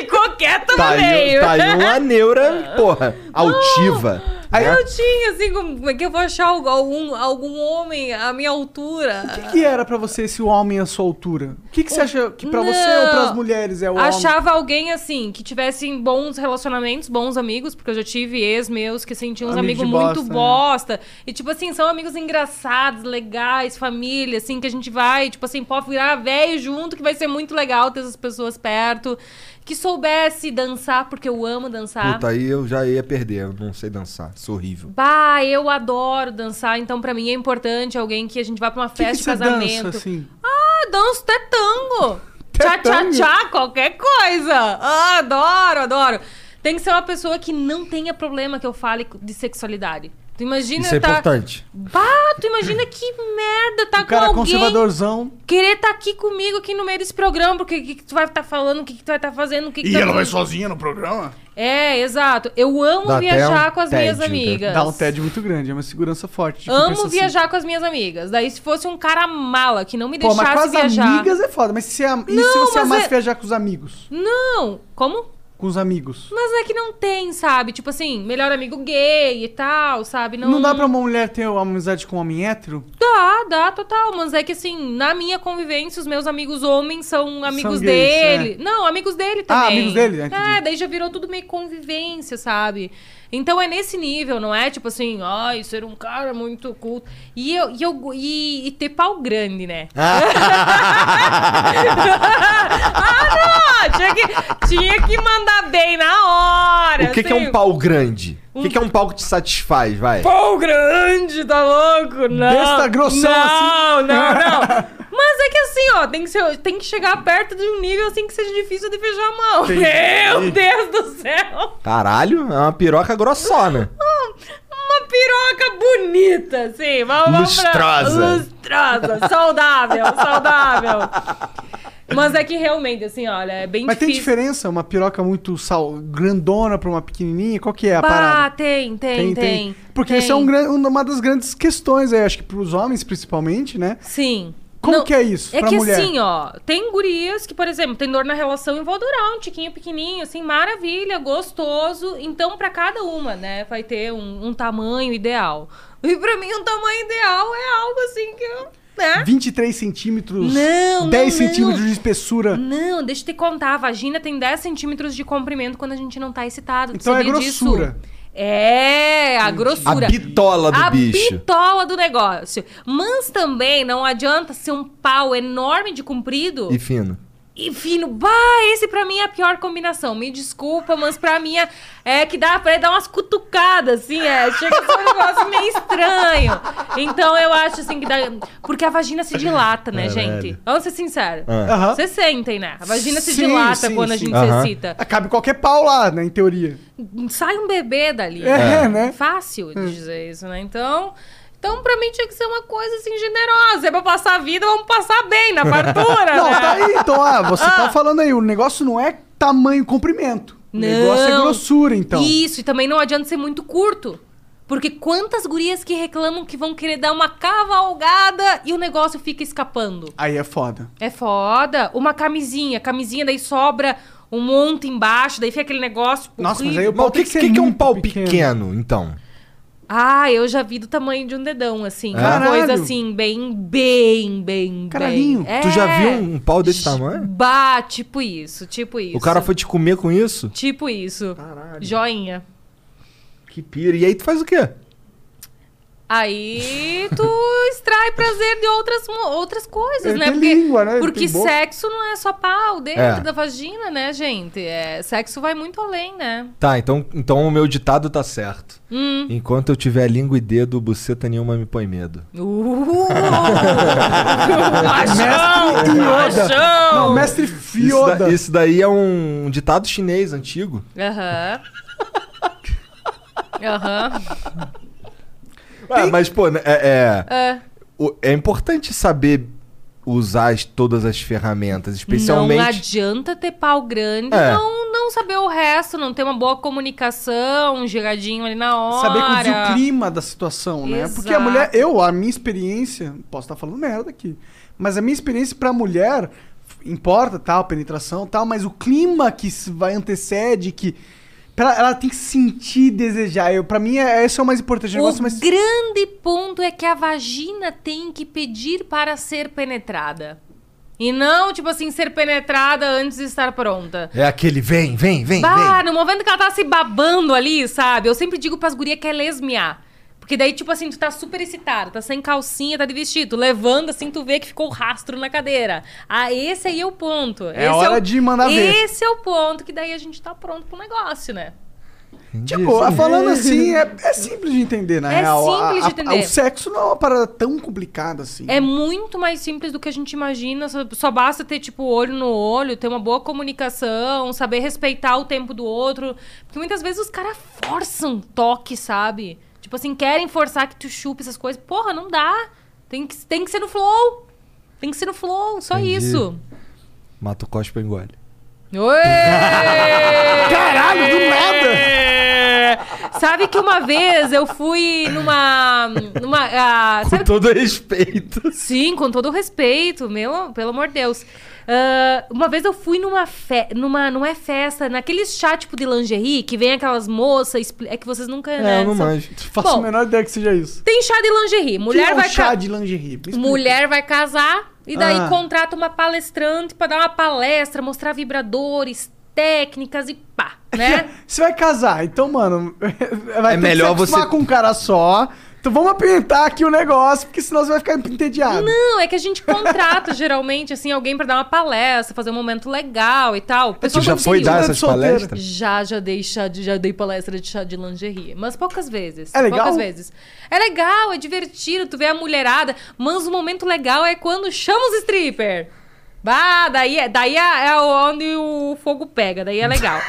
Speaker 3: Ficou quieta
Speaker 2: Tá
Speaker 3: no
Speaker 2: aí,
Speaker 3: meio.
Speaker 2: tá aí uma neura, porra, altiva.
Speaker 3: Aí
Speaker 2: né?
Speaker 3: eu tinha, assim, como é que eu vou achar algum, algum homem à minha altura?
Speaker 1: O que, que era pra você esse homem à sua altura? O que, que você acha que pra você ou
Speaker 3: Não.
Speaker 1: pras mulheres é o homem?
Speaker 3: Achava alguém, assim, que tivesse bons relacionamentos, bons amigos, porque eu já tive ex meus que sentiam uns
Speaker 1: Amigo
Speaker 3: amigos
Speaker 1: de
Speaker 3: muito
Speaker 1: bosta, né?
Speaker 3: bosta. E, tipo assim, são amigos engraçados, legais, família, assim, que a gente vai, tipo assim, pode virar velho junto, que vai ser muito legal ter essas pessoas perto. Que soubesse dançar, porque eu amo dançar.
Speaker 2: Puta, aí eu já ia perder, eu não sei dançar, sou horrível.
Speaker 3: Bah, eu adoro dançar, então pra mim é importante alguém que a gente vá pra uma
Speaker 1: O que, que
Speaker 3: festa de
Speaker 1: você
Speaker 3: casamento.
Speaker 1: dança, assim?
Speaker 3: Ah, danço até tango. Tchá, tchá,
Speaker 1: tango?
Speaker 3: tchá, qualquer coisa. Ah, adoro, adoro. Tem que ser uma pessoa que não tenha problema que eu fale de sexualidade. Tu imagina
Speaker 2: Isso é
Speaker 3: tá...
Speaker 2: importante. é
Speaker 3: Bah, tu imagina que merda tá
Speaker 1: O Um cara
Speaker 3: com alguém
Speaker 1: conservadorzão.
Speaker 3: querer tá aqui comigo aqui no meio desse programa, porque o que, que tu vai estar falando, o que, que tu vai estar fazendo, o que, que tá-
Speaker 1: sozinha no programa?
Speaker 3: É, exato. Eu amo
Speaker 2: Dá até
Speaker 3: viajar
Speaker 2: um
Speaker 3: com as minhas
Speaker 2: tédio, né?
Speaker 3: amigas.
Speaker 1: Dá um tédio tipo, muito grande, é uma segurança forte. de
Speaker 3: Amo
Speaker 1: compensação.
Speaker 3: viajar com as minhas amigas. Daí se fosse um cara mala que não me
Speaker 1: Pô,
Speaker 3: deixasse
Speaker 1: mas com as
Speaker 3: viajar.
Speaker 1: amigas é foda. Mas se você, am- e se
Speaker 3: Não,
Speaker 1: você
Speaker 3: mas
Speaker 1: amasse
Speaker 3: é-
Speaker 1: viajar com os amigos?
Speaker 3: Não, como?
Speaker 1: Com os amigos.
Speaker 3: Mas é que não tem, sabe? Tipo assim, melhor amigo gay e tal, sabe? Não,
Speaker 1: Não, dá pra uma mulher ter uma amizade com um homem hétero?
Speaker 3: Dá, dá, total. Mas é que assim, na minha convivência, os meus amigos homens são amigos
Speaker 1: gays,
Speaker 3: dele. Não, amigos dele também.
Speaker 1: amigos dele? Ah, entendi.
Speaker 3: É, daí já virou tudo meio convivência, sabe? Então é nesse nível, não é tipo assim, ai, ser um cara muito culto. E, eu, e, eu, e, e ter pau grande, né? ah, não! Tinha que, tinha que mandar bem na hora.
Speaker 2: O que, que é
Speaker 3: assim.
Speaker 2: um pau grande? O que, que é um pau que te satisfaz, vai?
Speaker 3: pau grande, tá louco? Não.
Speaker 1: Besta grossão
Speaker 3: não,
Speaker 1: assim.
Speaker 3: Não, não, Mas é que assim, ó, tem que, ser- tem que chegar perto de um nível assim que seja difícil de fechar a mão. Meu Deus do céu!
Speaker 2: Caralho, é uma piroca grossona.
Speaker 3: Uma piroca bonita, assim. Vamos, vamos pra-
Speaker 2: Lustrosa.
Speaker 3: Lustrosa, saudável, saudável. Mas é que realmente, assim, olha, é bem
Speaker 1: Mas tem
Speaker 3: difícil.
Speaker 1: diferença? Uma piroca muito sal... grandona pra uma pequenininha? Qual que é a
Speaker 3: Bah,
Speaker 1: parada?
Speaker 3: tem, tem, tem,
Speaker 1: Porque
Speaker 3: tem.
Speaker 1: isso é um gran- uma das grandes questões aí, acho que pros homens principalmente, né?
Speaker 3: Sim.
Speaker 1: Como
Speaker 3: Não,
Speaker 1: que é isso
Speaker 3: É
Speaker 1: pra
Speaker 3: que
Speaker 1: mulher?
Speaker 3: assim, ó, tem gurias que, por exemplo, tem dor na relação e vou adorar um tiquinho pequenininho, assim, maravilha, gostoso. Então, pra cada uma, né, vai ter um, um tamanho ideal. E pra mim, um tamanho ideal é algo assim que eu, né?
Speaker 1: 23 centímetros, 10
Speaker 3: Não, não, não.
Speaker 1: centímetros de espessura.
Speaker 3: Não, deixa eu te contar, a vagina tem 10 centímetros de comprimento quando a gente não tá excitado. Tu
Speaker 1: Então é
Speaker 3: sabia
Speaker 1: grossura.
Speaker 3: Disso? É, a grossura
Speaker 2: Ah, A bitola do
Speaker 3: a
Speaker 2: bicho.
Speaker 3: bitola do negócio. Mas também não adianta ser um pau enorme de comprido
Speaker 2: E fino.
Speaker 3: e fino. Bah, esse pra mim é a pior combinação. Me desculpa, mas pra mim é, é que dá pra dar umas cutucadas, assim, é. Chega a ser um negócio meio estranho. Então eu acho assim que dá. Porque a vagina
Speaker 1: É,
Speaker 3: se dilata, né, gente?
Speaker 2: velho.
Speaker 3: Vamos ser sinceros.
Speaker 2: Ah.
Speaker 1: Aham.
Speaker 3: Vocês sentem, né? A vagina se
Speaker 1: Sim,
Speaker 3: dilata
Speaker 1: sim,
Speaker 3: quando a
Speaker 1: sim.
Speaker 3: gente
Speaker 2: Aham.
Speaker 3: se excita.
Speaker 1: Ah, Cabe qualquer pau lá, né? Em teoria.
Speaker 3: Sai um bebê dali.
Speaker 1: É, né?
Speaker 3: Fácil de dizer isso, né? Então, então, pra mim tinha que ser uma coisa assim generosa. É pra passar a vida, vamos passar bem na fartura,
Speaker 1: Não,
Speaker 3: né?
Speaker 1: tá aí, então, ah, você tá falando aí, o negócio não é tamanho e comprimento. O
Speaker 3: Não.
Speaker 1: negócio é grossura, então.
Speaker 3: Isso, e também não adianta ser muito curto. Porque quantas gurias que reclamam que vão querer dar uma cavalgada e o negócio fica escapando.
Speaker 1: Aí é foda.
Speaker 3: É foda. Uma camisinha, camisinha daí sobra um monte embaixo, daí fica aquele negócio.
Speaker 1: Nossa, mas
Speaker 3: horrível.
Speaker 1: aí o
Speaker 2: Mas
Speaker 1: pau
Speaker 2: o que,
Speaker 1: tem que ser
Speaker 2: que- que é um
Speaker 1: muito
Speaker 2: pau
Speaker 1: pequeno.
Speaker 2: pequeno, então?
Speaker 3: Ah, eu já vi do tamanho de um dedão, assim. Uma
Speaker 1: Caralho.
Speaker 3: coisa assim, bem, bem, bem.
Speaker 1: Caralhinho,
Speaker 3: bem.
Speaker 2: Tu já
Speaker 3: É.
Speaker 2: viu um pau desse tamanho?
Speaker 3: Bah, tipo isso, tipo isso.
Speaker 2: O cara foi te comer com isso?
Speaker 3: Tipo isso.
Speaker 2: Caralho.
Speaker 3: Joinha.
Speaker 2: Que pira. E aí tu faz o quê?
Speaker 3: Aí tu extrai prazer de outras, mo- outras coisas,
Speaker 1: Ele
Speaker 3: né?
Speaker 1: tem
Speaker 3: Porque,
Speaker 1: língua, né? Ele
Speaker 3: porque
Speaker 1: tem boca.
Speaker 3: sexo não é só pau dentro
Speaker 2: É.
Speaker 3: da vagina, né, gente? É, sexo vai muito além, né?
Speaker 2: Tá, então, então o meu ditado tá certo.
Speaker 3: Hum.
Speaker 2: Enquanto eu tiver língua e dedo, buceta nenhuma me põe medo.
Speaker 3: Uh!
Speaker 1: Mestre
Speaker 3: Machão!
Speaker 1: Yoda. Não,
Speaker 3: Machão!
Speaker 1: mestre
Speaker 2: Isso,
Speaker 1: Fioda.
Speaker 2: da- isso daí é um ditado chinês antigo.
Speaker 3: Aham. Aham.
Speaker 2: Ué, mas, pô, né, é, é,
Speaker 3: É.
Speaker 2: o- é importante saber usar as- todas as ferramentas, especialmente.
Speaker 3: Não adianta ter pau grande,
Speaker 2: É.
Speaker 3: não, não saber o resto, não ter uma boa comunicação, um giradinho ali na hora.
Speaker 1: Saber conduzir o clima da situação, né? Porque a
Speaker 3: Exato.
Speaker 1: mulher, eu, a minha experiência, posso estar falando merda aqui, mas a minha experiência pra mulher importa, tal, penetração, tal, mas o clima que se vai antecede, que pra ela, ela tem que sentir, e desejar. Eu, para mim, é, esse é o mais importante. O negócio
Speaker 3: O
Speaker 1: mais
Speaker 3: grande ponto é que a vagina tem que pedir para ser penetrada. E não, tipo assim, ser penetrada antes de estar pronta.
Speaker 2: É aquele vem, vem, vem,
Speaker 3: Bah,
Speaker 2: vem.
Speaker 3: no momento que ela tá se babando ali, sabe? Eu sempre digo pras gurias que é lesmiar. Porque daí, tipo assim, tu tá super excitado, tá sem calcinha, tá de vestido. Tu Levanta, assim, tu vê que ficou o rastro na cadeira. Ah, esse aí é o ponto. Esse
Speaker 1: hora
Speaker 3: o-
Speaker 1: de mandar ver.
Speaker 3: Esse é o ponto que daí a gente tá pronto pro negócio, né?
Speaker 1: Tipo,
Speaker 2: ah,
Speaker 1: a- falando assim, é, é simples de entender, na
Speaker 3: É
Speaker 1: real. A-
Speaker 3: simples de
Speaker 1: a-
Speaker 3: entender.
Speaker 1: o sexo não é uma parada tão complicada assim.
Speaker 3: É muito mais simples do que a gente imagina. Só, só basta ter, tipo, olho no olho, ter uma boa comunicação, saber respeitar o tempo do outro. Porque muitas vezes os caras forçam toque, sabe? Tipo assim, querem forçar que tu chupe essas coisas. Porra, não dá. Tem que, tem que ser no flow. Tem que ser no flow, só
Speaker 2: Entendi.
Speaker 3: isso.
Speaker 2: Mata o cospa e engole.
Speaker 3: Oi!
Speaker 1: Caralho, do nada!
Speaker 3: Sabe que uma vez eu fui numa. numa ah,
Speaker 1: É
Speaker 2: Com
Speaker 3: sabe
Speaker 2: todo respeito.
Speaker 3: Sim, com todo o respeito, meu, pelo amor de Deus. Ah, uma vez eu fui numa fe numa não é festa, naquele chá tipo de lingerie que vem aquelas moças, expli- é que vocês nunca, né,
Speaker 2: É, eu não
Speaker 3: são-
Speaker 2: manjo.
Speaker 1: Faço
Speaker 3: Bom,
Speaker 1: a menor ideia que seja isso.
Speaker 3: Tem chá de lingerie, mulher
Speaker 1: que é um
Speaker 3: vai ca-
Speaker 1: chá de lingerie. Me explica.
Speaker 3: mulher vai casar e daí
Speaker 1: Ah.
Speaker 3: contrata uma palestrante pra dar uma palestra, mostrar vibradores, técnicas e pá, né?
Speaker 1: Você vai casar, então, mano, vai
Speaker 2: É
Speaker 1: ter
Speaker 2: melhor
Speaker 1: que se acostumar
Speaker 2: você-
Speaker 1: com um cara só. Então vamos apertar aqui o negócio, porque senão você vai ficar entediado.
Speaker 3: Não, é que a gente contrata geralmente assim alguém pra dar uma palestra, fazer um momento legal e tal. O
Speaker 2: É, Tu
Speaker 3: pessoal
Speaker 2: já
Speaker 3: não
Speaker 2: foi
Speaker 3: entende.
Speaker 2: dar
Speaker 1: solteiro.
Speaker 2: essas palestras?
Speaker 3: Já, já dei chá de, já dei palestra de chá de lingerie. Mas poucas vezes.
Speaker 1: É legal?
Speaker 3: Poucas vezes. É legal, é divertido, tu vê a mulherada. Mas o momento legal é quando chama os stripper. Bah, daí, é- daí é, é onde o fogo pega, daí é legal.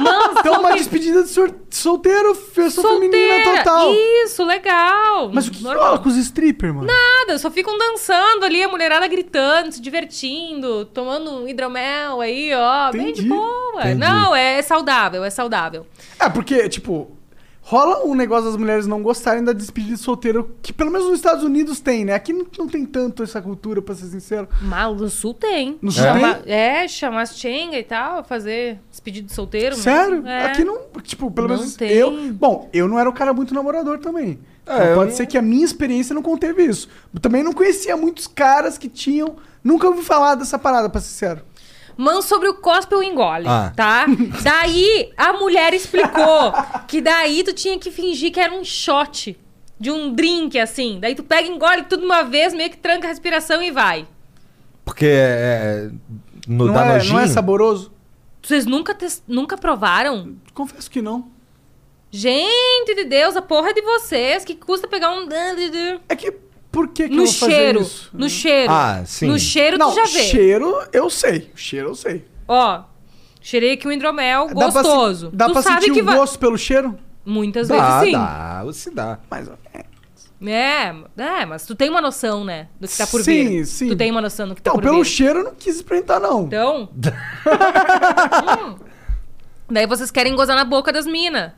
Speaker 3: Mas
Speaker 1: Então é uma
Speaker 3: ontem-
Speaker 1: despedida de sor- solteiro, pessoa feminina
Speaker 3: solteira,
Speaker 1: total.
Speaker 3: Isso, legal.
Speaker 1: Mas o que
Speaker 3: Normal.
Speaker 1: rola com os strippers, mano?
Speaker 3: Nada, só ficam dançando ali, a mulherada gritando, se divertindo, tomando um hidromel aí, ó. Bem de
Speaker 1: Entendi.
Speaker 3: boa.
Speaker 2: Entendi.
Speaker 3: Não, é saudável, é saudável.
Speaker 1: É, porque, tipo, rola um negócio das mulheres não gostarem da despedida de solteiro, que pelo menos nos Estados Unidos tem, né? Aqui não, não tem tanto essa cultura, pra ser sincero.
Speaker 3: Mal no sul tem.
Speaker 1: No Sul
Speaker 3: Chama- É, chamar as Tchenga e tal, fazer despedido de solteiro. né?
Speaker 1: Sério?
Speaker 3: É.
Speaker 1: Aqui não. Tipo, pelo
Speaker 3: Não
Speaker 1: menos
Speaker 3: tem.
Speaker 1: eu. Bom, eu não era um cara muito namorador também. Então
Speaker 2: É, eu
Speaker 1: pode
Speaker 2: não-
Speaker 1: ser que a minha experiência não conteve isso. Eu também não conhecia muitos caras que tinham. Nunca ouvi falar dessa parada, pra ser sincero.
Speaker 3: Mãos sobre o cospe eu engole,
Speaker 2: Ah.
Speaker 3: tá? Daí a mulher explicou que daí tu tinha que fingir que era um shot de um drink, assim. Daí tu pega, e engole tudo de uma vez, meio que tranca a respiração e vai.
Speaker 2: Porque é. é, No,
Speaker 1: Não
Speaker 2: dá
Speaker 1: é,
Speaker 2: nojinho?
Speaker 1: não é saboroso?
Speaker 3: Vocês nunca, tes- nunca provaram?
Speaker 1: Confesso que não.
Speaker 3: Gente de Deus, a porra é de vocês. Que custa pegar um...
Speaker 1: É que. Por que, que eu
Speaker 3: No
Speaker 1: vou fazer
Speaker 3: cheiro,
Speaker 1: isso? né?
Speaker 3: no cheiro.
Speaker 2: Ah, sim.
Speaker 3: No cheiro
Speaker 1: não,
Speaker 3: tu já vê.
Speaker 1: cheiro eu sei. Cheiro eu sei.
Speaker 3: Ó, cheirei aqui um hidromel
Speaker 1: pra se-
Speaker 3: gostoso.
Speaker 1: Dá
Speaker 3: tu
Speaker 1: pra
Speaker 3: sabe
Speaker 1: sentir
Speaker 3: que
Speaker 1: o
Speaker 3: vai.
Speaker 1: gosto pelo cheiro?
Speaker 3: Muitas
Speaker 2: Dá,
Speaker 3: vezes sim.
Speaker 2: dá, se dá.
Speaker 1: Mas é,
Speaker 3: É, é, mas tu tem uma noção, né? Do que tá por
Speaker 1: Sim,
Speaker 3: vir.
Speaker 1: sim.
Speaker 3: Tu tem uma noção do que tá
Speaker 1: Não,
Speaker 3: por
Speaker 1: então, pelo
Speaker 3: vir.
Speaker 1: cheiro eu não quis experimentar, não.
Speaker 3: Então. Hum. Daí vocês querem gozar na boca das minas.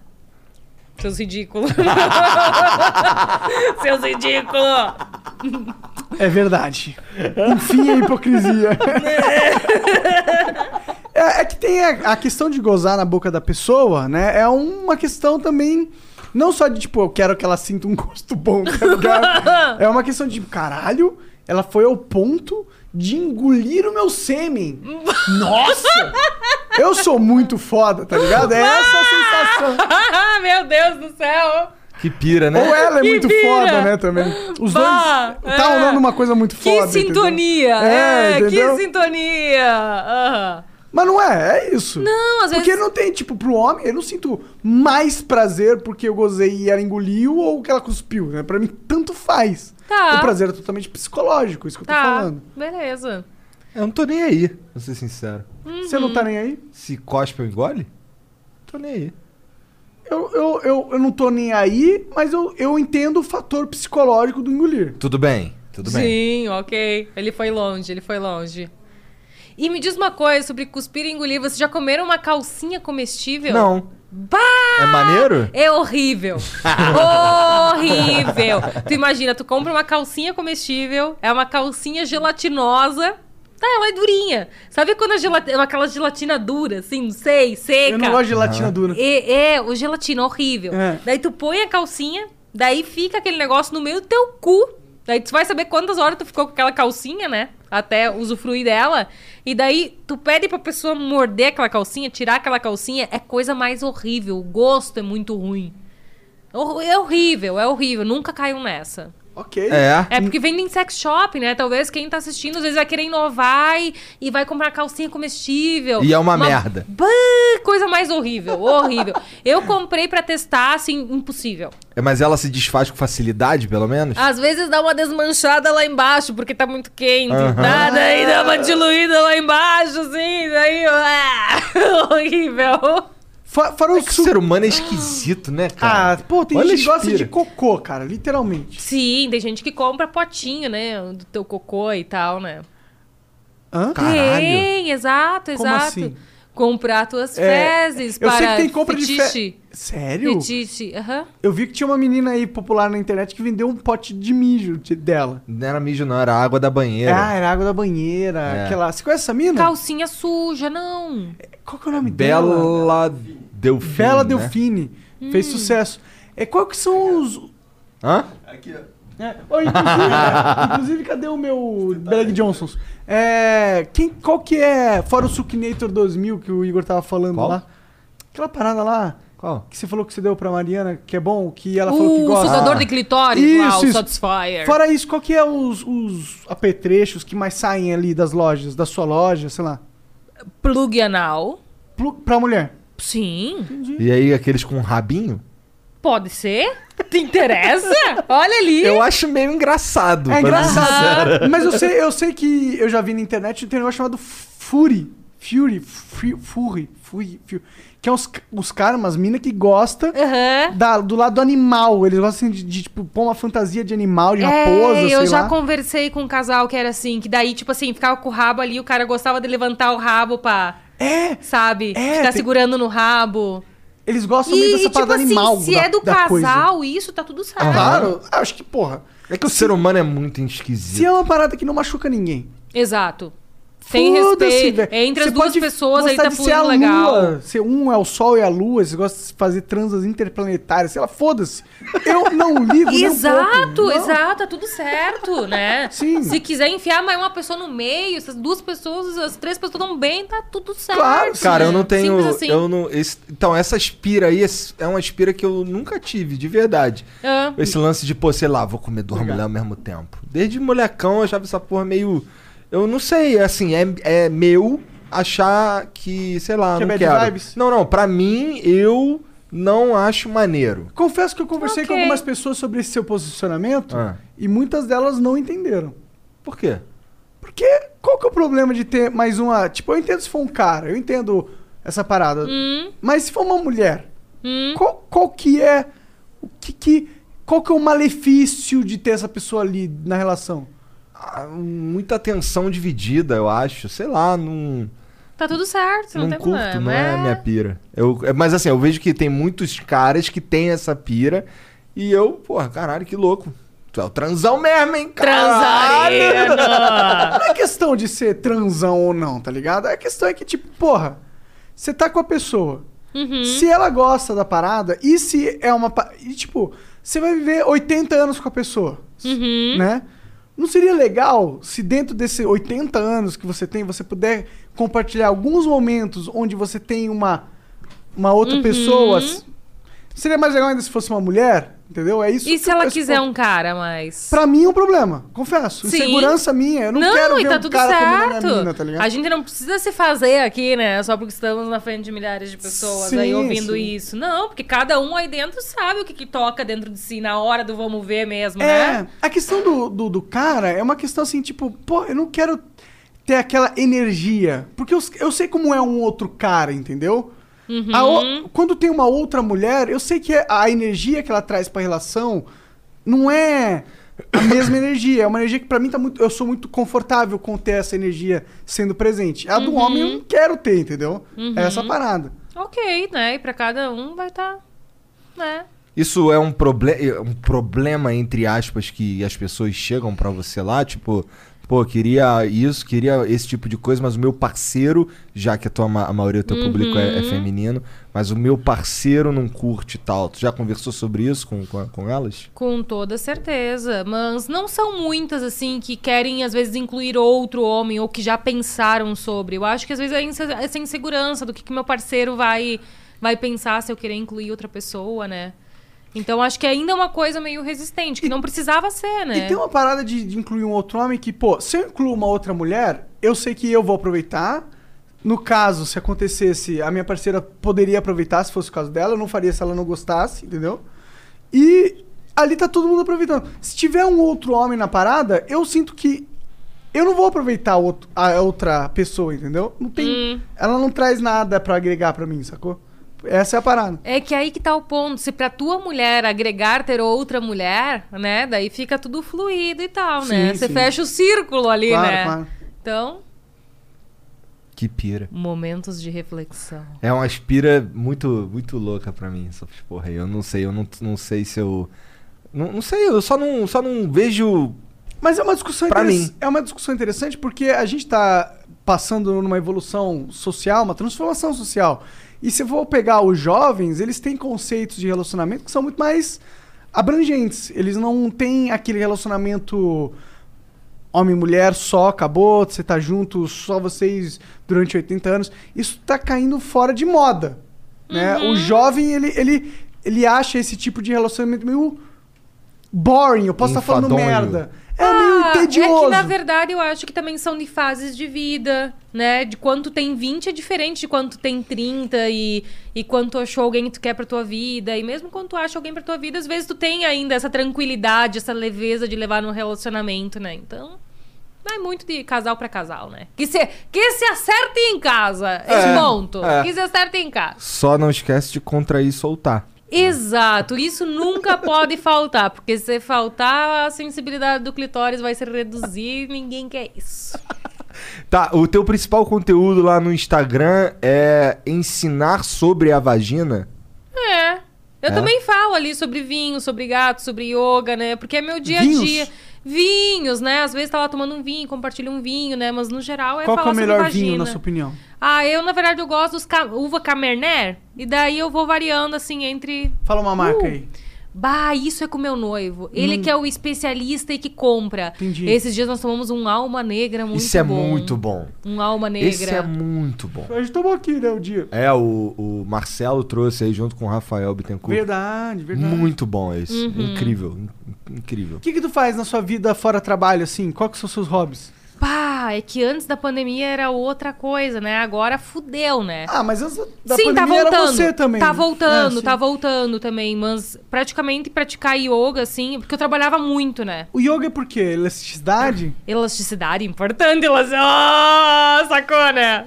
Speaker 3: Seus ridículos. Seus ridículos.
Speaker 1: É verdade. Enfim, a hipocrisia. É, é que tem a, a questão de gozar na boca da pessoa, né? É uma questão também. Não só de tipo, eu quero que ela sinta um gosto bom. quero que ela- é uma questão de caralho, ela foi ao ponto de engolir o meu sêmen. Nossa! Eu sou muito foda, tá ligado? É essa a sensação.
Speaker 3: Ah, meu Deus do céu!
Speaker 2: Que pira, né?
Speaker 1: Ou ela é
Speaker 3: Que
Speaker 1: muito
Speaker 3: vira.
Speaker 1: foda, né, também. Os
Speaker 3: Bah,
Speaker 1: dois. Tá
Speaker 3: é.
Speaker 1: rolando uma coisa muito
Speaker 3: Que
Speaker 1: foda. entendeu?
Speaker 3: sintonia!
Speaker 1: É,
Speaker 3: É,
Speaker 1: entendeu?
Speaker 3: que sintonia! Aham.
Speaker 1: Mas não é, é isso.
Speaker 3: Não, às
Speaker 1: Porque
Speaker 3: vezes-
Speaker 1: não tem, tipo, pro homem, eu não sinto mais prazer porque eu gozei e ela engoliu ou que ela cuspiu, né? Pra mim, tanto faz.
Speaker 3: Tá.
Speaker 1: O prazer é totalmente psicológico, isso que eu tô
Speaker 3: Tá,
Speaker 1: falando.
Speaker 3: beleza.
Speaker 2: Eu não tô nem aí, pra ser sincero.
Speaker 1: Você
Speaker 3: Uhum.
Speaker 1: não tá nem aí?
Speaker 2: Se cospe eu engole? Tô nem aí.
Speaker 1: Eu, eu, eu, eu não tô nem aí, mas eu, eu entendo o fator psicológico do engolir.
Speaker 2: Tudo bem, tudo bem.
Speaker 3: Sim, ok. Ele foi longe, ele foi longe. E me diz uma coisa sobre cuspir e engolir. Vocês já comeram uma calcinha comestível?
Speaker 2: Não.
Speaker 3: Bah!
Speaker 2: É maneiro?
Speaker 3: É horrível. horrível. Tu imagina, tu compra uma calcinha comestível, é uma calcinha gelatinosa. Tá, ela é durinha. Sabe quando a gelatina, aquela gelatina dura, assim, não sei, seca?
Speaker 1: Eu não gosto de latina dura.
Speaker 3: É, é, o gelatina, horrível.
Speaker 1: né? É.
Speaker 3: Daí tu põe a calcinha, daí fica aquele negócio no meio do teu cu. Daí tu vai saber quantas horas tu ficou com aquela calcinha, né? Até usufruir dela. E daí tu pede pra pessoa morder aquela calcinha, tirar aquela calcinha, é coisa mais horrível. O gosto é muito ruim. Hor- É horrível, é horrível. Nunca caiu nessa.
Speaker 1: Ok.
Speaker 2: É.
Speaker 3: É porque vende em sex shop, né? Talvez quem tá assistindo às vezes vai querer inovar e, e vai comprar calcinha comestível.
Speaker 2: E é uma merda.
Speaker 3: Bah, coisa mais horrível, horrível. Eu comprei pra testar, assim, impossível.
Speaker 2: É, Mas ela se desfaz com facilidade, pelo menos?
Speaker 1: Ah,
Speaker 3: Às vezes dá uma desmanchada lá embaixo, porque tá muito quente.
Speaker 2: Aham.
Speaker 3: Tá? Daí dá uma diluída lá embaixo, assim. Daí, ah, horrível.
Speaker 1: Fa- Fora o
Speaker 2: É que
Speaker 1: su-
Speaker 2: o ser humano é esquisito, né,
Speaker 1: Ah,
Speaker 2: cara?
Speaker 1: pô, tem
Speaker 2: Olha
Speaker 1: gente que
Speaker 2: a
Speaker 1: gosta de
Speaker 2: espira.
Speaker 1: cocô, cara, literalmente.
Speaker 3: Sim, tem gente que compra potinho, né? Do teu cocô e tal, né?
Speaker 1: Hã?
Speaker 2: Caralho.
Speaker 3: Tem, exato,
Speaker 1: Como
Speaker 3: exato.
Speaker 1: assim?
Speaker 3: Comprar tuas
Speaker 1: É,
Speaker 3: fezes
Speaker 1: eu
Speaker 3: para
Speaker 1: sei que tem compra de
Speaker 3: fetiche.
Speaker 1: fe... Sério?
Speaker 3: Fetiche, aham.
Speaker 1: Eu vi que tinha uma menina aí popular na internet que vendeu um pote de mijo de- dela.
Speaker 2: Não era mijo, não, era É. água da
Speaker 1: Ah,
Speaker 2: banheira.
Speaker 1: era água da banheira. Aquela... Você conhece essa mina?
Speaker 3: Calcinha suja, não.
Speaker 1: Qual que é o nome dela?
Speaker 2: Bela Delfim.
Speaker 1: Bela
Speaker 2: né?
Speaker 1: Delfine. Fez sucesso. É, qual que são os...
Speaker 2: Hã?
Speaker 1: É, ô, inclusive, inclusive, cadê o meu
Speaker 2: tá
Speaker 1: Greg Johnsons? É, quem, qual que é, fora o Sukinator 2000 que o Igor tava falando
Speaker 2: Qual?
Speaker 1: lá? Aquela parada lá...
Speaker 2: Qual?
Speaker 1: que você falou que você deu pra Mariana, que é bom, que ela falou que
Speaker 3: o
Speaker 1: gosta.
Speaker 3: susador
Speaker 2: Ah.
Speaker 3: de clitóris lá,
Speaker 1: Isso,
Speaker 3: o
Speaker 1: isso.
Speaker 3: Satisfyer.
Speaker 1: Fora isso, qual que é os, os apetrechos que mais saem ali das lojas, da sua loja, sei lá?
Speaker 3: Plug anal.
Speaker 1: Plu- Pra mulher.
Speaker 3: Sim,
Speaker 2: E aí, aqueles com um rabinho?
Speaker 3: pode ser. Te interessa? Olha ali.
Speaker 2: Eu acho meio engraçado.
Speaker 1: É
Speaker 2: pra
Speaker 1: engraçado. Mas eu sei, eu sei que eu já vi na internet, tem um negócio chamado Fury. Fury, Fury, Fury, Fury, Fury. Que é uns, uns caras, umas minas que gosta
Speaker 3: Aham.
Speaker 1: da- do lado animal. Eles gostam de, de, tipo, pôr uma fantasia de animal, de raposa,
Speaker 3: É,
Speaker 1: sei
Speaker 3: eu já
Speaker 1: lá.
Speaker 3: conversei com um casal que era assim, que daí, tipo assim, ficava com o rabo ali, o cara gostava de levantar o rabo pra,
Speaker 1: É,
Speaker 3: sabe?
Speaker 1: É,
Speaker 3: Ficar
Speaker 1: tem-
Speaker 3: segurando no rabo.
Speaker 1: eles gostam
Speaker 3: E,
Speaker 1: meio
Speaker 3: e,
Speaker 1: dessa
Speaker 3: tipo
Speaker 1: parada
Speaker 3: assim,
Speaker 1: animal.
Speaker 3: se
Speaker 1: da-
Speaker 3: é do
Speaker 1: da coisa.
Speaker 3: casal, isso tá tudo certo.
Speaker 1: Claro, acho que, porra.
Speaker 2: É que o ser humano é muito
Speaker 1: Se
Speaker 2: esquisito.
Speaker 1: é uma parada que não machuca ninguém.
Speaker 3: Exato. Tem respeito. Entre as duas pessoas
Speaker 1: aí
Speaker 3: ele tá
Speaker 1: a
Speaker 3: fluindo legal.
Speaker 1: Lua. Se um é o Sol e a Lua, vocês gostam de fazer transas interplanetárias, sei lá, foda-se. Eu não ligo nem um pouco,
Speaker 3: Exato,
Speaker 1: não.
Speaker 3: exato, tá tudo certo, né?
Speaker 1: Sim.
Speaker 3: Se quiser enfiar mais uma pessoa no meio, essas duas pessoas, as três pessoas estão bem, tá tudo certo.
Speaker 1: Claro,
Speaker 2: Cara, eu não
Speaker 3: Simples
Speaker 2: tenho.
Speaker 3: assim.
Speaker 2: Eu não, esse- então, essa aspira aí esse- é uma aspira que eu nunca tive, de verdade.
Speaker 3: Ah,
Speaker 2: Esse lance de, pô, sei lá, vou comer duas mulheres ao mesmo tempo. Desde molecão eu achava essa porra meio. Eu não sei, assim, é, é meu achar que, sei lá,
Speaker 1: Que é
Speaker 2: não
Speaker 1: bad
Speaker 2: quero.
Speaker 1: vibes?
Speaker 2: Não, não, pra mim, eu não acho maneiro.
Speaker 1: Confesso que eu conversei com
Speaker 3: Ok.
Speaker 1: algumas pessoas sobre esse seu posicionamento
Speaker 2: Ah.
Speaker 1: e muitas delas não entenderam.
Speaker 2: Por quê?
Speaker 1: Porque qual que é o problema de ter mais uma. Tipo, eu entendo se for um cara, eu entendo essa parada.
Speaker 3: hum,
Speaker 1: Mas se for uma mulher,
Speaker 3: hum.
Speaker 1: Qual, qual que é. O que, que. Qual que é o malefício de ter essa pessoa ali na relação?
Speaker 2: Ah, muita atenção dividida, eu acho. Sei lá, não.
Speaker 3: Tá tudo certo, não,
Speaker 2: Não,
Speaker 3: tem
Speaker 2: curto,
Speaker 3: problema.
Speaker 2: não é,
Speaker 1: né?
Speaker 2: minha pira. Eu, é, mas assim, eu vejo que tem muitos caras que têm essa pira. E eu, porra, caralho, que louco. Tu é o transão mesmo, hein?
Speaker 3: Transarena!
Speaker 1: Não é questão de ser transão ou não, tá ligado? A questão é que, tipo, porra, você tá com a pessoa.
Speaker 3: Hum. Uhum.
Speaker 1: Se ela gosta da parada, e se é uma. pa- E, tipo, você vai viver 80 anos com a pessoa,
Speaker 3: Uhum.
Speaker 1: né? Não seria legal se dentro desses 80 anos que você tem, você puder compartilhar alguns momentos onde você tem uma, uma outra
Speaker 3: Uhum.
Speaker 1: pessoa? Seria mais legal ainda se fosse uma mulher, entendeu? É isso
Speaker 3: E
Speaker 1: que
Speaker 3: se
Speaker 1: eu-
Speaker 3: ela
Speaker 1: esse
Speaker 3: quiser
Speaker 1: ponto.
Speaker 3: um cara, mas.
Speaker 1: Pra mim é um problema, confesso.
Speaker 3: Sim.
Speaker 1: Insegurança minha. Eu não,
Speaker 3: não,
Speaker 1: quero
Speaker 3: e
Speaker 1: ver
Speaker 3: tá
Speaker 1: um
Speaker 3: tudo
Speaker 1: cara comendo
Speaker 3: certo.
Speaker 1: minha mina, tá ligado?
Speaker 3: a gente não precisa se fazer aqui, né? Só porque estamos na frente de milhares de pessoas
Speaker 1: Sim,
Speaker 3: aí ouvindo
Speaker 1: sim.
Speaker 3: isso. Não, porque cada um aí dentro sabe o que, que toca dentro de si na hora do vamos ver mesmo,
Speaker 1: É,
Speaker 3: né?
Speaker 1: a questão do, do, do cara é uma questão assim, tipo, pô, eu não quero ter aquela energia. Porque eu, eu sei como é um outro cara, entendeu? A
Speaker 3: Uhum.
Speaker 1: o- quando tem uma outra mulher, eu sei que a energia que ela traz pra relação não é a mesma energia. É uma energia que pra mim tá muito. Eu sou muito confortável com ter essa energia sendo presente.
Speaker 3: Uhum.
Speaker 1: A do homem eu não quero ter, entendeu? É essa parada.
Speaker 3: Ok, né? E pra cada um vai estar. né?
Speaker 2: Isso é um, proble um problema, entre aspas, que as pessoas chegam pra você lá, tipo, pô, queria isso, queria esse tipo de coisa, mas o meu parceiro, já que a, tua, ma- a maioria do teu público é, é feminino, mas o meu parceiro não curte e tal. Tu já conversou sobre isso com, com, com elas?
Speaker 3: Com toda certeza. Mas não são muitas, assim, que querem, às vezes, incluir outro homem ou que já pensaram sobre. Eu acho que, às vezes, é inse- essa insegurança do que, que meu parceiro vai, vai pensar se eu querer incluir outra pessoa, né? Então, acho que ainda é uma coisa meio resistente, que não precisava ser, né?
Speaker 1: E tem uma parada de, de incluir um outro homem que, pô, se eu incluo uma outra mulher, eu sei que eu vou aproveitar. No caso, se acontecesse, a minha parceira poderia aproveitar se fosse o caso dela, eu não faria se ela não gostasse, entendeu? E ali tá todo mundo aproveitando. Se tiver um outro homem na parada, eu sinto que eu não vou aproveitar o outro- a outra pessoa, entendeu? Não tem, Ela não traz nada pra agregar pra mim, sacou? Essa é a parada.
Speaker 3: É que aí que tá o ponto. Se pra tua mulher agregar ter outra mulher, né? Daí fica tudo fluido e tal, né?
Speaker 1: Sim,
Speaker 3: Você
Speaker 1: sim.
Speaker 3: fecha o círculo ali,
Speaker 1: Claro,
Speaker 3: né?
Speaker 1: claro.
Speaker 3: Então,
Speaker 2: Que pira.
Speaker 3: momentos de reflexão.
Speaker 2: É uma aspira muito, muito louca pra mim, essa porra aí. Eu não sei, eu não, não sei se eu. Não, não sei, eu só não, só não vejo.
Speaker 1: Mas é uma discussão
Speaker 2: Pra
Speaker 1: interess-
Speaker 2: mim.
Speaker 1: é uma discussão interessante porque a gente tá passando numa evolução social, uma transformação social. E se eu for pegar os jovens, eles têm conceitos de relacionamento que são muito mais abrangentes. Eles não têm aquele relacionamento homem e mulher só, acabou, você tá junto, só vocês durante 80 anos. Isso tá caindo fora de moda. Né? O jovem, ele, ele, ele acha esse tipo de relacionamento meio boring, eu posso estar falando
Speaker 2: Enfadonho.
Speaker 1: merda. É meio
Speaker 3: É
Speaker 1: tedioso.
Speaker 3: que, na verdade, eu acho que também são de fases de vida, né? De quanto tem 20 é diferente de quanto tem 30 e, e quanto achou alguém que tu quer pra tua vida. E mesmo quando tu acha alguém pra tua vida, às vezes tu tem ainda essa tranquilidade, essa leveza de levar num relacionamento, né? Então, vai muito de casal pra casal, né? Que se, que se acerte em casa, esse ponto.
Speaker 2: é.
Speaker 3: Que se acerte em casa.
Speaker 2: Só não esquece de contrair e soltar.
Speaker 3: Exato, isso nunca pode faltar, porque se faltar, a sensibilidade do clitóris vai se reduzir e ninguém quer isso.
Speaker 2: Tá, o teu principal conteúdo lá no Instagram é ensinar sobre a vagina?
Speaker 3: É.
Speaker 2: É?
Speaker 3: Eu também falo ali sobre vinho, sobre gato, sobre yoga, né? Porque é meu dia a dia.
Speaker 1: Vinhos?
Speaker 3: Vinhos, né? Às vezes tá lá tomando um vinho, compartilha um vinho, né? Mas no geral é
Speaker 1: Qual que é
Speaker 3: falar
Speaker 1: o
Speaker 3: sobre
Speaker 1: melhor
Speaker 3: vagina.
Speaker 1: vinho, na sua opinião?
Speaker 3: Ah, eu na verdade eu gosto dos ca- uva Camerner, e daí eu vou variando assim entre
Speaker 1: Fala uma marca
Speaker 3: Uh,
Speaker 1: aí.
Speaker 3: Bah, isso é com o meu noivo. Ele que é o especialista e que compra.
Speaker 1: Hum. Entendi.
Speaker 3: Esses dias nós tomamos um alma negra muito
Speaker 2: Isso é
Speaker 3: bom.
Speaker 2: muito bom.
Speaker 3: Um alma negra.
Speaker 2: Esse é muito bom.
Speaker 1: A gente tomou aqui, né, o dia.
Speaker 2: É, o, o Marcelo trouxe aí junto com o Rafael Bittencourt.
Speaker 1: Verdade, verdade.
Speaker 2: Muito bom esse.
Speaker 3: Uhum.
Speaker 2: Incrível. in- Incrível.
Speaker 1: O que que tu faz na sua vida fora trabalho, assim? Qual que são os seus hobbies?
Speaker 3: Pá, é que antes da pandemia era outra coisa, né? Agora fudeu, né?
Speaker 1: Ah, mas antes da
Speaker 3: Sim, tá
Speaker 1: pandemia
Speaker 3: voltando.
Speaker 1: era você também.
Speaker 3: Tá voltando,
Speaker 1: É, sim.
Speaker 3: tá voltando também. Mas praticamente praticar yoga, assim, porque eu trabalhava muito, né?
Speaker 1: O yoga é por quê? Elasticidade?
Speaker 3: Elasticidade, importante, elasticidade. Ah, sacou, né?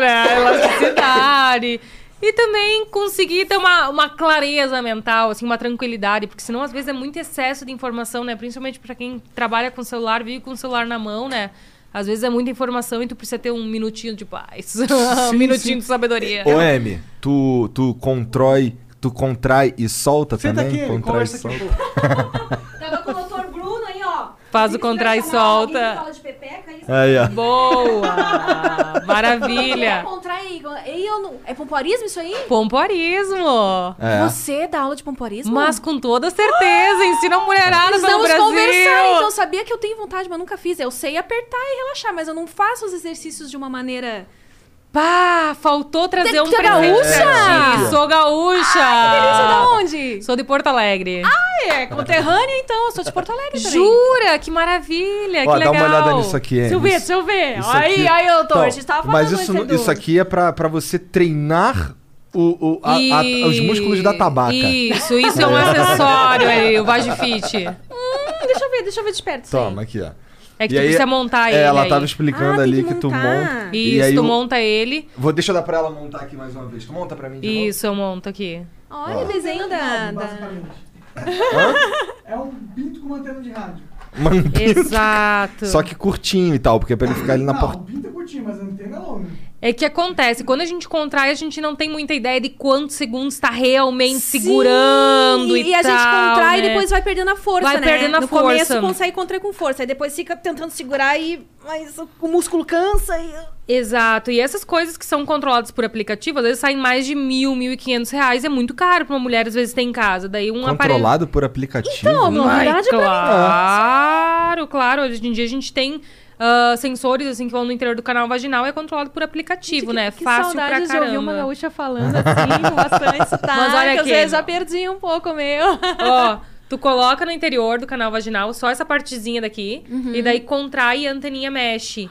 Speaker 3: né? Elasticidade. E também conseguir ter uma, uma clareza mental, assim, uma tranquilidade, porque senão às vezes é muito excesso de informação, né? Principalmente pra quem trabalha com celular, vive com o celular na mão, né? Às vezes é muita informação e tu precisa ter um minutinho de paz. um
Speaker 1: Sim,
Speaker 3: minutinho
Speaker 1: sim.
Speaker 3: de sabedoria.
Speaker 2: Ô, M, tu, tu contrói. Tu contrai e solta
Speaker 1: Senta
Speaker 2: também?
Speaker 1: aqui,
Speaker 2: Contrai e
Speaker 1: conversa
Speaker 2: solta.
Speaker 1: aqui. pô.
Speaker 3: Tava com o Dr. Bruno Faz o contrai e solta.
Speaker 5: Fala de pepeca, é isso. Então,
Speaker 2: Aí, ó.
Speaker 3: Boa!
Speaker 5: É
Speaker 3: Maravilha!
Speaker 5: contrair. E eu não... É pompoarismo isso aí?
Speaker 3: Pompoarismo!
Speaker 2: É.
Speaker 5: Você dá aula de pompoarismo?
Speaker 3: Mas com toda certeza, ensina a mulherada pelo
Speaker 5: Precisamos conversar, então
Speaker 3: Brasil!
Speaker 5: eu sabia que eu tenho vontade, mas nunca fiz. Eu sei apertar e relaxar, mas eu não faço os exercícios de uma maneira.
Speaker 3: Pá, faltou trazer
Speaker 5: Tem
Speaker 3: um
Speaker 5: que ser
Speaker 3: presente.
Speaker 5: gaúcha! Ah,
Speaker 3: Sim, Sou gaúcha!
Speaker 5: Delícia, da onde?
Speaker 3: Sou de Porto Alegre.
Speaker 5: Ah, é conterrânea, então. Eu sou de Porto Alegre também.
Speaker 3: Jura? Que maravilha!
Speaker 2: Ó,
Speaker 3: que
Speaker 2: dá
Speaker 3: legal!
Speaker 2: uma olhada nisso aqui, hein?
Speaker 3: Deixa eu ver,
Speaker 2: Isso-
Speaker 3: deixa eu ver.
Speaker 2: Isso
Speaker 3: É, Aí,
Speaker 2: aqui-
Speaker 3: aí, eu tô.
Speaker 2: Então,
Speaker 5: a gente tava falando
Speaker 2: Mas isso,
Speaker 5: antes,
Speaker 2: não-
Speaker 5: Edu.
Speaker 2: isso aqui é pra, pra você treinar o, o- a- a- os músculos da tabaca.
Speaker 3: Isso, isso é um acessório aí, o Vagifit.
Speaker 5: Hum, deixa eu ver, deixa eu ver de perto. isso aí.
Speaker 2: Toma, aqui, ó.
Speaker 3: É que
Speaker 2: E
Speaker 3: tu
Speaker 2: aí,
Speaker 3: precisa montar
Speaker 2: é,
Speaker 3: ele.
Speaker 2: ela
Speaker 3: aí.
Speaker 2: tava explicando
Speaker 5: Ah,
Speaker 2: ali
Speaker 5: tem que
Speaker 2: que tu
Speaker 5: montar.
Speaker 2: monta. e
Speaker 3: Isso,
Speaker 2: aí
Speaker 3: tu
Speaker 2: o-
Speaker 3: monta ele.
Speaker 2: Vou, deixa eu dar pra ela montar aqui mais uma vez. Tu monta pra mim de novo?
Speaker 3: Isso, eu monto aqui.
Speaker 5: Olha o desenho da. da...
Speaker 1: É um pinto com uma antena de rádio.
Speaker 2: Mano,
Speaker 3: Exato.
Speaker 2: Só que curtinho e tal, porque é pra ele ficar ali na porta.
Speaker 1: o pinto é curtinho, mas a antena é longa.
Speaker 3: É que acontece, quando a gente contrai, a gente não tem muita ideia de quantos segundos está realmente segurando e,
Speaker 5: a gente
Speaker 3: tal,
Speaker 5: contrai
Speaker 3: né?
Speaker 5: e depois vai perdendo a força,
Speaker 3: Vai
Speaker 5: né?
Speaker 3: perdendo a
Speaker 5: no
Speaker 3: força.
Speaker 5: começo consegue contrair com força, aí depois fica tentando segurar e mas o músculo cansa e
Speaker 3: Exato. E essas coisas que são controladas por aplicativo, às vezes saem mais de mil, mil e quinhentos reais. É muito caro pra uma mulher, às vezes, ter em casa. Daí um aparelho...
Speaker 2: Controlado por aplicativo. né?
Speaker 5: Então,
Speaker 3: Mas,
Speaker 5: novidade pra mim.
Speaker 3: Claro, claro. Hoje em dia a gente tem ah, sensores assim que vão no interior do canal vaginal e é controlado por aplicativo, né?
Speaker 5: que
Speaker 3: Fácil pra
Speaker 5: saudades de
Speaker 3: caramba.
Speaker 5: ouvir uma gaúcha falando assim, com bastante sotaque.
Speaker 3: Mas olha
Speaker 5: que Às
Speaker 3: aqui.
Speaker 5: vezes já perdi um pouco meu.
Speaker 3: Ó, tu coloca no interior do canal vaginal só essa partezinha daqui
Speaker 5: Uhum.
Speaker 3: e daí contrai e a anteninha mexe.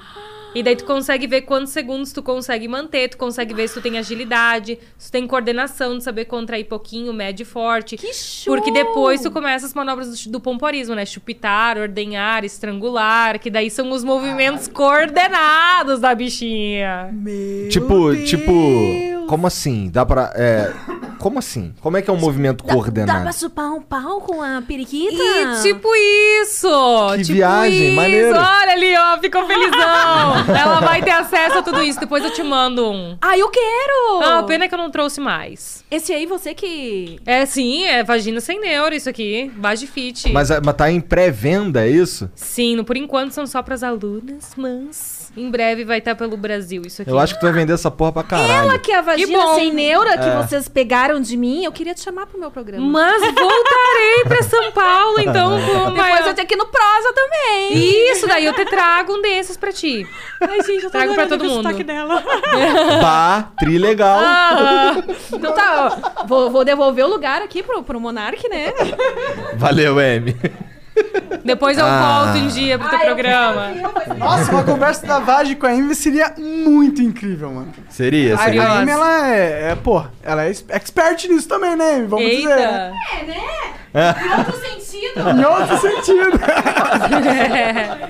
Speaker 3: E daí tu consegue ver quantos segundos tu consegue manter, tu consegue ver se tu tem agilidade, se tu tem coordenação de saber contrair pouquinho, médio e forte.
Speaker 5: Que show!
Speaker 3: Porque depois tu começa as manobras do, ch- do pompoarismo, né? Chupitar, ordenhar, estrangular, que daí são os
Speaker 5: Ah.
Speaker 3: movimentos coordenados da bichinha.
Speaker 1: Meu
Speaker 2: Tipo,
Speaker 1: Deus.
Speaker 2: tipo. Como assim? Dá pra. É, como assim? Como é que é um movimento
Speaker 5: Dá
Speaker 2: coordenado?
Speaker 5: pra chupar um pau com a periquita?
Speaker 3: E tipo isso!
Speaker 2: Que
Speaker 3: tipo
Speaker 2: viagem,
Speaker 3: isso.
Speaker 2: maneiro.
Speaker 3: Olha ali, ó, ficou felizão! Ela vai ter acesso a tudo isso, depois eu te mando um.
Speaker 5: Ah, eu quero!
Speaker 3: Ah, pena que eu não trouxe mais.
Speaker 5: Esse aí você que...
Speaker 3: É sim, é vagina sem neuro isso aqui, Vagifit.
Speaker 2: Mas, a- mas tá em pré-venda, é isso?
Speaker 3: Sim, no- por enquanto são só pras alunas, mas em breve vai estar pelo Brasil isso aqui.
Speaker 2: Eu acho que tu vai vender essa porra pra caralho.
Speaker 5: Ela que é a vagina
Speaker 3: bom.
Speaker 5: sem neura que vocês pegaram de mim, eu queria te chamar pro meu programa.
Speaker 3: Mas voltarei pra São Paulo, então, com
Speaker 5: Depois
Speaker 3: maior-
Speaker 5: eu tenho aqui no Prosa também.
Speaker 3: Isso, daí eu te trago um desses pra ti.
Speaker 5: Ai, gente, eu
Speaker 3: Trago pra
Speaker 5: adorando
Speaker 3: todo
Speaker 5: ver o
Speaker 3: mundo.
Speaker 5: sotaque dela.
Speaker 3: é
Speaker 2: Pá, trilegal.
Speaker 3: Ah.
Speaker 5: Então tá, ó, vou, vou devolver o lugar aqui pro, pro Monark, né?
Speaker 2: Valeu, M.
Speaker 3: Depois eu
Speaker 2: Ah.
Speaker 3: volto um dia pro teu programa.
Speaker 1: Nossa, uma conversa da Vage com a Amy seria muito incrível, mano.
Speaker 2: Seria,
Speaker 1: A,
Speaker 2: seria.
Speaker 1: a
Speaker 3: Curiosa.
Speaker 1: Amy, ela é, é, pô, ela é ex- expert nisso também, né, Amy? Vamos dizer. né?
Speaker 3: Eita!
Speaker 1: Em outro sentido. né?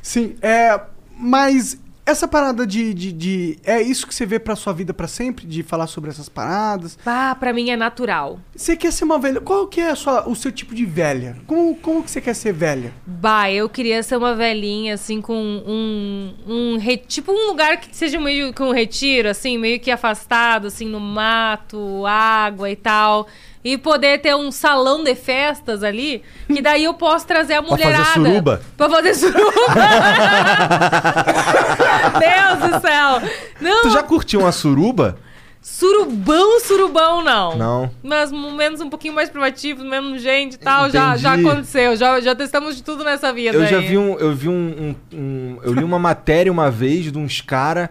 Speaker 1: Sim, é. Mas essa parada de, de, de- É isso que você vê pra sua vida pra sempre? De falar sobre essas paradas?
Speaker 3: Bah, pra mim é natural.
Speaker 1: Você quer ser uma velha. Qual que é a sua, o seu tipo de velha? Como, como que você quer ser velha?
Speaker 3: Bah, eu queria ser uma velhinha, assim, com um. um re- Tipo um lugar que seja meio com um retiro, assim, meio que afastado, assim, no mato, água e tal. E poder ter um salão de festas ali, que daí eu posso trazer a
Speaker 2: Pra fazer
Speaker 3: mulherada.
Speaker 2: suruba?
Speaker 3: Pra fazer suruba. Deus do céu! Não,
Speaker 2: Tu já curtiu uma suruba?
Speaker 3: surubão, surubão, não.
Speaker 2: Não.
Speaker 3: Mas menos um pouquinho mais privativo, menos gente e tal, já,
Speaker 2: Entendi.
Speaker 3: já aconteceu. Já, já testamos de tudo nessa vida.
Speaker 2: Eu já
Speaker 3: aí.
Speaker 2: vi um. Eu vi um, um- um- eu li uma matéria uma vez de uns cara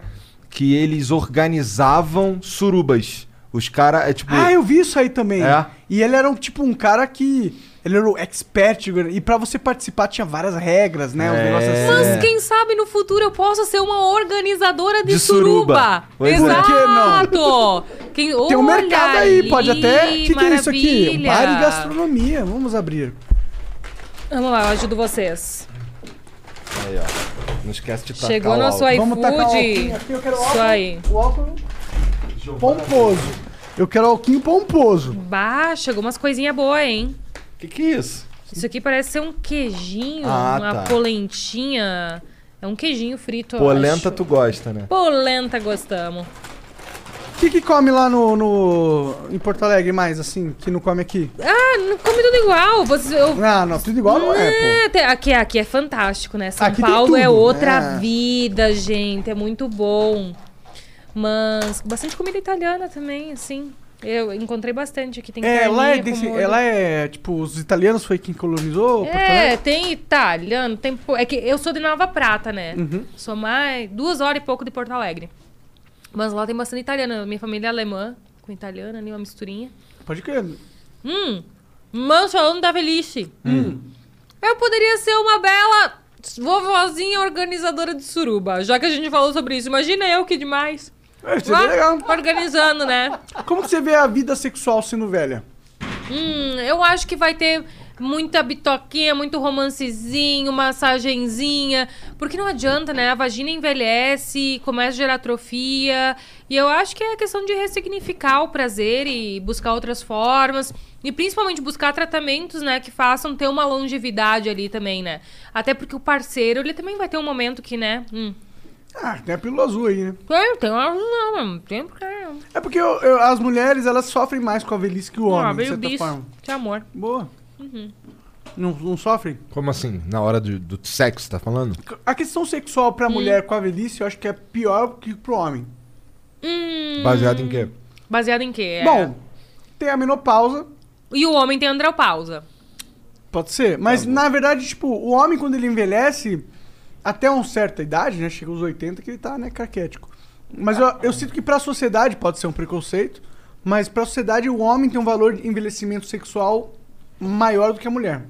Speaker 2: que eles organizavam surubas. Os cara é tipo.
Speaker 1: Ah, eu vi isso aí também.
Speaker 2: É?
Speaker 1: E ele era um tipo um cara que. Ele era o expert. E pra você participar tinha várias regras, né? Um
Speaker 2: É.
Speaker 1: negócio
Speaker 3: Mas
Speaker 2: É.
Speaker 3: quem sabe no futuro eu possa ser uma organizadora de,
Speaker 2: De suruba.
Speaker 3: suruba.
Speaker 2: Pois é.
Speaker 3: Exato.
Speaker 1: Por que
Speaker 3: Quem,
Speaker 1: Tem um
Speaker 3: Olha
Speaker 1: mercado aí,
Speaker 3: ali,
Speaker 1: pode até. O que, que é isso aqui? Um bar
Speaker 3: maravilha.
Speaker 1: e gastronomia. Vamos abrir.
Speaker 3: Vamos lá, eu ajudo vocês.
Speaker 2: Aí, ó. Não esquece de tacar
Speaker 3: Chegou
Speaker 2: o
Speaker 3: nosso
Speaker 2: álcool.
Speaker 1: Vamos tacar o
Speaker 3: iFood.
Speaker 1: alquinho aqui. Eu quero
Speaker 3: Isso
Speaker 1: álcool.
Speaker 3: aí.
Speaker 1: O álcool
Speaker 2: é?
Speaker 1: pomposo. Eu quero alquinho pomposo.
Speaker 3: Bah, chegou umas coisinhas boas, hein?
Speaker 2: Que que é isso?
Speaker 3: Isso aqui parece ser um queijinho,
Speaker 2: Ah,
Speaker 3: uma
Speaker 2: tá.
Speaker 3: polentinha. É um queijinho frito, eu
Speaker 2: Polenta
Speaker 3: acho.
Speaker 2: tu gosta, né?
Speaker 3: Polenta gostamos.
Speaker 1: que, que come lá no, no- em Porto Alegre mais, assim, que não come aqui?
Speaker 3: Ah, não come tudo igual. Você, eu-
Speaker 1: Ah, não, tudo igual não é, pô.
Speaker 3: É, tem- aqui, aqui é fantástico, né? São
Speaker 1: Aqui tem
Speaker 3: Paulo é
Speaker 1: tudo,
Speaker 3: outra
Speaker 1: né?
Speaker 3: vida, gente. É muito bom. Mas bastante comida italiana também, assim. Eu encontrei bastante aqui. Tem
Speaker 1: É, lá né? é,
Speaker 3: carninha Hum. com
Speaker 1: desse,
Speaker 3: molho.
Speaker 1: ela é, tipo, os italianos foi quem colonizou Porto
Speaker 3: É,
Speaker 1: Alegre?
Speaker 3: tem italiano, tem... po- É que eu sou de Nova Prata, né?
Speaker 1: Uhum.
Speaker 3: Sou mais... Duas horas e pouco de Porto Alegre. Mas lá tem bastante italiano. Minha família é alemã, com italiana ali, uma misturinha.
Speaker 1: Pode crer.
Speaker 3: Hum, mas falando da velhice. Eu poderia ser uma bela vovozinha organizadora de suruba, já que a gente falou sobre isso. Imagina eu que demais.
Speaker 1: É, isso é
Speaker 3: Lá,
Speaker 1: bem legal.
Speaker 3: Organizando, né?
Speaker 1: Como que você vê a vida sexual sendo velha?
Speaker 3: Hum, eu acho que vai ter muita bitoquinha, muito romancezinho, massagenzinha. Porque não adianta, né? A vagina envelhece, começa a gerar atrofia. E eu acho que é questão de ressignificar o prazer e buscar outras formas. E principalmente buscar tratamentos, né, que façam ter uma longevidade ali também, né? Até porque o parceiro, ele também vai ter um momento que, né? Hum,
Speaker 1: Ah, tem a pílula azul aí, né?
Speaker 3: tem, tem uma. Não, tem porque.
Speaker 1: É porque eu- eu- as mulheres, elas sofrem mais com a velhice que o homem,
Speaker 3: Ah,
Speaker 1: de
Speaker 3: veio o
Speaker 1: certa
Speaker 3: bicho. Uhum.
Speaker 1: forma.
Speaker 3: De amor.
Speaker 1: Boa. Não, não sofrem?
Speaker 2: Como assim? Na hora do, do sexo, tá falando?
Speaker 1: A questão sexual pra mulher com a velhice, eu acho que é pior que pro homem.
Speaker 3: Hum,
Speaker 2: Baseado em quê?
Speaker 3: baseado em quê? É.
Speaker 1: Bom, tem a menopausa,
Speaker 3: E o homem tem andropausa.
Speaker 1: pode ser. Mas, na verdade, tipo, o homem, quando ele envelhece, até uma certa idade, né? Chega aos 80, que ele tá, né, caquético. Mas eu, eu sinto que pra sociedade pode ser um preconceito, mas pra sociedade o homem tem um valor de envelhecimento sexual maior do que a mulher.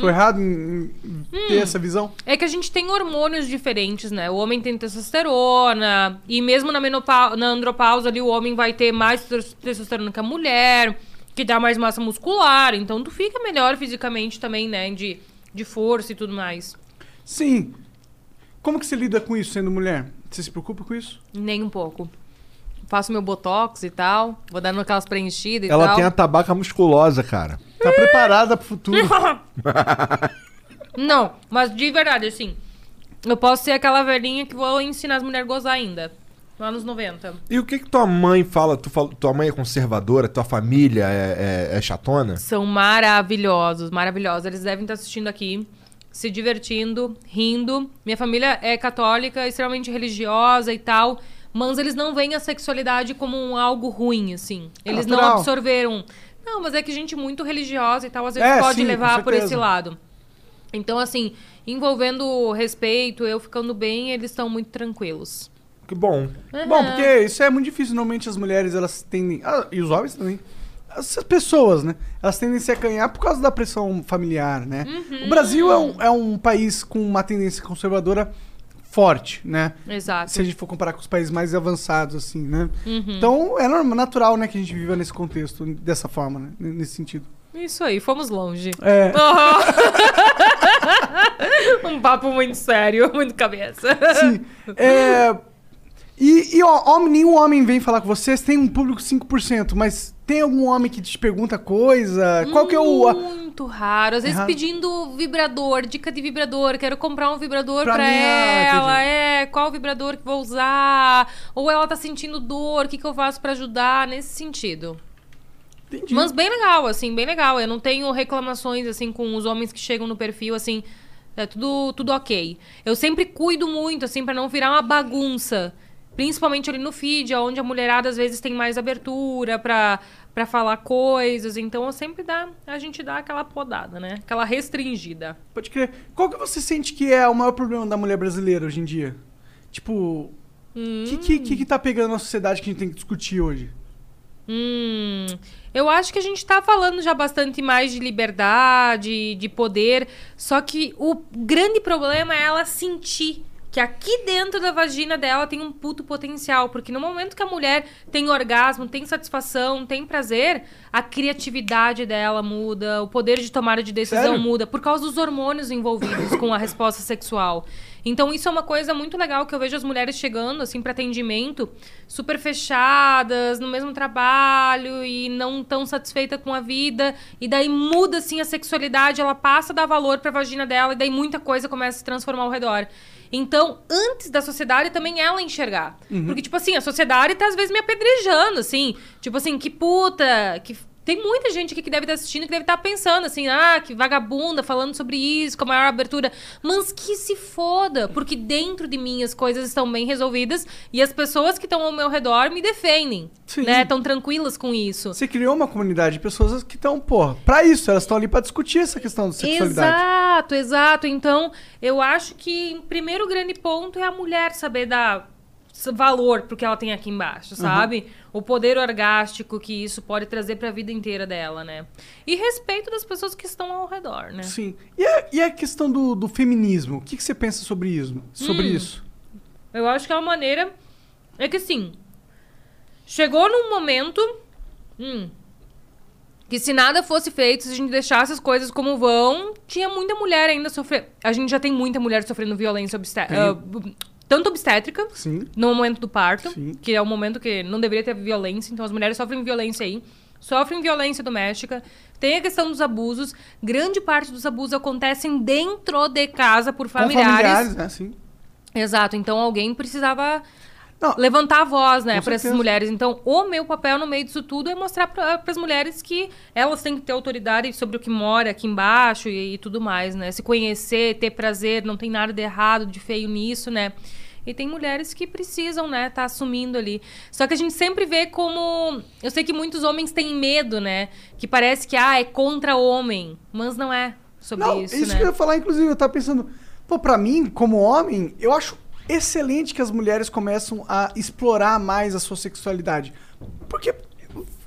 Speaker 1: Tô errado em, em ter essa visão?
Speaker 3: É que a gente tem hormônios diferentes, né? O homem tem testosterona, e mesmo na, menopau- na andropausa ali, o homem vai ter mais tes- testosterona que a mulher, que dá mais massa muscular, então tu fica melhor fisicamente também, né? De, de força e tudo mais.
Speaker 1: Sim. Como que você lida com isso sendo mulher? Você se preocupa com isso?
Speaker 3: Nem um pouco. Faço meu botox e tal, vou dando aquelas preenchidas e
Speaker 2: Ela
Speaker 3: tal.
Speaker 2: tem a tabaca musculosa, cara.
Speaker 1: Tá preparada pro futuro.
Speaker 3: Não, mas de verdade, assim, eu posso ser aquela velhinha que vou ensinar as mulheres a gozar ainda. Lá nos 90.
Speaker 2: E o que que tua mãe fala? Tu fala- tua mãe é conservadora? Tua família é, é- é chatona?
Speaker 3: São maravilhosos, maravilhosos. Eles devem estar assistindo aqui, se divertindo, rindo. Minha família é católica, extremamente religiosa e tal. Mas eles não veem a sexualidade como um algo ruim, assim. Eles não
Speaker 1: natural.
Speaker 3: absorveram. Não, mas é que gente muito religiosa e tal, às vezes
Speaker 1: É,
Speaker 3: pode
Speaker 1: sim,
Speaker 3: levar
Speaker 1: com
Speaker 3: por esse
Speaker 1: certeza.
Speaker 3: lado. Então, assim, envolvendo respeito, eu ficando bem, eles estão muito tranquilos.
Speaker 2: Que bom.
Speaker 1: Bom, porque isso é muito difícil. Normalmente as mulheres, elas tendem... ah, e os homens também. As pessoas, né? Elas tendem a se acanhar por causa da pressão familiar, né? O Brasil é um, é um país com uma tendência conservadora forte, né?
Speaker 3: Exato.
Speaker 1: Se a gente for comparar com os países mais avançados, assim, né? Então, é norma- natural, né, que a gente viva nesse contexto, dessa forma, né? N- Nesse sentido.
Speaker 3: Isso aí, fomos longe.
Speaker 1: É,
Speaker 3: um papo muito sério, muito cabeça.
Speaker 1: Sim. É, e e ó, homem, nenhum homem vem falar com vocês, tem um público 5%, mas tem algum homem que te pergunta coisa? Qual que é o. a-
Speaker 3: Muito raro. Às vezes
Speaker 1: raro?
Speaker 3: pedindo vibrador, dica de vibrador. Quero comprar um vibrador pra,
Speaker 1: Pra mim, ah,
Speaker 3: ela.
Speaker 1: entendi.
Speaker 3: É, qual vibrador que vou usar? Ou ela tá sentindo dor, o que, que eu faço pra ajudar? Nesse sentido.
Speaker 1: Entendi.
Speaker 3: Mas bem legal, assim, bem legal. Eu não tenho reclamações, assim, com os homens que chegam no perfil, assim. É tudo, tudo ok. Eu sempre cuido muito, assim, pra não virar uma bagunça. Principalmente ali no feed, onde a mulherada às vezes tem mais abertura pra, pra falar coisas. Então, eu sempre dá, a gente dá aquela podada, né? Aquela restringida.
Speaker 1: Pode crer. Qual que você sente que é o maior problema da mulher brasileira hoje em dia? Tipo. O que, que, que, que tá pegando na sociedade que a gente tem que discutir hoje?
Speaker 3: Hum, eu acho que a gente tá falando já bastante mais de liberdade, de poder, só que o grande problema é ela sentir que aqui dentro da vagina dela tem um puto potencial, porque no momento que a mulher tem orgasmo, tem satisfação, tem prazer, a criatividade dela muda, o poder de tomada de decisão
Speaker 1: Sério?
Speaker 3: muda, por causa dos hormônios envolvidos com a resposta sexual. Então isso é uma coisa muito legal que eu vejo as mulheres chegando assim para atendimento, super fechadas, no mesmo trabalho e não tão satisfeita com a vida, e daí muda assim a sexualidade, ela passa a dar valor para a vagina dela e daí muita coisa começa a se transformar ao redor. Então, antes da sociedade também é ela enxergar. Porque, tipo assim, a sociedade tá às vezes me apedrejando, assim. Tipo assim, que puta, que. Tem muita gente aqui que deve estar assistindo que deve estar pensando assim, ah, que vagabunda falando sobre isso, com a maior abertura. Mas que se foda, porque dentro de mim as coisas estão bem resolvidas e as pessoas que estão ao meu redor me defendem.
Speaker 1: Sim.
Speaker 3: Né? Estão tranquilas com isso.
Speaker 1: Você criou uma comunidade de pessoas que estão, pô, pra isso, elas estão ali pra discutir essa questão de sexualidade.
Speaker 3: Exato, exato. Então, eu acho que em primeiro grande ponto é a mulher saber dar s- valor pro que ela tem aqui embaixo,
Speaker 1: Uhum.
Speaker 3: sabe? O poder orgástico que isso pode trazer pra vida inteira dela, né? E respeito das pessoas que estão ao redor, né?
Speaker 1: Sim. E a, e a questão do, do feminismo? O que, que você pensa sobre isso? Sobre
Speaker 3: Hum.
Speaker 1: isso?
Speaker 3: Eu acho que é uma maneira. É que assim. Chegou num momento. hum, que se nada fosse feito, se a gente deixasse as coisas como vão, tinha muita mulher ainda sofrendo. A gente já tem muita mulher sofrendo violência obstétrica. tanto obstétrica,
Speaker 1: Sim.
Speaker 3: no momento do parto,
Speaker 1: Sim.
Speaker 3: que é um momento que não deveria ter violência, então as mulheres sofrem violência aí. Sofrem violência doméstica, tem a questão dos abusos. Grande parte dos abusos acontecem dentro de casa por
Speaker 1: Com
Speaker 3: familiares.
Speaker 1: né? Sim.
Speaker 3: Exato, então alguém precisava
Speaker 1: Não.
Speaker 3: levantar a voz, né,
Speaker 1: Com
Speaker 3: para essas
Speaker 1: certeza.
Speaker 3: mulheres. Então, o meu papel no meio disso tudo é mostrar para as mulheres que elas têm que ter autoridade sobre o que mora aqui embaixo e, e tudo mais, né? Se conhecer, ter prazer, não tem nada de errado, de feio nisso, né? E tem mulheres que precisam, né, tá assumindo ali. Só que a gente sempre vê como. Eu sei que muitos homens têm medo, né? Que parece que, ah, é contra homem. Mas não é sobre
Speaker 1: Não,
Speaker 3: isso,
Speaker 1: isso,
Speaker 3: né?
Speaker 1: que eu ia falar, inclusive, eu tava pensando, pô, pra mim, como homem, eu acho excelente que as mulheres começam a explorar mais a sua sexualidade. Porque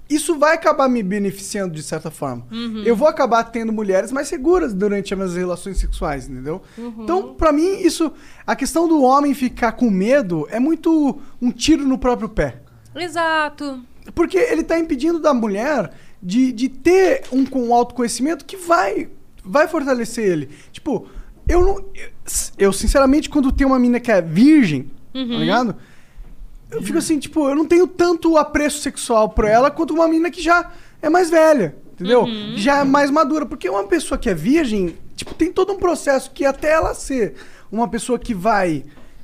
Speaker 1: isso vai acabar me beneficiando de certa forma.
Speaker 3: Uhum.
Speaker 1: Eu vou acabar tendo mulheres mais seguras durante as minhas relações sexuais, entendeu?
Speaker 3: Uhum.
Speaker 1: Então, pra mim, isso. A questão do homem ficar com medo é muito um tiro no próprio pé.
Speaker 3: Exato.
Speaker 1: Porque ele tá impedindo da mulher de, de ter um, com- um autoconhecimento que vai, vai fortalecer ele. Tipo, eu não. eu- Eu, sinceramente, quando tem uma menina que é virgem, tá ligado? Eu fico assim, tipo, eu não tenho tanto apreço sexual por ela quanto uma menina que já é mais velha, entendeu? Que Já é mais madura. Porque uma pessoa que é virgem, tipo, tem todo um processo que até ela ser uma pessoa que vai.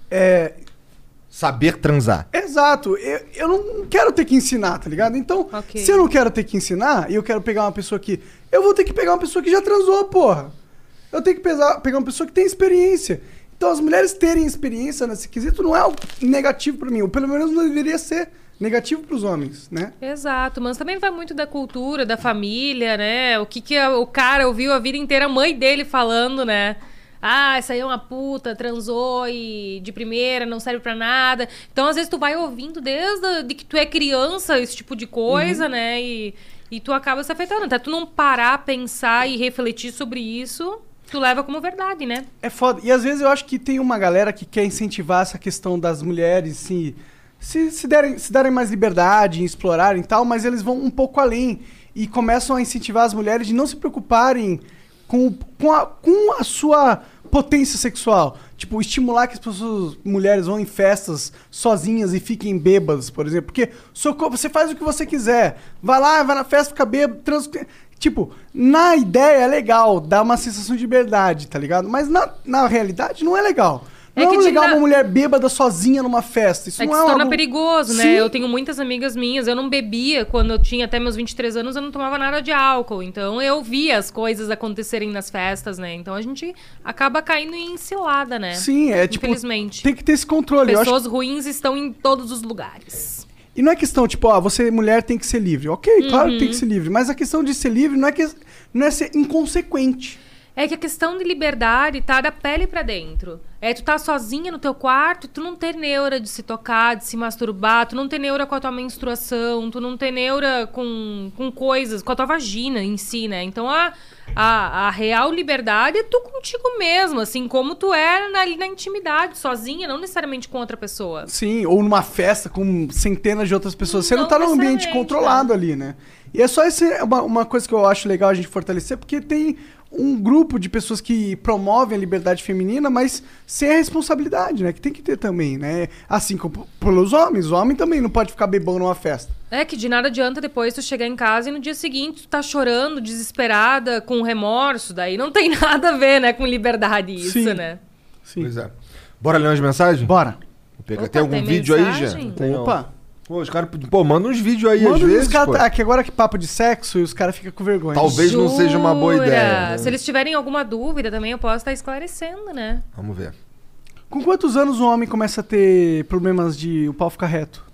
Speaker 1: é,
Speaker 2: Saber transar.
Speaker 1: Exato. Eu, eu não quero ter que ensinar, tá ligado? Então,
Speaker 3: Ok.
Speaker 1: se eu não quero ter que ensinar e eu quero pegar uma pessoa que. Eu vou ter que pegar uma pessoa que já transou, porra. Eu tenho que pesar- pegar uma pessoa que tem experiência. Então, as mulheres terem experiência nesse quesito não é algo negativo pra mim. Ou pelo menos não deveria ser negativo pros homens, né?
Speaker 3: Exato, mas também vai muito da cultura, da família, né? O que, que a- o cara ouviu a vida inteira, a mãe dele falando, né? Ah, essa aí é uma puta, transou e de primeira, não serve pra nada. Então, às vezes, tu vai ouvindo desde a- de que tu é criança, esse tipo de coisa, né? E, e tu acaba se afetando. Até tu não parar, pensar e refletir sobre isso, tu leva como verdade, né?
Speaker 1: É foda. E às vezes eu acho que tem uma galera que quer incentivar essa questão das mulheres se, se, se, derem, se darem mais liberdade, em explorarem e tal, mas eles vão um pouco além e começam a incentivar as mulheres de não se preocuparem com, o- com, a, com a sua potência sexual. Tipo, estimular que as pessoas, mulheres, vão em festas sozinhas e fiquem bêbadas, por exemplo. Porque seu corpo, você faz o que você quiser. Vai lá, vai na festa, fica bêbado, trans... Tipo, na ideia é legal, dá uma sensação de liberdade, tá ligado? Mas na, na realidade não é legal.
Speaker 3: É
Speaker 1: Não é,
Speaker 3: que te
Speaker 1: legal
Speaker 3: dá-
Speaker 1: uma mulher bêbada sozinha numa festa. Isso
Speaker 3: É que
Speaker 1: não é
Speaker 3: se torna
Speaker 1: algo-
Speaker 3: perigoso, né?
Speaker 1: Sim.
Speaker 3: Eu tenho muitas amigas minhas, eu não bebia quando eu tinha até meus 23 anos, eu não tomava nada de álcool. Então eu via as coisas acontecerem nas festas, né? Então a gente acaba caindo em cilada, né?
Speaker 1: Sim, é tipo.
Speaker 3: Infelizmente.
Speaker 1: Tem que ter esse controle. Eu acho
Speaker 3: Pessoas ruins estão em todos os lugares.
Speaker 1: E não é questão, tipo, ó, você mulher tem que ser livre. Ok, claro que tem
Speaker 3: Uhum.
Speaker 1: que ser livre. Mas a questão de ser livre não é, que, não é ser inconsequente.
Speaker 3: É que a questão de liberdade tá da pele pra dentro. É tu tá sozinha no teu quarto, tu não ter neura de se tocar, de se masturbar, tu não ter neura com a tua menstruação, tu não ter neura com, com coisas, com a tua vagina em si, né? Então a, a, a real liberdade é tu contigo mesmo, assim como tu é na- ali na intimidade, sozinha, não necessariamente com outra pessoa.
Speaker 1: Sim, ou numa festa com centenas de outras pessoas. Você não,
Speaker 3: Não
Speaker 1: tá num ambiente
Speaker 3: necessariamente,
Speaker 1: controlado ali, né? E é só esse, uma, uma coisa que eu acho legal a gente fortalecer, porque tem um grupo de pessoas que promovem a liberdade feminina, mas sem a responsabilidade, né? Que tem que ter também, né? Assim como pelos homens. O homem também não pode ficar bebão numa festa.
Speaker 3: É que de nada adianta depois tu chegar em casa e no dia seguinte tu tá chorando, desesperada, com remorso, daí não tem nada a ver, né, com liberdade isso,
Speaker 1: Sim.
Speaker 3: né?
Speaker 1: Sim.
Speaker 2: Pois é. Bora ler umas mensagens?
Speaker 1: Bora.
Speaker 2: Vou pegar.
Speaker 3: Opa,
Speaker 2: tem algum
Speaker 3: tem
Speaker 2: vídeo aí,
Speaker 3: mensagem?
Speaker 2: Jean? Tem, ó.
Speaker 1: Opa.
Speaker 2: Pô, os caras. Pô, manda uns vídeos aí às
Speaker 1: um- Manda
Speaker 2: vezes.
Speaker 1: os caras-
Speaker 2: pô.
Speaker 1: Aqui agora que papo de sexo e os caras ficam com vergonha.
Speaker 2: Talvez não seja uma boa
Speaker 3: Jura?
Speaker 2: ideia. né?
Speaker 3: Se eles tiverem alguma dúvida também, eu posso estar esclarecendo, né?
Speaker 2: Vamos ver.
Speaker 1: Com quantos anos um homem começa a ter problemas de o pau ficar reto?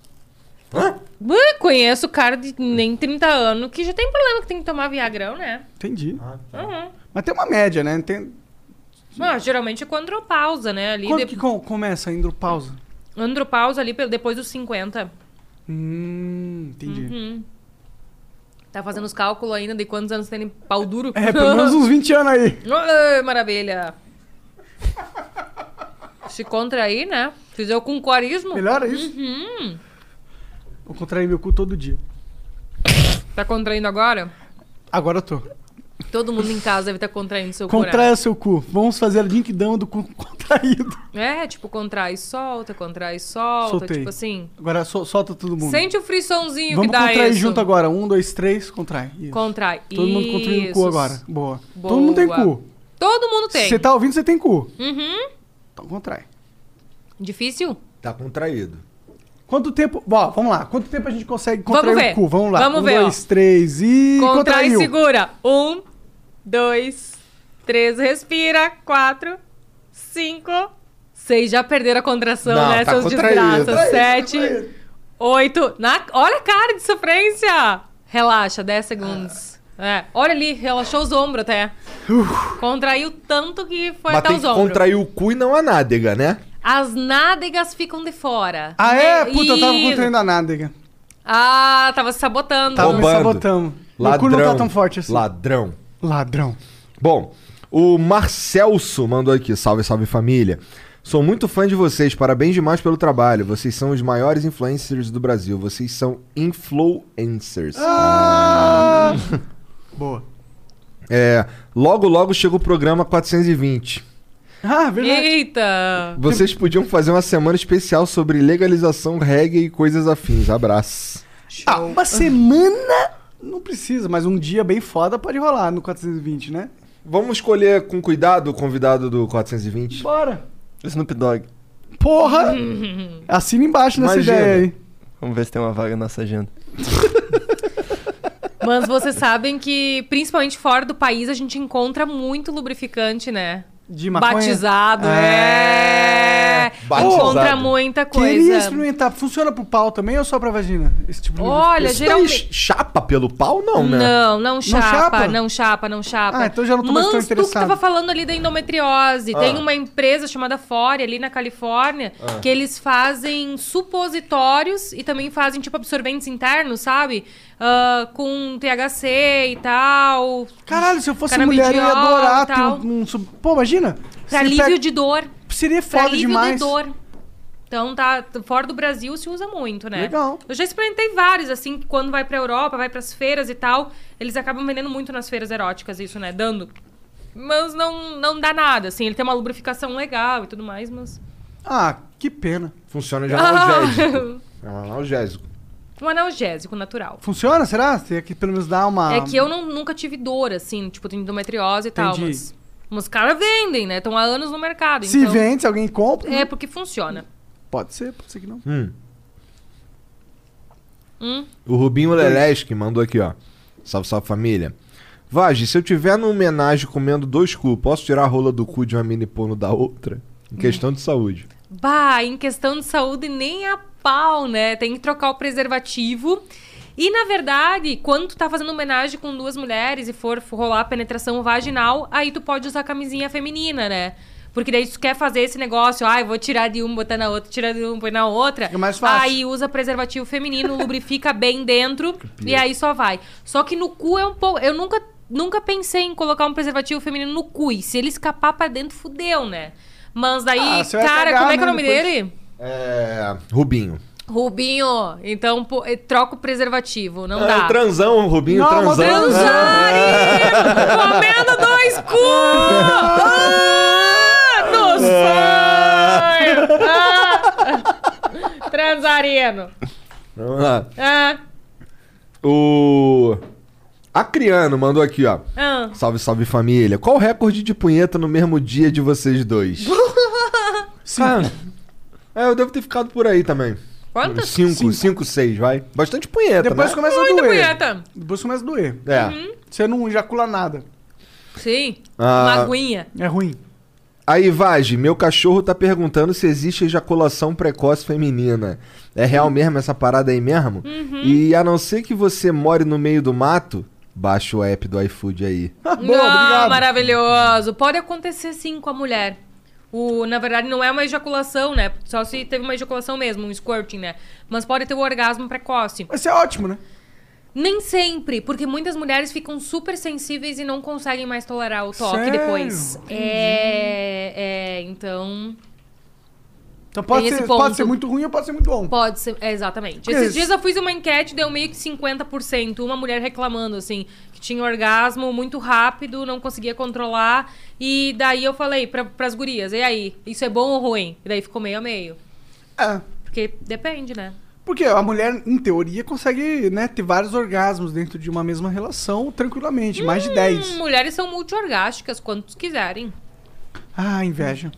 Speaker 3: Ué, Conheço cara de nem 30 anos que já tem problema que tem que tomar Viagrão, né?
Speaker 1: Entendi.
Speaker 3: Uhum.
Speaker 1: Mas tem uma média, né? Tem...
Speaker 3: Não, geralmente é com andropausa, né? Ali
Speaker 1: Quando
Speaker 3: de-
Speaker 1: que com- começa a andropausa?
Speaker 3: Andropausa ali pe- depois dos 50.
Speaker 1: Hum, entendi.
Speaker 3: Uhum. Tá fazendo os cálculos ainda de quantos anos tem pau duro?
Speaker 1: É, pelo menos uns 20 anos aí.
Speaker 3: Ai, maravilha! Se contrair, né? Fiz eu com corismo.
Speaker 1: Melhor é isso?
Speaker 3: Uhum. Hum,
Speaker 1: Vou contrair meu cu todo dia.
Speaker 3: Tá contraindo agora?
Speaker 1: Agora eu tô.
Speaker 3: Todo mundo em casa deve estar contraindo seu
Speaker 1: Contraia seu cu. Vamos fazer a linkdão do cu contraído.
Speaker 3: É, tipo, contrai e solta, contrai e solta.
Speaker 1: Soltei.
Speaker 3: Tipo assim.
Speaker 1: Agora sol- solta todo mundo.
Speaker 3: Sente o frissonzinho
Speaker 1: Vamos
Speaker 3: que dá
Speaker 1: contrair
Speaker 3: isso.
Speaker 1: junto agora. Um, dois, três, contrai. Isso.
Speaker 3: Contrai.
Speaker 1: Todo mundo contraindo o cu
Speaker 3: Isso.
Speaker 1: agora. Boa. Todo mundo tem
Speaker 3: Boa.
Speaker 1: cu.
Speaker 3: Todo mundo
Speaker 1: Se
Speaker 3: tem.
Speaker 1: você tá ouvindo, você tem cu.
Speaker 3: Uhum.
Speaker 1: Então contrai.
Speaker 3: Difícil?
Speaker 2: Tá contraído.
Speaker 1: Quanto tempo. Ó, vamos lá. Quanto tempo a gente consegue contrair
Speaker 3: Vamos ver.
Speaker 1: o cu? Vamos lá.
Speaker 3: Vamos
Speaker 1: um,
Speaker 3: ver, ó.
Speaker 1: dois, três e.
Speaker 3: Contrai e
Speaker 1: Contraiu.
Speaker 3: segura. Um, dois, três, respira. Quatro, cinco, seis. Já perderam a contração,
Speaker 2: Não,
Speaker 3: né,
Speaker 2: tá
Speaker 3: seus
Speaker 2: contraído.
Speaker 3: desgraças? Sete, oito. Na... Olha a cara de sofrência. Relaxa, dez segundos. É, olha ali, relaxou os ombros até. Contraiu tanto que foi
Speaker 2: Mas
Speaker 3: até
Speaker 2: tem
Speaker 3: os
Speaker 2: que
Speaker 3: ombros.
Speaker 2: contrair o cu e não a nádega, né?
Speaker 3: As nádegas ficam de fora.
Speaker 1: Ah, é?
Speaker 3: Meio-
Speaker 1: Puta, eu tava
Speaker 3: Isso.
Speaker 1: contraindo a nádega.
Speaker 3: Ah, tava se sabotando.
Speaker 1: Tava Tá me
Speaker 2: Roubando.
Speaker 1: sabotando. Meu
Speaker 2: Ladrão.
Speaker 1: cu não tá tão forte assim.
Speaker 2: Ladrão.
Speaker 1: Ladrão.
Speaker 2: Bom, o Marcelso mandou aqui. Salve, salve família. Sou muito fã de vocês, parabéns demais pelo trabalho. Vocês são os maiores influencers do Brasil. Vocês são influencers.
Speaker 1: Ah! Boa.
Speaker 2: É, logo, logo chega o programa 420.
Speaker 1: Ah, verdade.
Speaker 3: Eita!
Speaker 2: Vocês podiam fazer uma semana especial sobre legalização, reggae e coisas afins. Abraço.
Speaker 1: Ah, uma semana não precisa, mas um dia bem foda pode rolar no 420, né?
Speaker 2: Vamos escolher com cuidado o convidado do 420?
Speaker 1: Bora.
Speaker 6: Snoop Dogg.
Speaker 1: Porra! Assina embaixo nessa
Speaker 2: Imagina.
Speaker 1: ideia aí.
Speaker 6: Vamos ver se tem uma vaga na nossa agenda.
Speaker 3: Mas vocês sabem que, principalmente fora do país, a gente encontra muito lubrificante, né?
Speaker 1: De maconha.
Speaker 3: Batizado,
Speaker 1: É.
Speaker 3: é.
Speaker 2: Batizado.
Speaker 3: Encontra muita
Speaker 1: Queria
Speaker 3: coisa.
Speaker 1: experimentar. Funciona pro pau também ou só pra vagina? Esse tipo de
Speaker 3: Olha,
Speaker 2: Isso
Speaker 3: geralmente.
Speaker 2: daí chapa pelo pau, não, né?
Speaker 3: Não, não
Speaker 1: chapa?
Speaker 3: chapa, não chapa, não chapa.
Speaker 1: Ah, então já não tô mais tão
Speaker 3: Mas tu que
Speaker 1: interessado.
Speaker 3: tava falando ali da endometriose.
Speaker 2: Ah. Ah.
Speaker 3: Tem uma empresa chamada Fore, ali na Califórnia, que eles fazem supositórios e também fazem, tipo, absorventes internos, sabe? Ah, com THC e tal.
Speaker 1: Caralho, se eu fosse
Speaker 3: Canabidiol
Speaker 1: mulher, eu ia adorar
Speaker 3: e
Speaker 1: ter
Speaker 3: tal.
Speaker 1: um, um sub... Pô, imagina.
Speaker 3: Pra
Speaker 1: Você
Speaker 3: alívio
Speaker 1: pega-
Speaker 3: de dor.
Speaker 1: Seria
Speaker 3: Pra
Speaker 1: foda
Speaker 3: alívio
Speaker 1: demais.
Speaker 3: de dor. Então, tá, fora do Brasil se usa muito, né?
Speaker 1: Legal.
Speaker 3: Eu já experimentei vários, assim, que quando vai pra Europa, vai pras feiras e tal, eles acabam vendendo muito nas feiras eróticas, isso, né? Dando. Mas não, não dá nada, assim. Ele tem uma lubrificação legal e tudo mais, mas.
Speaker 1: Ah, que pena.
Speaker 2: Funciona de É um analgésico.
Speaker 3: Ah.
Speaker 2: É um analgésico.
Speaker 3: Um analgésico natural.
Speaker 1: Funciona, será? Teria que pelo menos dar uma...
Speaker 3: É que eu não- nunca tive dor, assim, tipo, tenho endometriose e tal,
Speaker 1: Entendi.
Speaker 3: mas. Mas os caras vendem, né? Estão há anos no mercado.
Speaker 1: Se
Speaker 3: então,
Speaker 1: vende, se alguém compra...
Speaker 3: É porque funciona.
Speaker 1: Pode ser, pode ser que não.
Speaker 2: Hum.
Speaker 3: Hum?
Speaker 2: O Rubinho Leleschi mandou aqui, ó. Salve, salve família. Vage, se eu tiver num homenagem comendo dois cu, posso tirar a rola do cu de uma mini porno da outra? Em questão de saúde.
Speaker 3: Bah, em questão de saúde, nem a pau, né? Tem que trocar o preservativo. E, na verdade, quando tu tá fazendo homenagem com duas mulheres e for rolar penetração vaginal, aí tu pode usar camisinha feminina, né? Porque daí tu quer fazer esse negócio, ai, vou tirar de um, botar na outra, tirar de um, põe na outra.
Speaker 1: Fica mais fácil.
Speaker 3: Aí usa preservativo feminino, lubrifica bem dentro e aí só vai. Só que no cu é um pouco. Eu nunca nunca pensei em colocar um preservativo feminino no cu. E se ele escapar pra dentro, fudeu, né? Mas daí,
Speaker 1: Ah, você vai
Speaker 3: cara,
Speaker 1: cagar,
Speaker 3: como é que é o
Speaker 1: né,
Speaker 3: nome
Speaker 1: depois.
Speaker 3: dele?
Speaker 2: É. Rubinho.
Speaker 3: Rubinho. Então, pô, eh, troca o preservativo. Não
Speaker 2: É,
Speaker 3: dá.
Speaker 2: transão, Rubinho,
Speaker 1: Não,
Speaker 2: transão. É.
Speaker 3: Transare! Comendo dois cu! Ah, no
Speaker 2: É.
Speaker 3: sonho! Ah! Transarino.
Speaker 2: Vamos lá.
Speaker 3: Ah,
Speaker 2: O. Acriano mandou aqui, ó.
Speaker 3: ah.
Speaker 2: Salve, salve família. Qual o recorde de punheta no mesmo dia de vocês dois? Ah, é, eu devo ter ficado por aí também.
Speaker 3: Quantas?
Speaker 2: Uns Cinco, cinco, seis, vai. Bastante punheta,
Speaker 1: Depois Uhum.
Speaker 2: né?
Speaker 1: começa a
Speaker 3: Muita
Speaker 1: doer.
Speaker 3: punheta.
Speaker 1: Depois começa a doer.
Speaker 2: É.
Speaker 1: Você não ejacula nada.
Speaker 3: Sim.
Speaker 2: Ah.
Speaker 3: Uma aguinha.
Speaker 1: É ruim.
Speaker 2: Aí, Vage, meu cachorro tá perguntando se existe ejaculação precoce feminina. É real mesmo essa parada aí mesmo? E a não ser que você more no meio do mato, baixa o app do iFood aí.
Speaker 1: Ah, Boa,
Speaker 3: não,
Speaker 1: obrigado.
Speaker 3: maravilhoso. Pode acontecer sim com a mulher. O, na verdade, não é uma ejaculação, né? Só se teve uma ejaculação mesmo, um squirting, né? Mas pode ter o orgasmo precoce.
Speaker 1: Vai ser ótimo, né?
Speaker 3: Nem sempre, porque muitas mulheres ficam super sensíveis e não conseguem mais tolerar o toque
Speaker 1: Sério?
Speaker 3: depois. É, é, então.
Speaker 1: Então pode
Speaker 3: Tem esse
Speaker 1: ser, pode
Speaker 3: ponto.
Speaker 1: ser muito ruim ou pode ser muito bom.
Speaker 3: Pode ser, é, exatamente.
Speaker 1: Isso.
Speaker 3: Esses dias eu fiz uma enquete, deu meio que 50%. Uma mulher reclamando, assim, que tinha orgasmo muito rápido, não conseguia controlar. E daí eu falei pra, pras gurias, e aí, isso é bom ou ruim? E daí ficou meio a meio.
Speaker 1: É.
Speaker 3: Porque depende, né?
Speaker 1: Porque a mulher, em teoria, consegue né, ter vários orgasmos dentro de uma mesma relação tranquilamente. mais de 10.
Speaker 3: Hum, mulheres são multiorgásticas, quantos quiserem.
Speaker 1: Ah, inveja.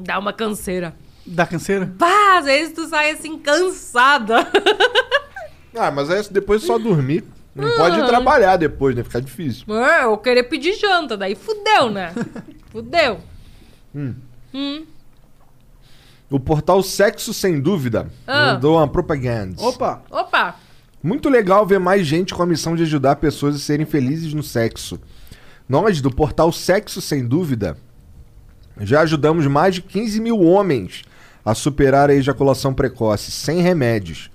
Speaker 3: Dá uma canseira.
Speaker 1: Dá canseira?
Speaker 3: Pá, às vezes tu sai assim cansada.
Speaker 2: Ah, mas aí depois é só dormir. Não pode trabalhar depois, né? Fica difícil.
Speaker 3: É, eu queria pedir janta, daí fudeu, né? Fudeu. Hum,
Speaker 2: O portal Sexo Sem Dúvida
Speaker 3: Ah.
Speaker 2: mandou uma propaganda.
Speaker 1: Opa!
Speaker 3: Opa,
Speaker 2: Muito legal ver mais gente com a missão de ajudar pessoas a serem felizes no sexo. Nós, do portal Sexo Sem Dúvida, já ajudamos mais de 15 mil homens a superar a ejaculação precoce, sem remédios.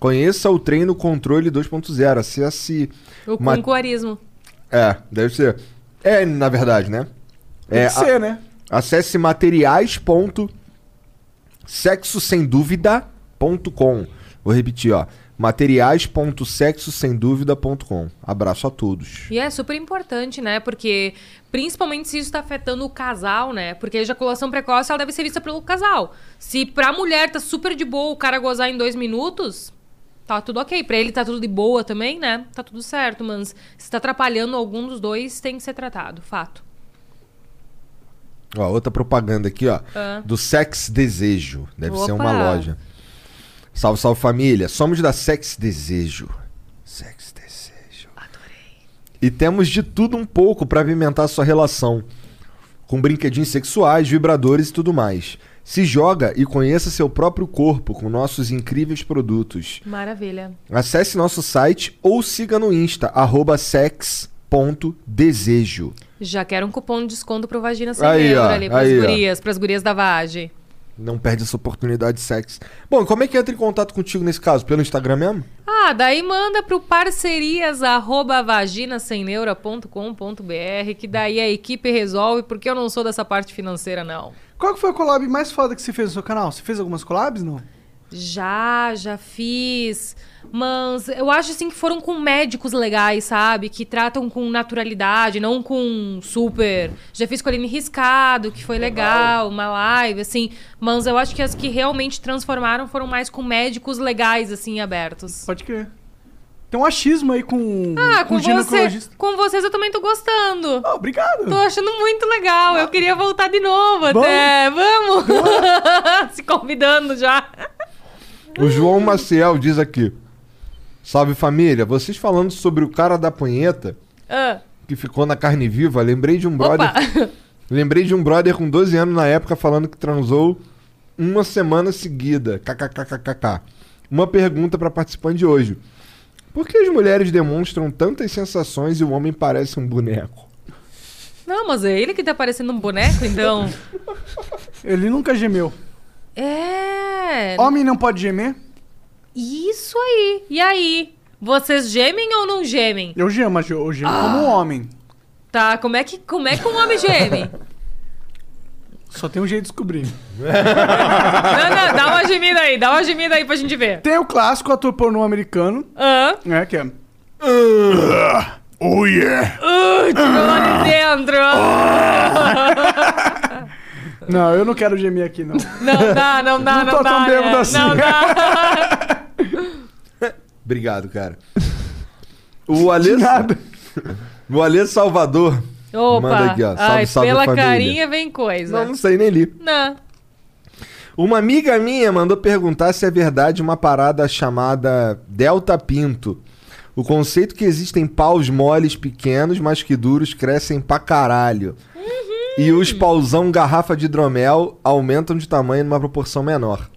Speaker 2: Conheça o treino controle 2.0. Acesse.
Speaker 3: o
Speaker 2: ma-
Speaker 3: concuarismo.
Speaker 2: É, deve ser. É, na verdade, né?
Speaker 1: Tem
Speaker 2: É,
Speaker 1: que ser, né?
Speaker 2: a- acesse materiais.sexosendúvida.com. Vou repetir, ó. materiais.sexosendúvida.com. Abraço a todos.
Speaker 3: E é super importante, né? Porque, principalmente se isso tá afetando o casal, né? Porque a ejaculação precoce, ela deve ser vista pelo casal. Se pra mulher tá super de boa o cara gozar em dois minutos, tá tudo ok. Pra ele tá tudo de boa também, né? Tá tudo certo, mas se tá atrapalhando algum dos dois, tem que ser tratado, fato.
Speaker 2: Ó, outra propaganda aqui, ó.
Speaker 3: Ah.
Speaker 2: Do Sex Desejo. Deve ser uma
Speaker 3: Opa.
Speaker 2: loja. Salve, salve família. Somos da Sex Desejo. Sex Desejo. Adorei. E temos de tudo um pouco pra apimentar sua relação. Com brinquedinhos sexuais, vibradores e tudo mais. Se joga e conheça seu próprio corpo com nossos incríveis produtos.
Speaker 3: Maravilha.
Speaker 2: Acesse nosso site ou siga no Insta, arroba sex.desejo.
Speaker 3: Já quero um cupom de desconto pro Vagina Sem
Speaker 2: Aí,
Speaker 3: Membro
Speaker 2: ó,
Speaker 3: ali, pras
Speaker 2: aí, ó.
Speaker 3: gurias, pras gurias da Vage.
Speaker 2: Não perde essa oportunidade de sexo. Bom, como é que entra em contato contigo nesse caso? Pelo Instagram mesmo?
Speaker 3: Ah, daí manda pro parcerias@vaginasemneura.com.br que daí a equipe resolve, porque eu não sou dessa parte financeira não.
Speaker 1: Qual que foi o collab mais foda que você fez no seu canal? Você fez algumas collabs, não?
Speaker 3: Já, já fiz. Mas eu acho assim que foram com médicos legais, sabe? Que tratam com naturalidade, não com super. Já fiz com a Aline Riscado, que foi legal, uma live, assim. Mas eu acho que as que realmente transformaram foram mais com médicos legais, assim, abertos.
Speaker 1: Pode crer. Tem um achismo aí com,
Speaker 3: Ah, com, você,
Speaker 1: ginecologista.
Speaker 3: com vocês eu também tô gostando.
Speaker 1: Ah, obrigado.
Speaker 3: Tô achando muito legal. Eu queria voltar de novo
Speaker 1: Vamos?
Speaker 3: até. Vamos! Se convidando já.
Speaker 2: O João Maciel diz aqui. Salve família, vocês falando sobre o cara da punheta
Speaker 3: Ah,
Speaker 2: que ficou na carne viva, lembrei de um brother.
Speaker 3: opa!
Speaker 2: Lembrei de um brother com 12 anos na época falando que transou uma semana seguida. KKKKK. Uma pergunta pra participante de hoje. Por que as mulheres demonstram tantas sensações e o homem parece um boneco?
Speaker 3: Não, mas é ele que tá parecendo um boneco, então.
Speaker 1: Ele nunca gemeu.
Speaker 3: É.
Speaker 1: Homem não pode gemer?
Speaker 3: Isso É. aí. E aí? Vocês gemem ou não gemem?
Speaker 1: Eu gemo, mas eu eu gemo
Speaker 3: Ah.
Speaker 1: como homem.
Speaker 3: Tá, como é que, como é que um homem geme?
Speaker 1: Só tem um jeito de descobrir.
Speaker 3: não, não, dá uma gemida aí, dá uma gemida aí pra gente ver.
Speaker 1: Tem o clássico ator pornô americano,
Speaker 3: Hã?
Speaker 1: né? Que é. oh yeah!
Speaker 3: Uh, tirou lá de dentro.
Speaker 1: Não, eu não quero gemer aqui, não.
Speaker 3: Não dá, não dá,
Speaker 1: Não
Speaker 3: não,
Speaker 1: tô
Speaker 3: dá.
Speaker 1: tão bêbado
Speaker 3: né?
Speaker 1: assim.
Speaker 3: Não dá.
Speaker 2: Obrigado, cara. O Alê, o Alê Salvador.
Speaker 3: Opa.
Speaker 2: Manda aqui, ó. Salve,
Speaker 3: Ai,
Speaker 2: salve,
Speaker 3: pela
Speaker 2: família.
Speaker 3: carinha vem coisa.
Speaker 2: Não, não sei nem li.
Speaker 3: Não.
Speaker 2: Uma amiga minha mandou perguntar se é verdade uma parada chamada Delta Pinto. O conceito que existem paus moles pequenos, mas que duros crescem pra caralho. E os pauzão garrafa de hidromel aumentam de tamanho numa proporção menor.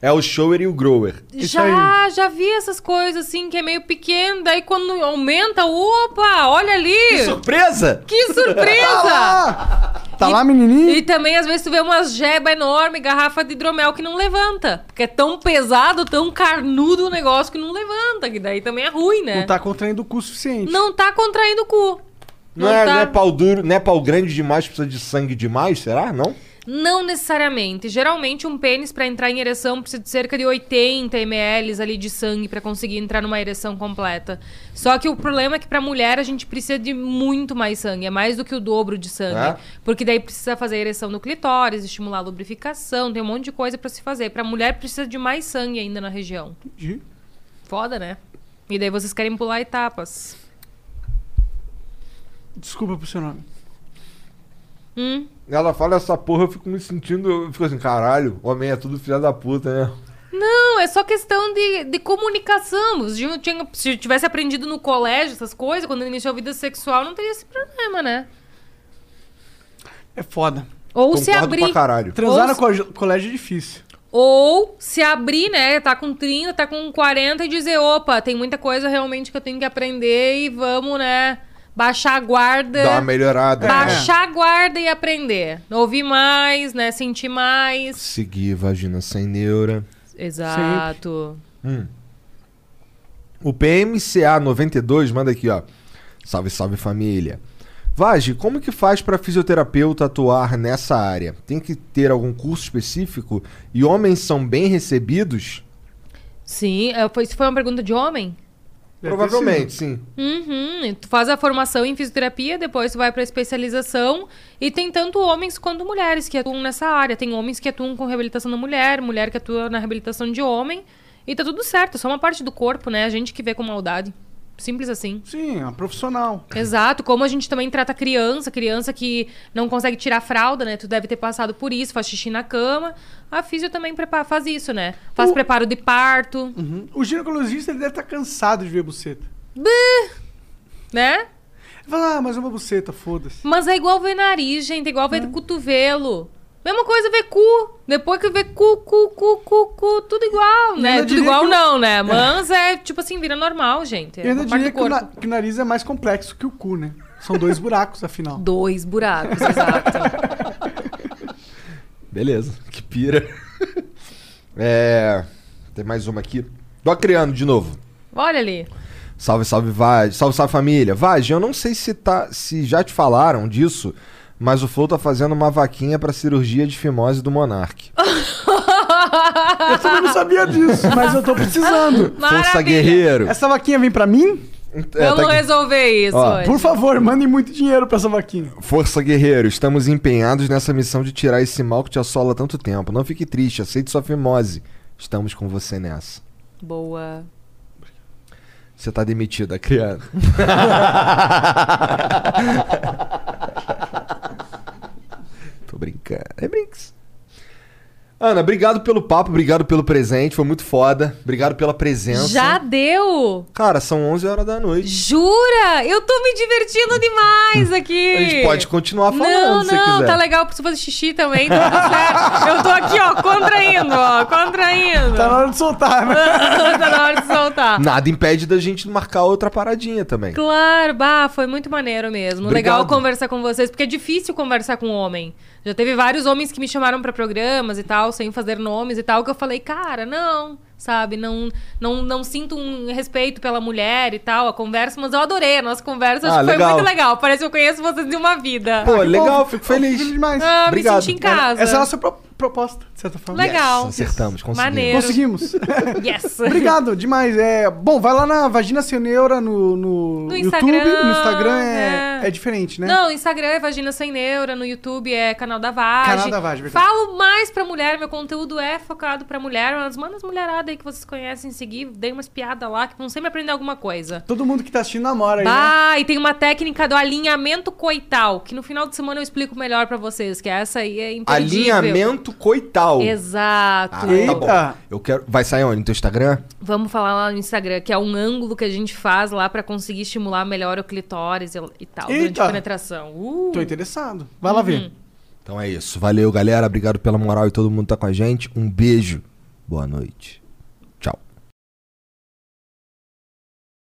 Speaker 2: É o shower e o grower.
Speaker 1: Isso
Speaker 3: já, já vi essas coisas assim, que é meio pequeno, daí quando aumenta, opa, olha ali!
Speaker 2: Surpresa!
Speaker 3: Que surpresa!
Speaker 1: Tá
Speaker 3: E-
Speaker 1: lá, menininho?
Speaker 3: E também, às vezes, tu vê umas jeba enorme, garrafa de hidromel que não levanta. Porque é tão pesado, tão carnudo o negócio que não levanta. Que daí também é ruim, né?
Speaker 1: Não tá contraindo o cu o suficiente.
Speaker 3: Não tá contraindo o cu.
Speaker 2: Não,
Speaker 3: Não
Speaker 2: é,
Speaker 3: tá-
Speaker 2: não é pau duro, não é pau grande demais, precisa de sangue demais, será? Não?
Speaker 3: Não necessariamente. Geralmente, um pênis, pra entrar em ereção, precisa de cerca de 80 ml ali de sangue pra conseguir entrar numa ereção completa. Só que o problema é que pra mulher a gente precisa de muito mais sangue. É mais do que o dobro de sangue.
Speaker 2: É?
Speaker 3: Porque daí precisa fazer a ereção no clitóris, estimular a lubrificação, tem um monte de coisa pra se fazer. Pra mulher precisa de mais sangue ainda na região.
Speaker 1: Entendi.
Speaker 3: Foda, né? E daí vocês querem pular etapas.
Speaker 1: Desculpa pro seu nome.
Speaker 3: Hum?
Speaker 2: Ela fala essa porra, eu fico me sentindo. Eu fico assim, caralho, homem é tudo filha da puta, né?
Speaker 3: Não, é só questão de, de comunicação. Se eu, tinha- se eu tivesse aprendido no colégio essas coisas, quando iniciou a vida sexual, não teria esse problema, né?
Speaker 1: É foda.
Speaker 3: Ou
Speaker 2: Concordo
Speaker 3: se abrir.
Speaker 2: pra caralho.
Speaker 1: Transar
Speaker 3: Ou
Speaker 1: no
Speaker 3: se-
Speaker 1: colégio- colégio é difícil.
Speaker 3: Ou se abrir, né? Tá com 30, tá com 40 e dizer, opa, tem muita coisa realmente que eu tenho que aprender e vamos, né? Baixar a guarda.
Speaker 2: Dá uma melhorada. né?
Speaker 3: Baixar a guarda e aprender. Ouvir mais, né? Sentir mais.
Speaker 2: Seguir vagina sem neura.
Speaker 3: Exato.
Speaker 2: O PMCA92 manda aqui, ó. Salve, salve família. Vage, como que faz pra fisioterapeuta atuar nessa área? Tem que ter algum curso específico? E homens são bem recebidos?
Speaker 3: Sim, é, foi- isso foi uma pergunta de homem?
Speaker 1: Deve ter
Speaker 2: Provavelmente, sim.
Speaker 3: Uhum. Tu faz a formação em fisioterapia, depois tu vai pra especialização e tem tanto homens quanto mulheres que atuam nessa área. Tem homens que atuam com reabilitação da mulher, mulher que atua na reabilitação de homem. E tá tudo certo, é só uma parte do corpo, né? A gente que vê com maldade. Simples assim.
Speaker 1: Sim, é uma profissional.
Speaker 3: Exato, como a gente também trata criança, criança que não consegue tirar a fralda, né? Tu deve ter passado por isso, faz xixi na cama. A físio também prepa- faz isso, né? Faz
Speaker 1: O-
Speaker 3: preparo de parto,
Speaker 1: Uhum. O ginecologista ele deve estar cansado de ver buceta.
Speaker 3: né?
Speaker 1: Ele fala, ah, mais uma buceta, foda-se.
Speaker 3: Mas é igual ver nariz, gente. É igual ver
Speaker 1: Ah.
Speaker 3: cotovelo. Mesma coisa ver cu. Depois que ver cu, cu, cu, cu, cu. Tudo igual, né?
Speaker 1: ainda
Speaker 3: Tudo
Speaker 1: diria
Speaker 3: igual
Speaker 1: que o-
Speaker 3: não, né? Mas é tipo assim, vira normal, gente. É
Speaker 1: Eu ainda
Speaker 3: uma parte
Speaker 1: diria
Speaker 3: do
Speaker 1: que o,
Speaker 3: corpo.
Speaker 1: na- que o nariz é mais complexo que o cu, né? São dois buracos, afinal.
Speaker 3: Dois buracos, exato.
Speaker 2: Beleza, que pira. é. Tem mais uma aqui. Do Acriano, de novo.
Speaker 3: Olha ali.
Speaker 2: Salve, salve, Vag. Salve, salve, família. Vag, eu não sei se, tá, se já te falaram disso, mas o Flow tá fazendo uma vaquinha pra cirurgia de fimose do Monark.
Speaker 1: Eu também não sabia disso, mas eu tô precisando.
Speaker 2: Força,
Speaker 3: Maravilha.
Speaker 2: guerreiro.
Speaker 1: Essa vaquinha vem pra mim?
Speaker 2: É,
Speaker 3: Vamos
Speaker 2: tá aqui.
Speaker 3: resolver isso
Speaker 2: Ó,
Speaker 3: hoje.
Speaker 1: Por favor, mandem muito dinheiro pra essa vaquinha.
Speaker 2: Força, guerreiro. Estamos empenhados nessa missão de tirar esse mal que te assola há tanto tempo. Não fique triste, aceite sua fimose. Estamos com você nessa.
Speaker 3: Boa.
Speaker 2: Você tá demitido, Acriano. Tô brincando. É brinks. Ana, obrigado pelo papo, obrigado pelo presente, foi muito foda. Obrigado pela presença.
Speaker 3: Já deu.
Speaker 2: Cara, são 11 horas da noite.
Speaker 3: Jura? Eu tô me divertindo demais aqui.
Speaker 2: Hum. A gente pode continuar falando
Speaker 3: Não,
Speaker 2: se
Speaker 3: não,
Speaker 2: quiser.
Speaker 3: tá legal, preciso fazer xixi também, tá tudo certo. Eu tô aqui, ó, contraindo, ó, contraindo.
Speaker 1: Tá na hora de soltar, né?
Speaker 3: Tá na hora de soltar.
Speaker 2: Nada impede da gente marcar outra paradinha também.
Speaker 3: Claro, bah, foi muito maneiro mesmo.
Speaker 2: Obrigado.
Speaker 3: Legal conversar com vocês, porque é difícil conversar com homem. Já teve vários homens que me chamaram pra programas e tal, sem fazer nomes e tal, que eu falei, cara, não, sabe? Não, não, não sinto um respeito pela mulher e tal, a conversa, mas eu adorei a nossa conversa,
Speaker 2: Ah,
Speaker 3: acho que foi
Speaker 2: legal.
Speaker 3: muito legal. Parece que eu conheço vocês de uma vida.
Speaker 2: Pô, legal,
Speaker 1: Bom,
Speaker 2: fico feliz.
Speaker 1: Feliz demais.
Speaker 3: ah,
Speaker 2: obrigado.
Speaker 3: me senti em casa.
Speaker 1: Essa é a nossa pro- proposta, de certa forma.
Speaker 3: Legal.
Speaker 2: acertamos, conseguimos.
Speaker 3: Maneiro.
Speaker 1: Conseguimos.
Speaker 3: Yes.
Speaker 1: Obrigado demais. É, bom, vai lá na Vagina Seneura no, no,
Speaker 3: No
Speaker 1: YouTube.
Speaker 3: Instagram,
Speaker 1: no Instagram é,
Speaker 3: é.
Speaker 1: é diferente, né?
Speaker 3: Não, Instagram é Vagina Sem Neura, no YouTube é Canal da Vagem.
Speaker 1: Canal da Vagem, verdade.
Speaker 3: Falo mais pra mulher, meu conteúdo é focado pra mulher, mas manda as mulheradas aí que vocês conhecem seguir, dei umas piadas lá que vão sempre aprender alguma coisa.
Speaker 1: Todo mundo que tá assistindo namora aí, né?
Speaker 3: Ah, e tem uma técnica do alinhamento coital, que no final de semana eu explico melhor pra vocês, que essa aí é imperdível.
Speaker 2: Alinhamento coital.
Speaker 3: Exato.
Speaker 2: Ah,
Speaker 1: Eita.
Speaker 2: tá bom. Eu quero... Vai sair onde? No teu Instagram?
Speaker 3: Vamos falar lá no Instagram, que é um ângulo que a gente faz lá pra conseguir estimular melhor o clitóris e, e tal, durante
Speaker 1: Eita.
Speaker 3: a penetração. Uh.
Speaker 1: Tô interessado. Vai lá ver.
Speaker 2: Então é isso. Valeu, galera. Obrigado pela moral e todo mundo tá com a gente. Um beijo. Boa noite.